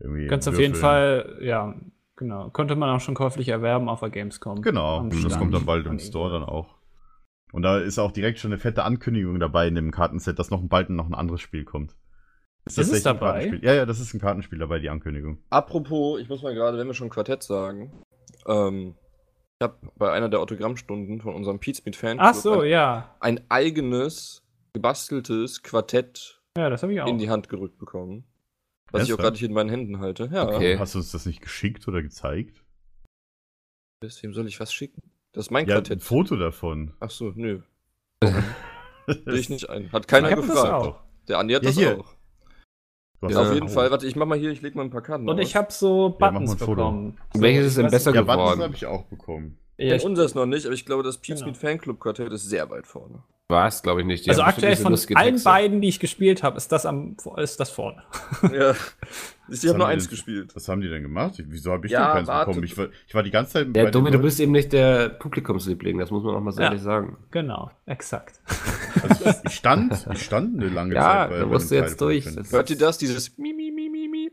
D: Irgendwie
C: Kannst auf
D: Würfeln.
C: jeden Fall, ja, genau. Konnte man auch schon käuflich erwerben auf der Gamescom.
D: Genau,
C: Am
D: und das
C: Stand.
D: kommt dann bald im
C: An
D: Store dann auch. Und da ist auch direkt schon eine fette Ankündigung dabei in dem Kartenset, dass noch bald noch ein anderes Spiel kommt.
C: Ist es
D: tatsächlich ein
C: dabei?
D: Kartenspiel. Ja, ja, das ist ein Kartenspiel dabei, die Ankündigung.
A: Apropos, ich muss mal gerade, wenn wir schon Quartett sagen, ähm, ich habe bei einer der Autogrammstunden von unserem Pizza mit Fan
C: Ach so,
A: ein,
C: ja.
A: ein eigenes, gebasteltes Quartett
C: Ja, das habe ich auch.
A: in die Hand gedrückt bekommen. Was ich auch
D: Ernsthaft?
A: gerade hier in meinen Händen halte. Ja,
B: Okay.
D: Hast du uns das nicht geschickt oder gezeigt?
A: wem soll ich was schicken? Das ist mein
D: Ja, ein
A: Quartett.
D: Foto davon.
A: Ach so, nö. Sehe ich nicht ein. Hat keiner
C: ich hab das
A: gefragt.
C: auch.
A: Der Andi hat
D: Ja,
A: das
D: hier.
A: auch.
D: Du hast
A: Ja,
D: das
A: auf jeden
D: auch.
A: Fall. Warte, ich mach mal hier, ich leg mal ein paar Karten
C: Und
A: aus.
C: ich habe so
D: Genau. Ja, mach mal ein
C: Buttons
D: Foto.
C: bekommen. So,
B: Welches ist
C: ich
B: denn
C: weiß
B: besser
C: nicht,
D: Ja,
B: geworden?
D: Buttons habe ich auch bekommen.
A: Denn
C: ich-
A: unseres noch nicht, aber ich glaube, das Peeps
C: Genau.
A: Meet Fanclub Quartett ist sehr weit vorne.
B: War es, glaube ich, nicht. Die
C: also
B: haben
C: aktuell
B: bestimmt nicht so
C: von
B: lustige
C: allen
B: Texte.
C: beiden, die ich gespielt habe, ist das am ist das vorne.
A: ja. Ich habe
D: haben
A: nur
D: die
A: eins
D: denn-
A: gespielt.
D: Was haben die denn gemacht? Ich- Wieso habe ich
A: Ja,
D: denn keins
A: wartet.
D: bekommen? Ich war, ich war die ganze Zeit
B: Ja,
D: bei
B: Domi,
D: den
B: du bist eben nicht der Publikumsliebling, das muss man auch mal so
C: Ja.
B: ehrlich sagen.
C: Genau, exakt.
D: Leuten- Also ich, ich stand, ich stand eine lange
B: Ja,
D: Zeit
B: da musst du jetzt
D: Teil von
B: durch.
D: den Fans.
B: Das-
A: Hört ihr das? Dieses Mi, Mi, Mi,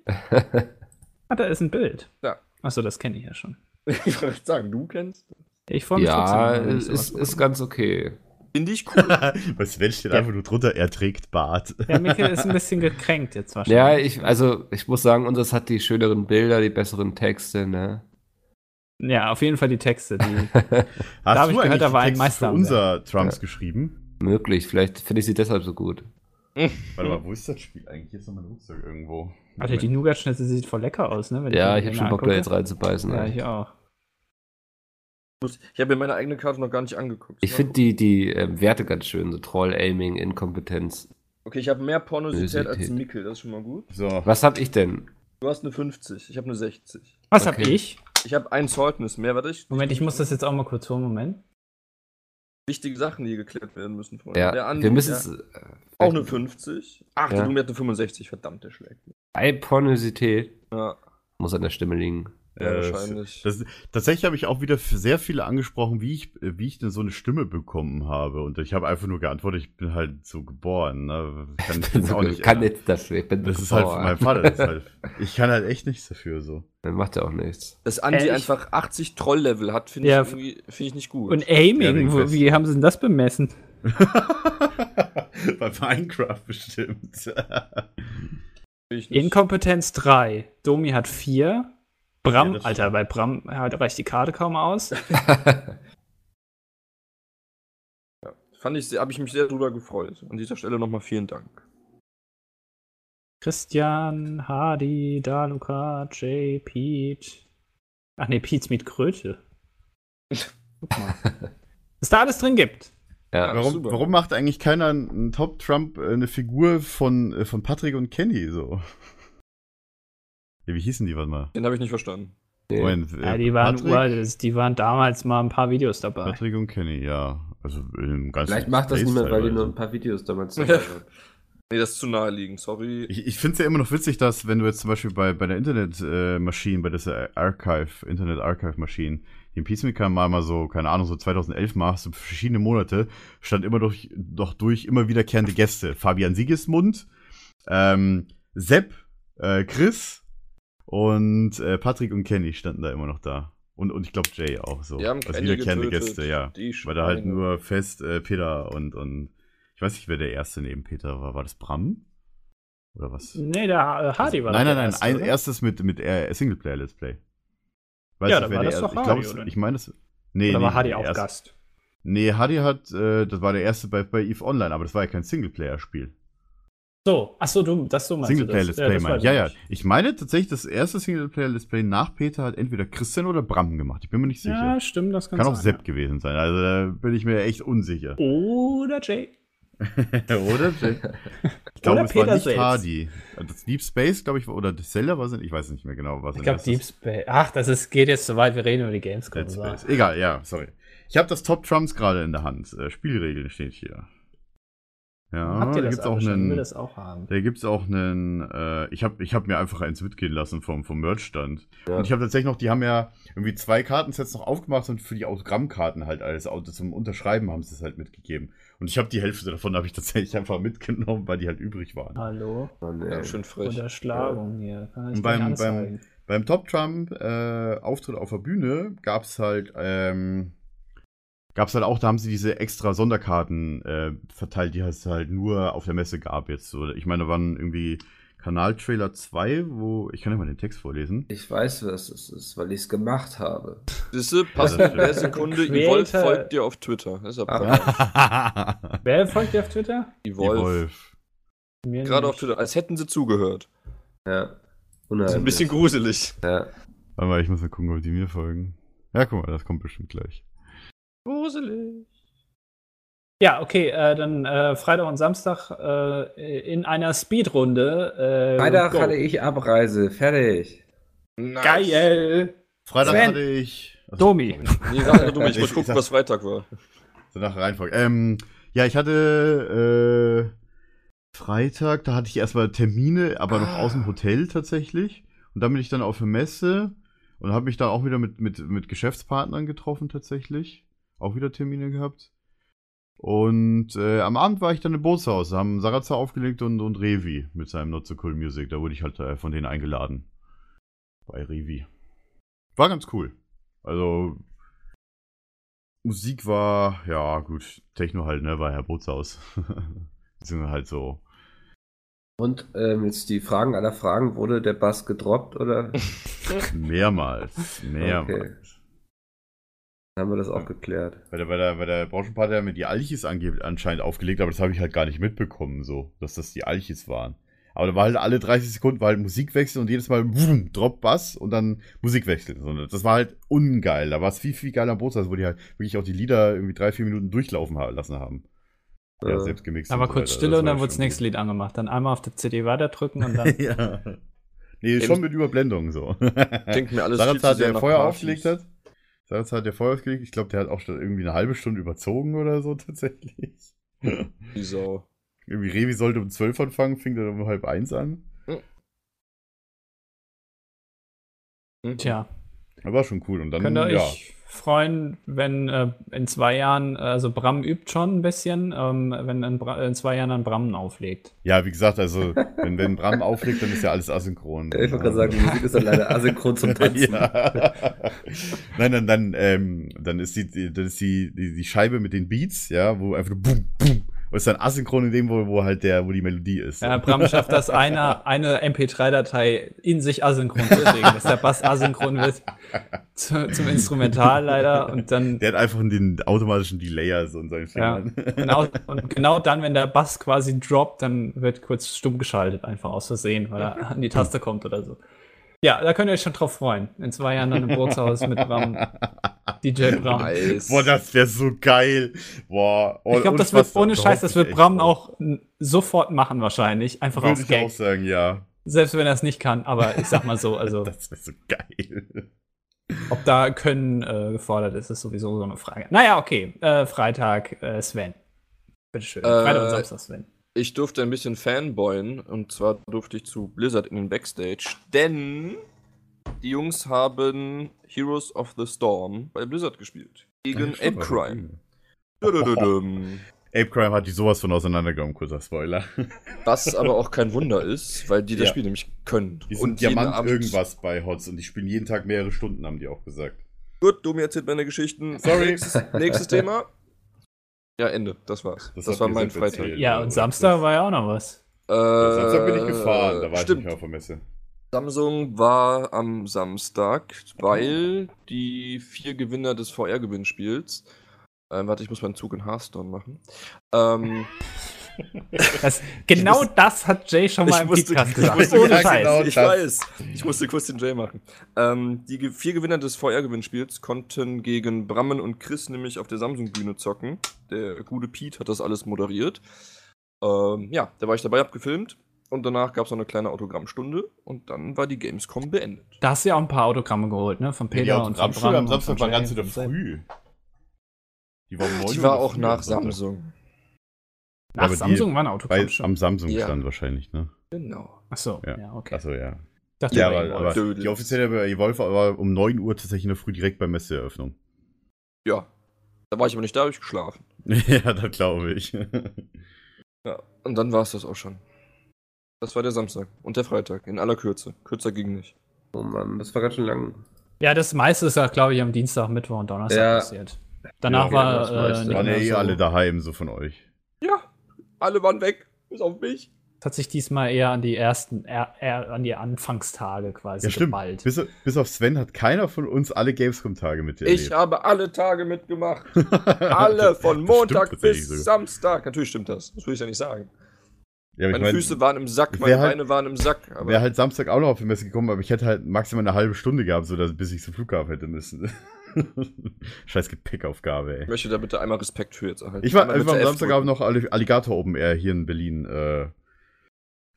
C: Ah, da ist ein Bild.
A: Ja.
C: Achso, das kenne ich ja schon.
A: Ich wollte sagen, du kennst.
C: Ich freue mich
B: ja,
C: trotzdem. wenn ich
B: ist,
C: sowas
B: ist, ist ganz okay.
A: Finde ich cool.
D: Was wenn steht einfach nur drunter, er trägt Bart.
C: bekomme. Ja, Mikkel ist ein bisschen gekränkt jetzt
B: Ja,
C: wahrscheinlich.
B: ich, also ich muss sagen, unseres hat die schöneren Bilder, die besseren Texte, ne?
C: Ja, auf jeden Fall die Texte. Die,
D: Hast
C: hab ich gehört,
D: eigentlich
C: da war
D: die
C: ein
D: Texte
C: Meister
D: für
C: am
D: unser Trumps geschrieben?
B: Möglich, vielleicht finde ich sie deshalb so gut.
D: Warte mal, wo ist das Spiel eigentlich? Hier ist noch mein Rucksack irgendwo.
C: Alter, die Nougat-Schnitze sieht voll lecker aus, ne? wenn
B: Ja,
C: mir
B: ich habe
C: die
B: schon Bock,
C: angucke.
B: da jetzt reinzubeißen. ne?
C: Ja,
B: ey.
C: ich auch.
A: Ich habe mir meine eigene Karte noch gar nicht angeguckt.
B: Ich finde die, die ähm, Werte ganz schön, so Troll, Aiming, Inkompetenz.
A: Okay, ich habe mehr Pornosität als
B: Nervosität.
A: Mickel, das ist schon mal gut.
D: So,
B: Was hab ich denn?
A: Du hast eine 50, ich habe eine 60.
C: Was hab
B: Okay.
C: ich?
A: Ich habe ein Zeugnis mehr, warte ich.
C: Moment, ich muss das jetzt auch mal kurz holen. Moment.
A: Wichtige Sachen, die geklärt werden müssen vorher.
B: Ja,
A: Der Andi,
B: wir müssen
A: der-
B: es. äh,
A: Auch eine 50. Ach,
B: Ja.
A: du mir hat eine 65, verdammt, der schlägt. mich.
B: Ei, Pornosität.
A: Ja,
B: Muss an der Stimme liegen.
A: ja,
D: äh,
A: wahrscheinlich.
D: Das, tatsächlich habe ich auch wieder f- sehr viele angesprochen, wie ich, äh, wie ich denn so eine Stimme bekommen habe. Und ich habe einfach nur geantwortet, ich bin halt so geboren. Ne? Das Kann ich jetzt auch nicht.
B: Also, kann
D: ändern.
B: jetzt dafür. Ich bin
D: das ist halt
B: geboren.
D: mein Vater. Das ist halt, ich kann halt echt nichts dafür. So.
B: Dann macht er auch nichts.
A: Dass Andi
C: Äh, ich-
A: einfach 80 Troll-Level hat, finde
C: Ja,
A: ich, irgendwie- finde ich nicht gut.
C: Und Aiming,
D: Ja,
C: wo,
D: wegen
C: wie haben sie denn das bemessen?
D: Bei Minecraft bestimmt.
A: Finde ich nicht.
C: Inkompetenz 3. Domi hat 4.
D: Ja,
C: Bram,
D: das
C: Alter, bei Bram halt reicht die Karte kaum aus.
A: Fand ich, habe ich mich sehr drüber gefreut. An dieser Stelle nochmal vielen Dank.
C: Christian, Hardy, Daluka, Jay, Pete. Ach nee, Pete's mit Kröte. Guck mal. Was da alles drin gibt.
A: Ja,
B: Ja.
D: Warum,
A: super.
D: warum macht eigentlich keiner einen Top Trump äh, eine Figur von, äh, von Patrick und Kenny so? Ja, wie hießen die, warte mal?
A: Den habe ich nicht verstanden.
B: Nee.
D: Moment, äh,
C: Ja, die, waren
D: Patrick,
C: uralt, die waren damals mal ein paar Videos dabei.
D: Patrick und Kenny, ja. Also im ganzen
B: Vielleicht macht das
D: Space
B: niemand, weil die nur
D: teilweise.
B: ein paar Videos damals
A: Ja.
B: dabei waren.
A: Nee, das ist zu naheliegend, sorry.
D: Ich, ich finde es ja immer noch witzig, dass, wenn du jetzt zum Beispiel bei, bei der Internetmaschine, äh, Maschine, bei dieser Archive, Internet-Archive-Maschine, den Peacemaker mal, mal so, keine Ahnung, so 2011 machst, so verschiedene Monate, stand immer durch, doch durch immer wiederkehrende Gäste. Fabian Siegesmund, ähm, Sepp, äh, Chris und äh, Patrick und Kenny standen da immer noch da. Und, und ich glaube Jay auch so. Also
A: Die haben
D: als
A: Kenny
D: wiederkehrende
A: getötet,
D: Gäste, ja.
A: Die
D: Weil da halt
A: Schweine.
D: nur fest äh, Peter und, und ich weiß nicht, wer der erste neben Peter war. War das Bram? Oder was?
C: Nee, der äh, Hardy war
D: nein, nein,
C: doch der
D: nein,
C: Erste,
D: ein
C: oder?
D: erstes mit, mit äh, Singleplayer-Let's Play. Weiß
C: Ja,
D: nicht,
C: dann
D: wer
C: war
D: der erste-
C: das doch
D: ich
C: Hardy,
D: glaube,
C: oder
D: es- ich meine, es- nee,
C: Oder war
D: nee,
C: Hardy
D: der
C: auch
D: erste-
C: Gast?
D: Nee, Hardy hat, äh, das war der erste bei, bei EVE Online, aber das war ja kein Singleplayer-Spiel.
C: So, achso, du, das so meinst du das.
D: Singleplayer-Let's Play,
C: das
D: meine
C: weiß
D: ich. Ja, ja.
C: nicht.
D: Ich meine tatsächlich, das erste Singleplayer-Let's Play nach Peter hat entweder Christian oder Bram gemacht. Ich bin mir nicht sicher.
C: Ja, stimmt, das kann,
D: Kann auch
C: sein.
D: Sepp gewesen sein. Also da bin ich mir echt unsicher.
C: ja. Oder Jay.
D: oder? Ich glaube,
C: Oder
D: es war
C: Peter
D: nicht
C: selbst.
D: Hardy. Das Deep Space, glaube ich, war- oder das Zelda war es. Ich weiß nicht mehr genau, was
C: Ich
D: ein
C: glaube,
D: erstes-
C: Deep Space. Ach, das ist, geht jetzt zu weit, wir reden über die Gamescom.
D: Dead
C: so.
D: Space. Egal, ja, sorry. Ich habe das Top Trumps gerade in der Hand. Äh, Spielregeln steht hier. Ja,
C: Habt ihr
D: da
C: das
D: gibt's auch
C: alle schon? Ich will
D: einen.
C: das auch haben.
D: Da gibt's auch einen. Äh, ich habe ich hab mir einfach eins mitgehen lassen vom, vom Merch-Stand. Und ich habe tatsächlich noch, die haben ja irgendwie zwei Kartensets noch aufgemacht und für die Autogrammkarten halt alles Auto zum Unterschreiben haben sie es halt mitgegeben. Und ich habe die Hälfte davon habe ich tatsächlich einfach mitgenommen, weil die halt übrig waren.
C: Hallo?
B: Mann, ey.
A: Ja, schön frech.
C: Unterschlagung hier. Kann ich
D: Und beim-
C: beim, beim
D: Beim Top Trump äh, Auftritt auf der Bühne gab es halt, ähm, gab's halt auch, da haben sie diese extra Sonderkarten äh, verteilt, die es halt nur auf der Messe gab jetzt. So, ich meine, da waren irgendwie Kanaltrailer 2, wo, ich kann ja mal den Text vorlesen.
B: Ich weiß, was es ist, weil ich es gemacht habe.
A: Siehste, passend
D: Ja,
A: in
D: das
A: der
D: stimmt.
A: Sekunde,
C: Creator-
A: Evolve folgt dir auf Twitter. Das ist
B: Ah.
A: ja
D: Wolf.
C: Wer folgt dir auf Twitter?
A: Evolve.
C: Mir
A: Gerade auf
C: nicht.
A: Twitter, als hätten sie zugehört.
B: Ja.
A: Das
B: Unheimlich.
A: ist ein bisschen gruselig.
B: Ja.
D: Warte mal, ich muss mal gucken, ob die mir folgen. Ja, guck mal, das kommt bestimmt gleich.
A: Gruselig.
C: Ja, okay, äh, dann äh, Freitag und Samstag äh, in einer Speedrunde. Äh,
B: Freitag
C: go.
B: hatte ich Abreise. Fertig.
A: Nice.
C: Geil!
D: Freitag
C: Sven.
D: hatte ich. Achso,
C: Domi.
D: sorry.
A: Nee, sag mal du,
D: Ich-
A: ich wollte
D: ich
A: gucken,
D: sag-
A: was Freitag war.
D: So nach Reihenfolge. Ähm, ja, ich hatte äh, Freitag, da hatte ich erstmal Termine, aber noch
A: Ah.
D: aus dem Hotel tatsächlich. Und dann bin ich dann auf eine Messe und habe mich da auch wieder mit, mit, mit Geschäftspartnern getroffen tatsächlich. Auch wieder Termine gehabt. Und äh, am Abend war ich dann im Bootshaus, da haben Sarazar aufgelegt und, und Revi mit seinem Not So Cool Music. Da wurde ich halt äh, von denen eingeladen. Bei Revi. War ganz cool. Also, Musik war, ja, gut, Techno halt, ne, war ja Bootshaus. Beziehungsweise halt so.
B: Und ähm, jetzt die Fragen aller Fragen, wurde der Bass gedroppt oder?
D: Mehrmals, mehrmals.
B: Okay. Dann haben wir das auch geklärt.
D: Weil der, weil der, weil der Branchenpartner hat mir die Alchis ange- anscheinend aufgelegt, aber das habe ich halt gar nicht mitbekommen, so, dass das die Alchis waren. Aber da war halt alle 30 Sekunden war halt Musikwechsel und jedes Mal boom, Drop Bass und dann Musikwechsel. So, Das war halt ungeil. Da war es viel, viel geiler am Bootshaus, wo die halt wirklich auch die Lieder irgendwie drei, vier Minuten durchlaufen ha- lassen haben. Ja,
B: Äh,
D: selbst gemixt.
C: Da
D: und
C: war
D: so
C: kurz
D: weiter.
C: Stille
D: Das
C: und
D: war halt
C: dann wurde das
D: schon
C: nächste Lied angemacht. Dann einmal auf der CD weiterdrücken und dann.
D: gut. ja. Nee, schon mit Überblendung so.
A: Klingt mir alles
D: Sarazar, der
A: nach
D: Feuer
A: Partys.
D: aufgelegt ne? hat. Sarazar, der Feuer aufgelegt. Ich glaube, der hat auch schon irgendwie eine halbe Stunde überzogen oder so tatsächlich.
A: Die Sau.
D: irgendwie Revi sollte um 12 anfangen, fing dann um halb eins an.
A: Mhm.
C: Tja,
D: Aber war schon cool. Und dann,
C: könnt ihr
D: Ähm, ja.
C: euch freuen, wenn äh, in zwei Jahren, also Bram übt schon ein bisschen, ähm, wenn in, Bra in zwei Jahren dann Bram auflegt.
D: Ja, wie gesagt, also, wenn, wenn Bram auflegt, dann ist ja alles asynchron. Also,
B: Ich wollte gerade sagen, die Musik ist dann leider asynchron zum Tanzen.
D: ja. Nein, dann, dann, ähm, dann ist, die- die, dann ist die, die, die Scheibe mit den Beats, ja, wo einfach nur boom, boom. Und ist dann asynchron in dem, wo, wo halt der, wo die Melodie ist.
C: Äh, Bram schafft das, einer, eine MP3-Datei in sich asynchron zu legen, dass der Bass asynchron wird zu, zum Instrumental leider und dann.
D: Der hat einfach den automatischen Delayer so in seinen Fingern.
C: Genau, und genau dann, wenn der Bass quasi droppt, dann wird kurz stumm geschaltet, einfach aus Versehen, weil er an die Taste kommt oder so. Ja, da könnt ihr euch schon drauf freuen. In zwei Jahren dann im Bootshaus mit Bram, DJ Bram.
A: Nice.
D: Boah, das wäre so geil. Boah,
C: Ich glaube, das wird
D: unfassbar.
C: ohne
D: Da
C: Scheiß,
D: hoffe
C: das
D: ich
C: wird
D: echt
C: Bram
D: drauf.
C: auch n- sofort machen wahrscheinlich. Einfach
D: Würde
C: aus
D: ich auch
C: Gag.
D: sagen, ja.
C: Selbst wenn er es nicht kann, aber ich sag mal so, also
D: Das wäre so geil.
C: ob da Können äh, gefordert ist, ist sowieso so eine Frage. Naja, okay. Äh, Freitag, äh, Sven. Bitteschön.
A: Äh,
C: Freitag und Samstag, Sven.
A: Ich durfte ein bisschen fanboyen und zwar durfte ich zu Blizzard in den Backstage, denn die Jungs haben Heroes of the Storm bei Blizzard gespielt. Gegen Ape Crime. Dudududum.
D: Ape Crime hat die sowas von auseinandergenommen, kurzer Spoiler.
A: Was aber auch kein Wunder ist, weil die das
D: Ja.
A: Spiel nämlich können.
D: Die sind
A: jeden
D: Diamant
A: Abend-
D: irgendwas bei Hotz und die spielen jeden Tag mehrere Stunden, haben die auch gesagt.
A: Gut, du mir erzählt meine Geschichten.
D: Sorry.
A: Nächstes, nächstes Thema. Ja, Ende. Das war's.
D: Das
A: Das,
D: hat
A: war
D: mir
A: mein
D: Sepp erzählt.
A: Freitag. Äh,
C: Ja, und Samstag war ja auch noch was.
D: Samstag bin ich gefahren, da war ich nicht mehr auf der Messe.
A: Samsung war am Samstag, weil die vier Gewinner des VR-Gewinnspiels. Ähm, warte, ich muss meinen Zug in Hearthstone machen. Ähm,
C: Das, genau das hat Jay schon mal
A: ich
C: im
A: wusste-
C: Podcast
A: ich
C: gesagt.
A: wusste
C: Ohne
D: gar
C: Scheiß.
D: genau-
A: ich
D: das-
A: weiß, ich musste kurz den Jay machen. Ähm, die Ge- vier Gewinner des VR-Gewinnspiels konnten gegen Brammen und Chris nämlich auf der Samsung-Bühne zocken. Der gute Pete hat das alles moderiert. Ähm, ja, da war ich dabei, hab gefilmt. Und danach gab es noch eine kleine Autogrammstunde. Und dann war die Gamescom beendet.
C: Da hast du ja auch ein paar Autogramme geholt, ne? Von Peter
D: die
C: und von
D: Autogrammstunde
C: Bram
D: am Samstag
C: und von
D: war ganz
C: Jay
D: wieder
C: und Sepp.
D: früh. Die war, um 9
A: Die
D: Uhr
A: war
D: früh
A: auch
D: am
A: nach
D: Sonntag.
A: Samsung.
C: Nach
D: Aber die-
C: Samsung waren
D: Bei,
C: Autogramme schon.
D: am Samsung
A: Ja.
D: stand wahrscheinlich, ne?
A: Genau.
C: Achso,
D: Ja.
C: ja, okay.
D: Achso, ja.
C: Ich dachte,
D: Ja,
C: bei
D: aber,
C: ihm
D: aber
C: wolltest.
A: Dödel.
D: die offizielle Evolve war um 9 Uhr tatsächlich in der Früh direkt bei Messeeröffnung.
A: Ja. Da war ich aber nicht da, hab ich geschlafen.
D: ja, das glaube ich.
A: Ja. Und dann war es das auch schon. Das war der Samstag und der Freitag in aller Kürze. Kürzer ging nicht.
B: Oh Mann, das war ganz schön lang.
C: ja, das meiste ist ja, glaube ich, am Dienstag, Mittwoch und Donnerstag
B: Ja.
C: passiert.
D: Ja,
C: Danach
B: das
C: war
B: meiste.
C: äh,
D: Da
C: nicht
D: waren ja
C: mehr
D: eh
C: so.
D: alle daheim, so von euch.
A: Ja. Alle waren weg, bis auf mich.
C: hat sich diesmal eher an die ersten, eher, eher an die Anfangstage quasi
D: Ja, stimmt.
C: geballt.
D: Bis, bis auf Sven hat keiner von uns alle Gamescom-Tage mit dir
A: Ich habe alle Tage mitgemacht. Alle von Montag bis Samstag. Natürlich stimmt das. Das will ich ja nicht sagen.
D: Ja, aber ich
A: Meine
D: mein,
A: Füße waren im Sack,
D: wer
A: meine
D: halt-
A: Beine waren im Sack. Aber
D: Wäre halt Samstag auch noch auf die Messe gekommen, aber ich hätte halt maximal eine halbe Stunde gehabt, so dass, bis ich zum Flughafen hätte müssen. Scheiß Gepäckaufgabe,
A: ich
D: ey.
A: möchte da bitte einmal Respekt für jetzt erhalten.
D: Ich war,
A: Einmal
D: ich war am
A: bitte F
D: Samstag auch
A: drücken.
D: noch Alli- Alligator Open Air hier in Berlin. Äh,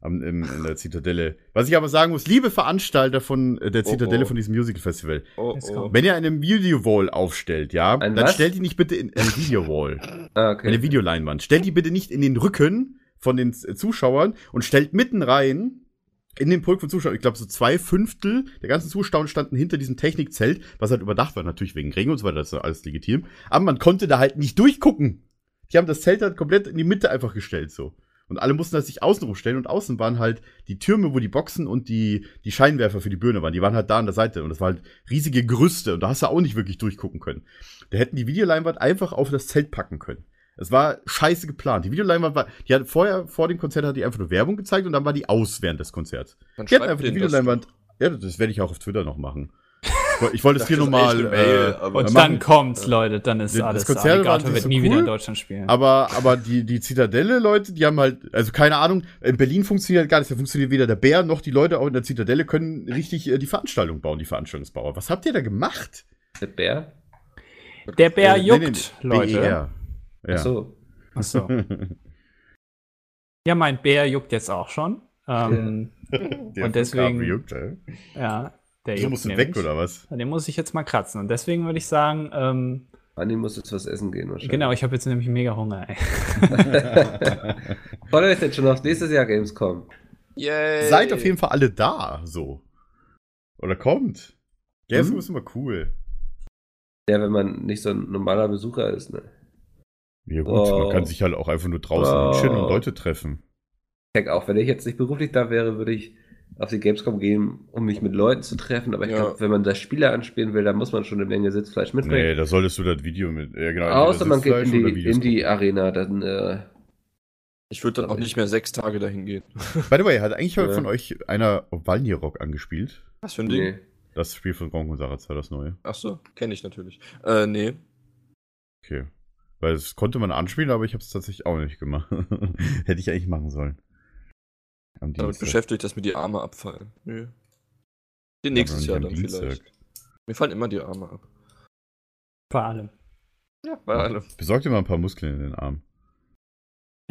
D: am, im, in der Zitadelle. Was ich aber sagen muss, liebe Veranstalter von äh, der
A: Oh,
D: Zitadelle
A: oh.
D: von diesem Musical Festival,
A: Oh,
C: Jetzt
A: oh.
C: kommt-
D: wenn ihr eine Video Wall aufstellt, ja,
B: Ein
D: dann
B: was?
D: stellt die nicht bitte in eine Video Wall.
B: Ah, okay.
D: Eine Videoleinwand. Stellt die bitte nicht in den Rücken von den Z- Zuschauern und stellt mitten rein in den Pulk von Zuschauern. Ich glaube, so zwei Fünftel der ganzen Zuschauer standen hinter diesem Technikzelt, was halt überdacht war, natürlich wegen Regen und so weiter, das ist ja alles legitim. Aber man konnte da halt nicht durchgucken. Die haben das Zelt halt komplett in die Mitte einfach gestellt, so. Und alle mussten das sich außenrum stellen und außen waren halt die Türme, wo die Boxen und die, die Scheinwerfer für die Bühne waren. Die waren halt da an der Seite und das waren halt riesige Gerüste und da hast du auch nicht wirklich durchgucken können. Da hätten die Videoleinwand einfach auf das Zelt packen können. Es war scheiße geplant. Die Videoleinwand war, die hat vorher, vor dem Konzert hat die einfach nur Werbung gezeigt und dann war die aus während des Konzerts.
A: Dann
D: die hatten
A: schreibt
D: einfach die
A: denen das
D: Videoleinwand, ja, das werde ich auch auf Twitter noch machen. Ich woll- Ich wollte es hier
A: Das ist echt
D: nochmal,
A: eine Mail,
D: äh,
A: aber-
C: Und
D: machen
C: dann
D: wir-
C: kommt's, Leute, dann ist
D: Das
C: alles.
D: Konzert war
C: Alligator
D: nicht
C: wird
D: so
C: nie wieder in
D: cool,
C: Deutschland spielen.
D: Aber, aber die, die Zitadelle-Leute, die haben halt, also keine Ahnung, in Berlin funktioniert gar nichts. Da funktioniert weder der Bär noch die Leute auch in der Zitadelle können richtig äh, die Veranstaltung bauen, die Veranstaltungsbauer. Was habt ihr da gemacht?
B: Der Bär?
C: Der Bär
D: Äh,
C: juckt,
D: nee, nee,
C: Leute.
D: BER. Ja.
B: Achso.
C: Ach so. Ja, mein Bär juckt jetzt auch schon. Ähm,
D: Der
C: Und deswegen-
D: Flughafen Juckt, ey.
C: ja, der
D: So musst du
C: nämlich.
D: weg, oder was?
C: Den muss ich jetzt mal kratzen. Und deswegen würde ich sagen, ähm,
B: Andi muss jetzt was essen gehen wahrscheinlich.
C: genau, ich habe jetzt nämlich mega Hunger. Ey.
B: Freut euch denn schon auf nächstes Jahr Gamescom?
A: Yay.
D: Seid auf jeden Fall alle da, so. Oder kommt.
B: Hm?
D: Gamescom ist immer cool.
B: Ja, wenn man nicht so ein normaler Besucher ist, ne?
D: Ja gut,
B: Oh.
D: man kann sich halt auch einfach nur draußen
B: Oh.
D: chillen und Leute treffen.
B: Ich denke auch, wenn ich jetzt nicht beruflich da wäre, würde ich auf die Gamescom gehen, um mich mit Leuten zu treffen. Aber ich
A: Ja.
B: glaube, wenn man das Spieler anspielen will, dann muss man schon eine Menge Sitzfleisch mitbringen.
D: Nee, da solltest du das Video mit. Ja, genau,
B: Außer
D: entweder
B: man geht
D: Sitzfleisch
B: in
D: oder
B: die,
D: Videos
B: in die Arena, dann äh,
A: Ich würde dann auch nicht mehr sechs Tage dahin gehen.
D: By the way, hat eigentlich
B: Ja.
D: von euch einer Valnirok angespielt?
A: Was für ein Ding?
B: nee.
D: Das Spiel von Gronk und Sarazar, das neue.
A: Achso, kenne ich natürlich. Äh, nee.
D: Okay. Weil das konnte man anspielen, aber ich habe es tatsächlich auch nicht gemacht. Hätte ich eigentlich machen sollen. Am
A: Damit beschäftigt, dass mir die Arme abfallen. Nö.
D: Ja,
A: Den nächstes
D: aber
A: Jahr
D: nicht
A: dann
D: am Dienstag.
A: vielleicht. Mir fallen immer die Arme ab.
C: Vor allem.
A: Ja, bei allem.
D: Besorg dir mal ein paar Muskeln in den Arm.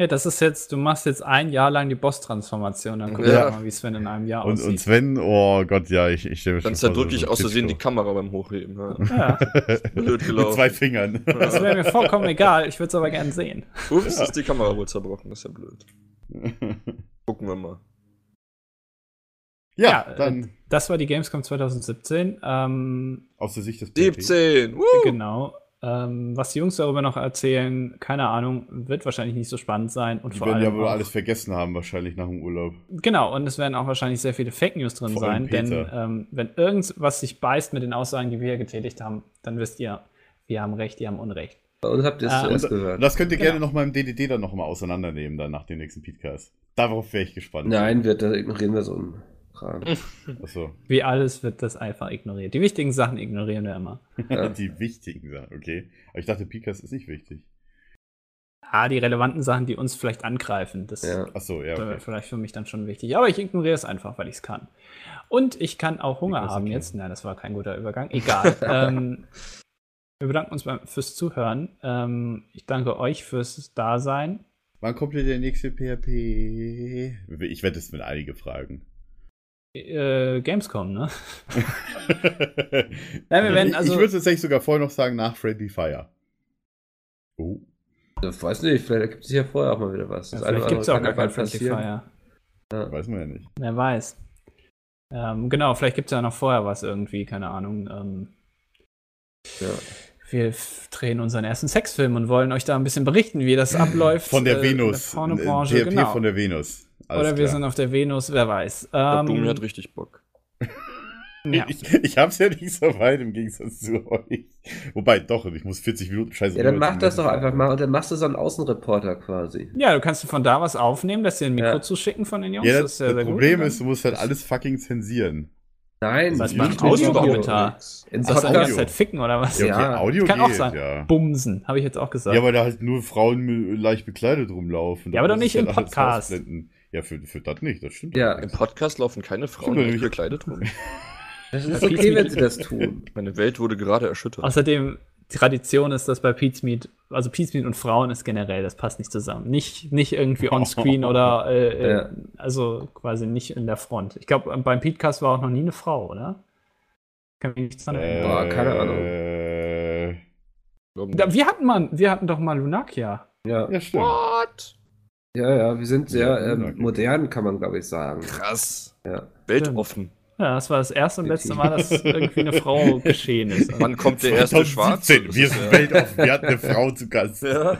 C: Ja, das ist jetzt, du machst jetzt ein Jahr lang die Boss-Transformation, dann gucken
A: Ja.
C: wir mal, wie Sven in einem Jahr
D: Und, und
C: aussieht.
D: Sven, oh Gott, ja, ich, ich stelle mir
A: Dann
D: schon vor,
A: zerdrücke
D: so
A: ich
D: ein
A: aus Versehen die
D: Klitschko.
A: Kamera beim Hochheben. Ja.
C: Ja,
A: Blöd
D: Mit
A: gelaufen.
D: zwei Fingern.
C: das wäre mir vollkommen egal, ich würde es aber gern sehen.
A: Ups, ist die Kamera wohl zerbrochen. Das ist ja blöd. Gucken wir mal.
D: ja,
C: äh,
D: dann
C: Das war die Gamescom 2017. Ähm,
D: aus der Sicht des PT.
A: 17! Woo!
C: Genau. Ähm, was die Jungs darüber noch erzählen, keine Ahnung, wird wahrscheinlich nicht so spannend sein. Und
D: Die
C: vor
D: werden
C: allem
D: ja wohl
C: auch,
D: alles vergessen haben, wahrscheinlich nach dem Urlaub.
C: Genau, und es werden auch wahrscheinlich sehr viele Fake News drin
D: Vor allem
C: sein, denn
D: Peter.
C: ähm, wenn irgendwas sich beißt mit den Aussagen, die wir hier getätigt haben, dann wisst ihr, wir haben recht, ihr haben Unrecht.
B: Bei uns habt ihr es
C: Ah,
B: zuerst
D: Und
B: gehört.
D: Das könnt ihr gerne
C: Genau.
D: nochmal im DDD dann nochmal auseinandernehmen, dann nach dem nächsten Podcast. Darauf wäre ich gespannt.
B: Nein, wir da ignorieren wir so einen Kram.
D: Achso,
C: Wie alles wird das einfach ignoriert. Die wichtigen Sachen ignorieren wir immer.
B: Ja.
D: die wichtigen Sachen, okay. Aber ich dachte, Podcast ist nicht wichtig.
C: Ah, die relevanten Sachen, die uns vielleicht angreifen, das
B: Ja.
D: Achso, ja.
C: wäre
D: Okay.
C: vielleicht für mich dann schon wichtig. Aber ich ignoriere es einfach, weil ich es kann. Und ich kann auch Hunger
D: Nicolas,
C: haben
D: okay.
C: jetzt. Nein, das war kein guter Übergang. Egal. ähm, wir bedanken uns beim, fürs Zuhören. Ähm, ich danke euch fürs Dasein.
D: Wann kommt denn der nächste PHP? Ich werde es mit einige fragen.
C: Äh, Gamescom, ne?
D: Nein,
C: wir werden
D: ich
C: also-
D: ich würde tatsächlich sogar vorher noch sagen, nach Friendly Fire. Oh.
B: Ich weiß nicht, vielleicht ergibt sich ja vorher auch mal wieder was.
C: Ja,
B: eine
C: vielleicht
B: oder
C: gibt es
B: andere
C: auch
B: kann
C: gar
B: ja mal
C: kein Friendly Fire.
D: Weiß man ja nicht.
C: Wer weiß. Ähm, genau, vielleicht gibt es ja noch vorher was irgendwie, keine Ahnung. Ähm,
B: Ja.
C: wir f- drehen unseren ersten Sexfilm und wollen euch da ein bisschen berichten, wie das abläuft.
D: Von der
C: äh, in
D: Venus.
C: Pornobranche,
D: PHP
C: genau.
D: von der Venus. Alles
C: Oder wir
D: klar.
C: sind auf der Venus, wer weiß.
A: Ähm,
C: Ähm,
A: Domi hat richtig Bock.
C: ja.
D: Ich, ich hab's ja nicht so weit im Gegensatz zu euch. Wobei, doch, ich muss 40 Minuten scheiße.
B: ja, dann
D: rüber-
B: mach das doch einfach mal und dann machst du so einen Außenreporter quasi.
C: ja, du kannst von da was aufnehmen, dass dir ein Mikro
B: Ja.
C: zuschicken von den Jungs.
D: Ja,
C: ist
D: das,
C: sehr,
D: das
C: sehr gut.
D: Problem
C: Und dann-
D: ist, du musst halt alles fucking zensieren.
B: Nein,
D: Was,
B: nicht
D: beim
B: mit
C: Audiokommentar?
B: Video. In
C: Ach, dann die ganze
D: Audio.
C: Zeit halt ficken oder was?
D: Ja, okay,
B: Ja.
D: Audio
C: Kann auch
D: geht,
C: sein.
D: ja.
C: Bumsen, habe ich jetzt auch gesagt.
D: Ja, weil da halt nur Frauen mit- leicht bekleidet rumlaufen.
C: Ja, aber
D: Da
C: doch
D: muss
C: nicht
D: ich
C: im
D: halt alles
C: Podcast.
D: rausblenden. Ja, für, für das nicht, das stimmt.
B: Ja.
D: doch
A: Im
D: nicht.
A: Podcast laufen keine Frauen
D: Stimmt,
A: mit
D: nämlich.
A: gekleidet rum.
B: das ist okay, wenn sie das tun.
A: Meine Welt wurde gerade erschüttert.
C: Außerdem, Tradition ist, dass bei Pete's Meat, also Pete's Meat und Frauen ist generell, das passt nicht zusammen. Nicht, nicht irgendwie on-screen oder, äh, äh,
B: Ja.
C: also quasi nicht in der Front. Ich glaube, beim Petecast war auch noch nie eine Frau, oder? Kann mich nicht dran erinnern.
B: Boah, keine Ahnung.
D: Äh,
A: Glauben
C: Da-
A: nicht.
C: Wir hatten mal, wir hatten doch mal Lunakia.
B: Ja,
D: ja, stimmt.
A: What?
B: ja, ja wir sind sehr
D: Ja,
B: ähm,
D: okay.
B: modern, kann man glaube ich sagen.
A: Krass.
B: Ja.
A: Weltoffen.
C: Ja, das war das erste und letzte Mal, dass irgendwie eine Frau geschehen ist.
A: Wann kommt der erste Schwarze?
D: 2017, wir sind weltoffen, wir hatten eine Frau zu Gast.
A: Ja.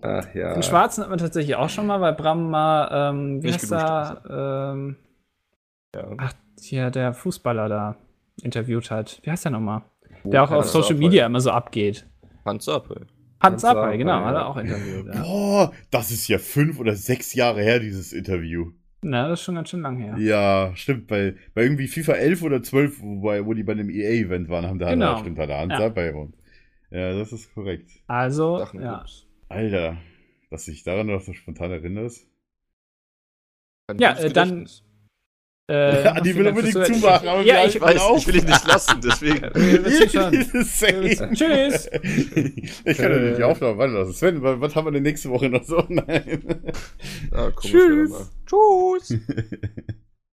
C: Ach, ja. Den Schwarzen hat man tatsächlich auch schon mal, weil Bram mal, ähm, wie heißt er? Ähm, ja. Ach, ja, der Fußballer da interviewt hat. Wie heißt der nochmal? Oh, der auch auf Social Media immer so abgeht.
A: Hans Appel.
C: Hans Appel, genau, ja. hat er auch interviewt. Ja.
D: Boah, das ist ja fünf oder sechs Jahre her, dieses Interview.
C: Na, ne, das ist schon ganz schön lang her.
D: Ja, stimmt. Bei, bei irgendwie FIFA 11 oder 12, wobei, wo die bei dem EA-Event waren, haben da genau. stimmt, hat der Hans ja. Appel gewonnen. Ja, das ist korrekt.
C: Also, Sachen ja. Ups.
D: Alter, dass du dich daran noch so spontan erinnerst.
C: An ja, äh, dann.
D: Äh, ja, die will unbedingt so zumachen, aber
A: ja, ich weiß,
D: Genau.
A: auf. ich will ihn nicht lassen, deswegen.
C: Tschüss.
D: ich kann ja nicht die Aufnahme weiterlassen. Sven, was haben wir denn nächste Woche noch so? Nein.
A: Ah, komisch,
C: Tschüss. Tschüss.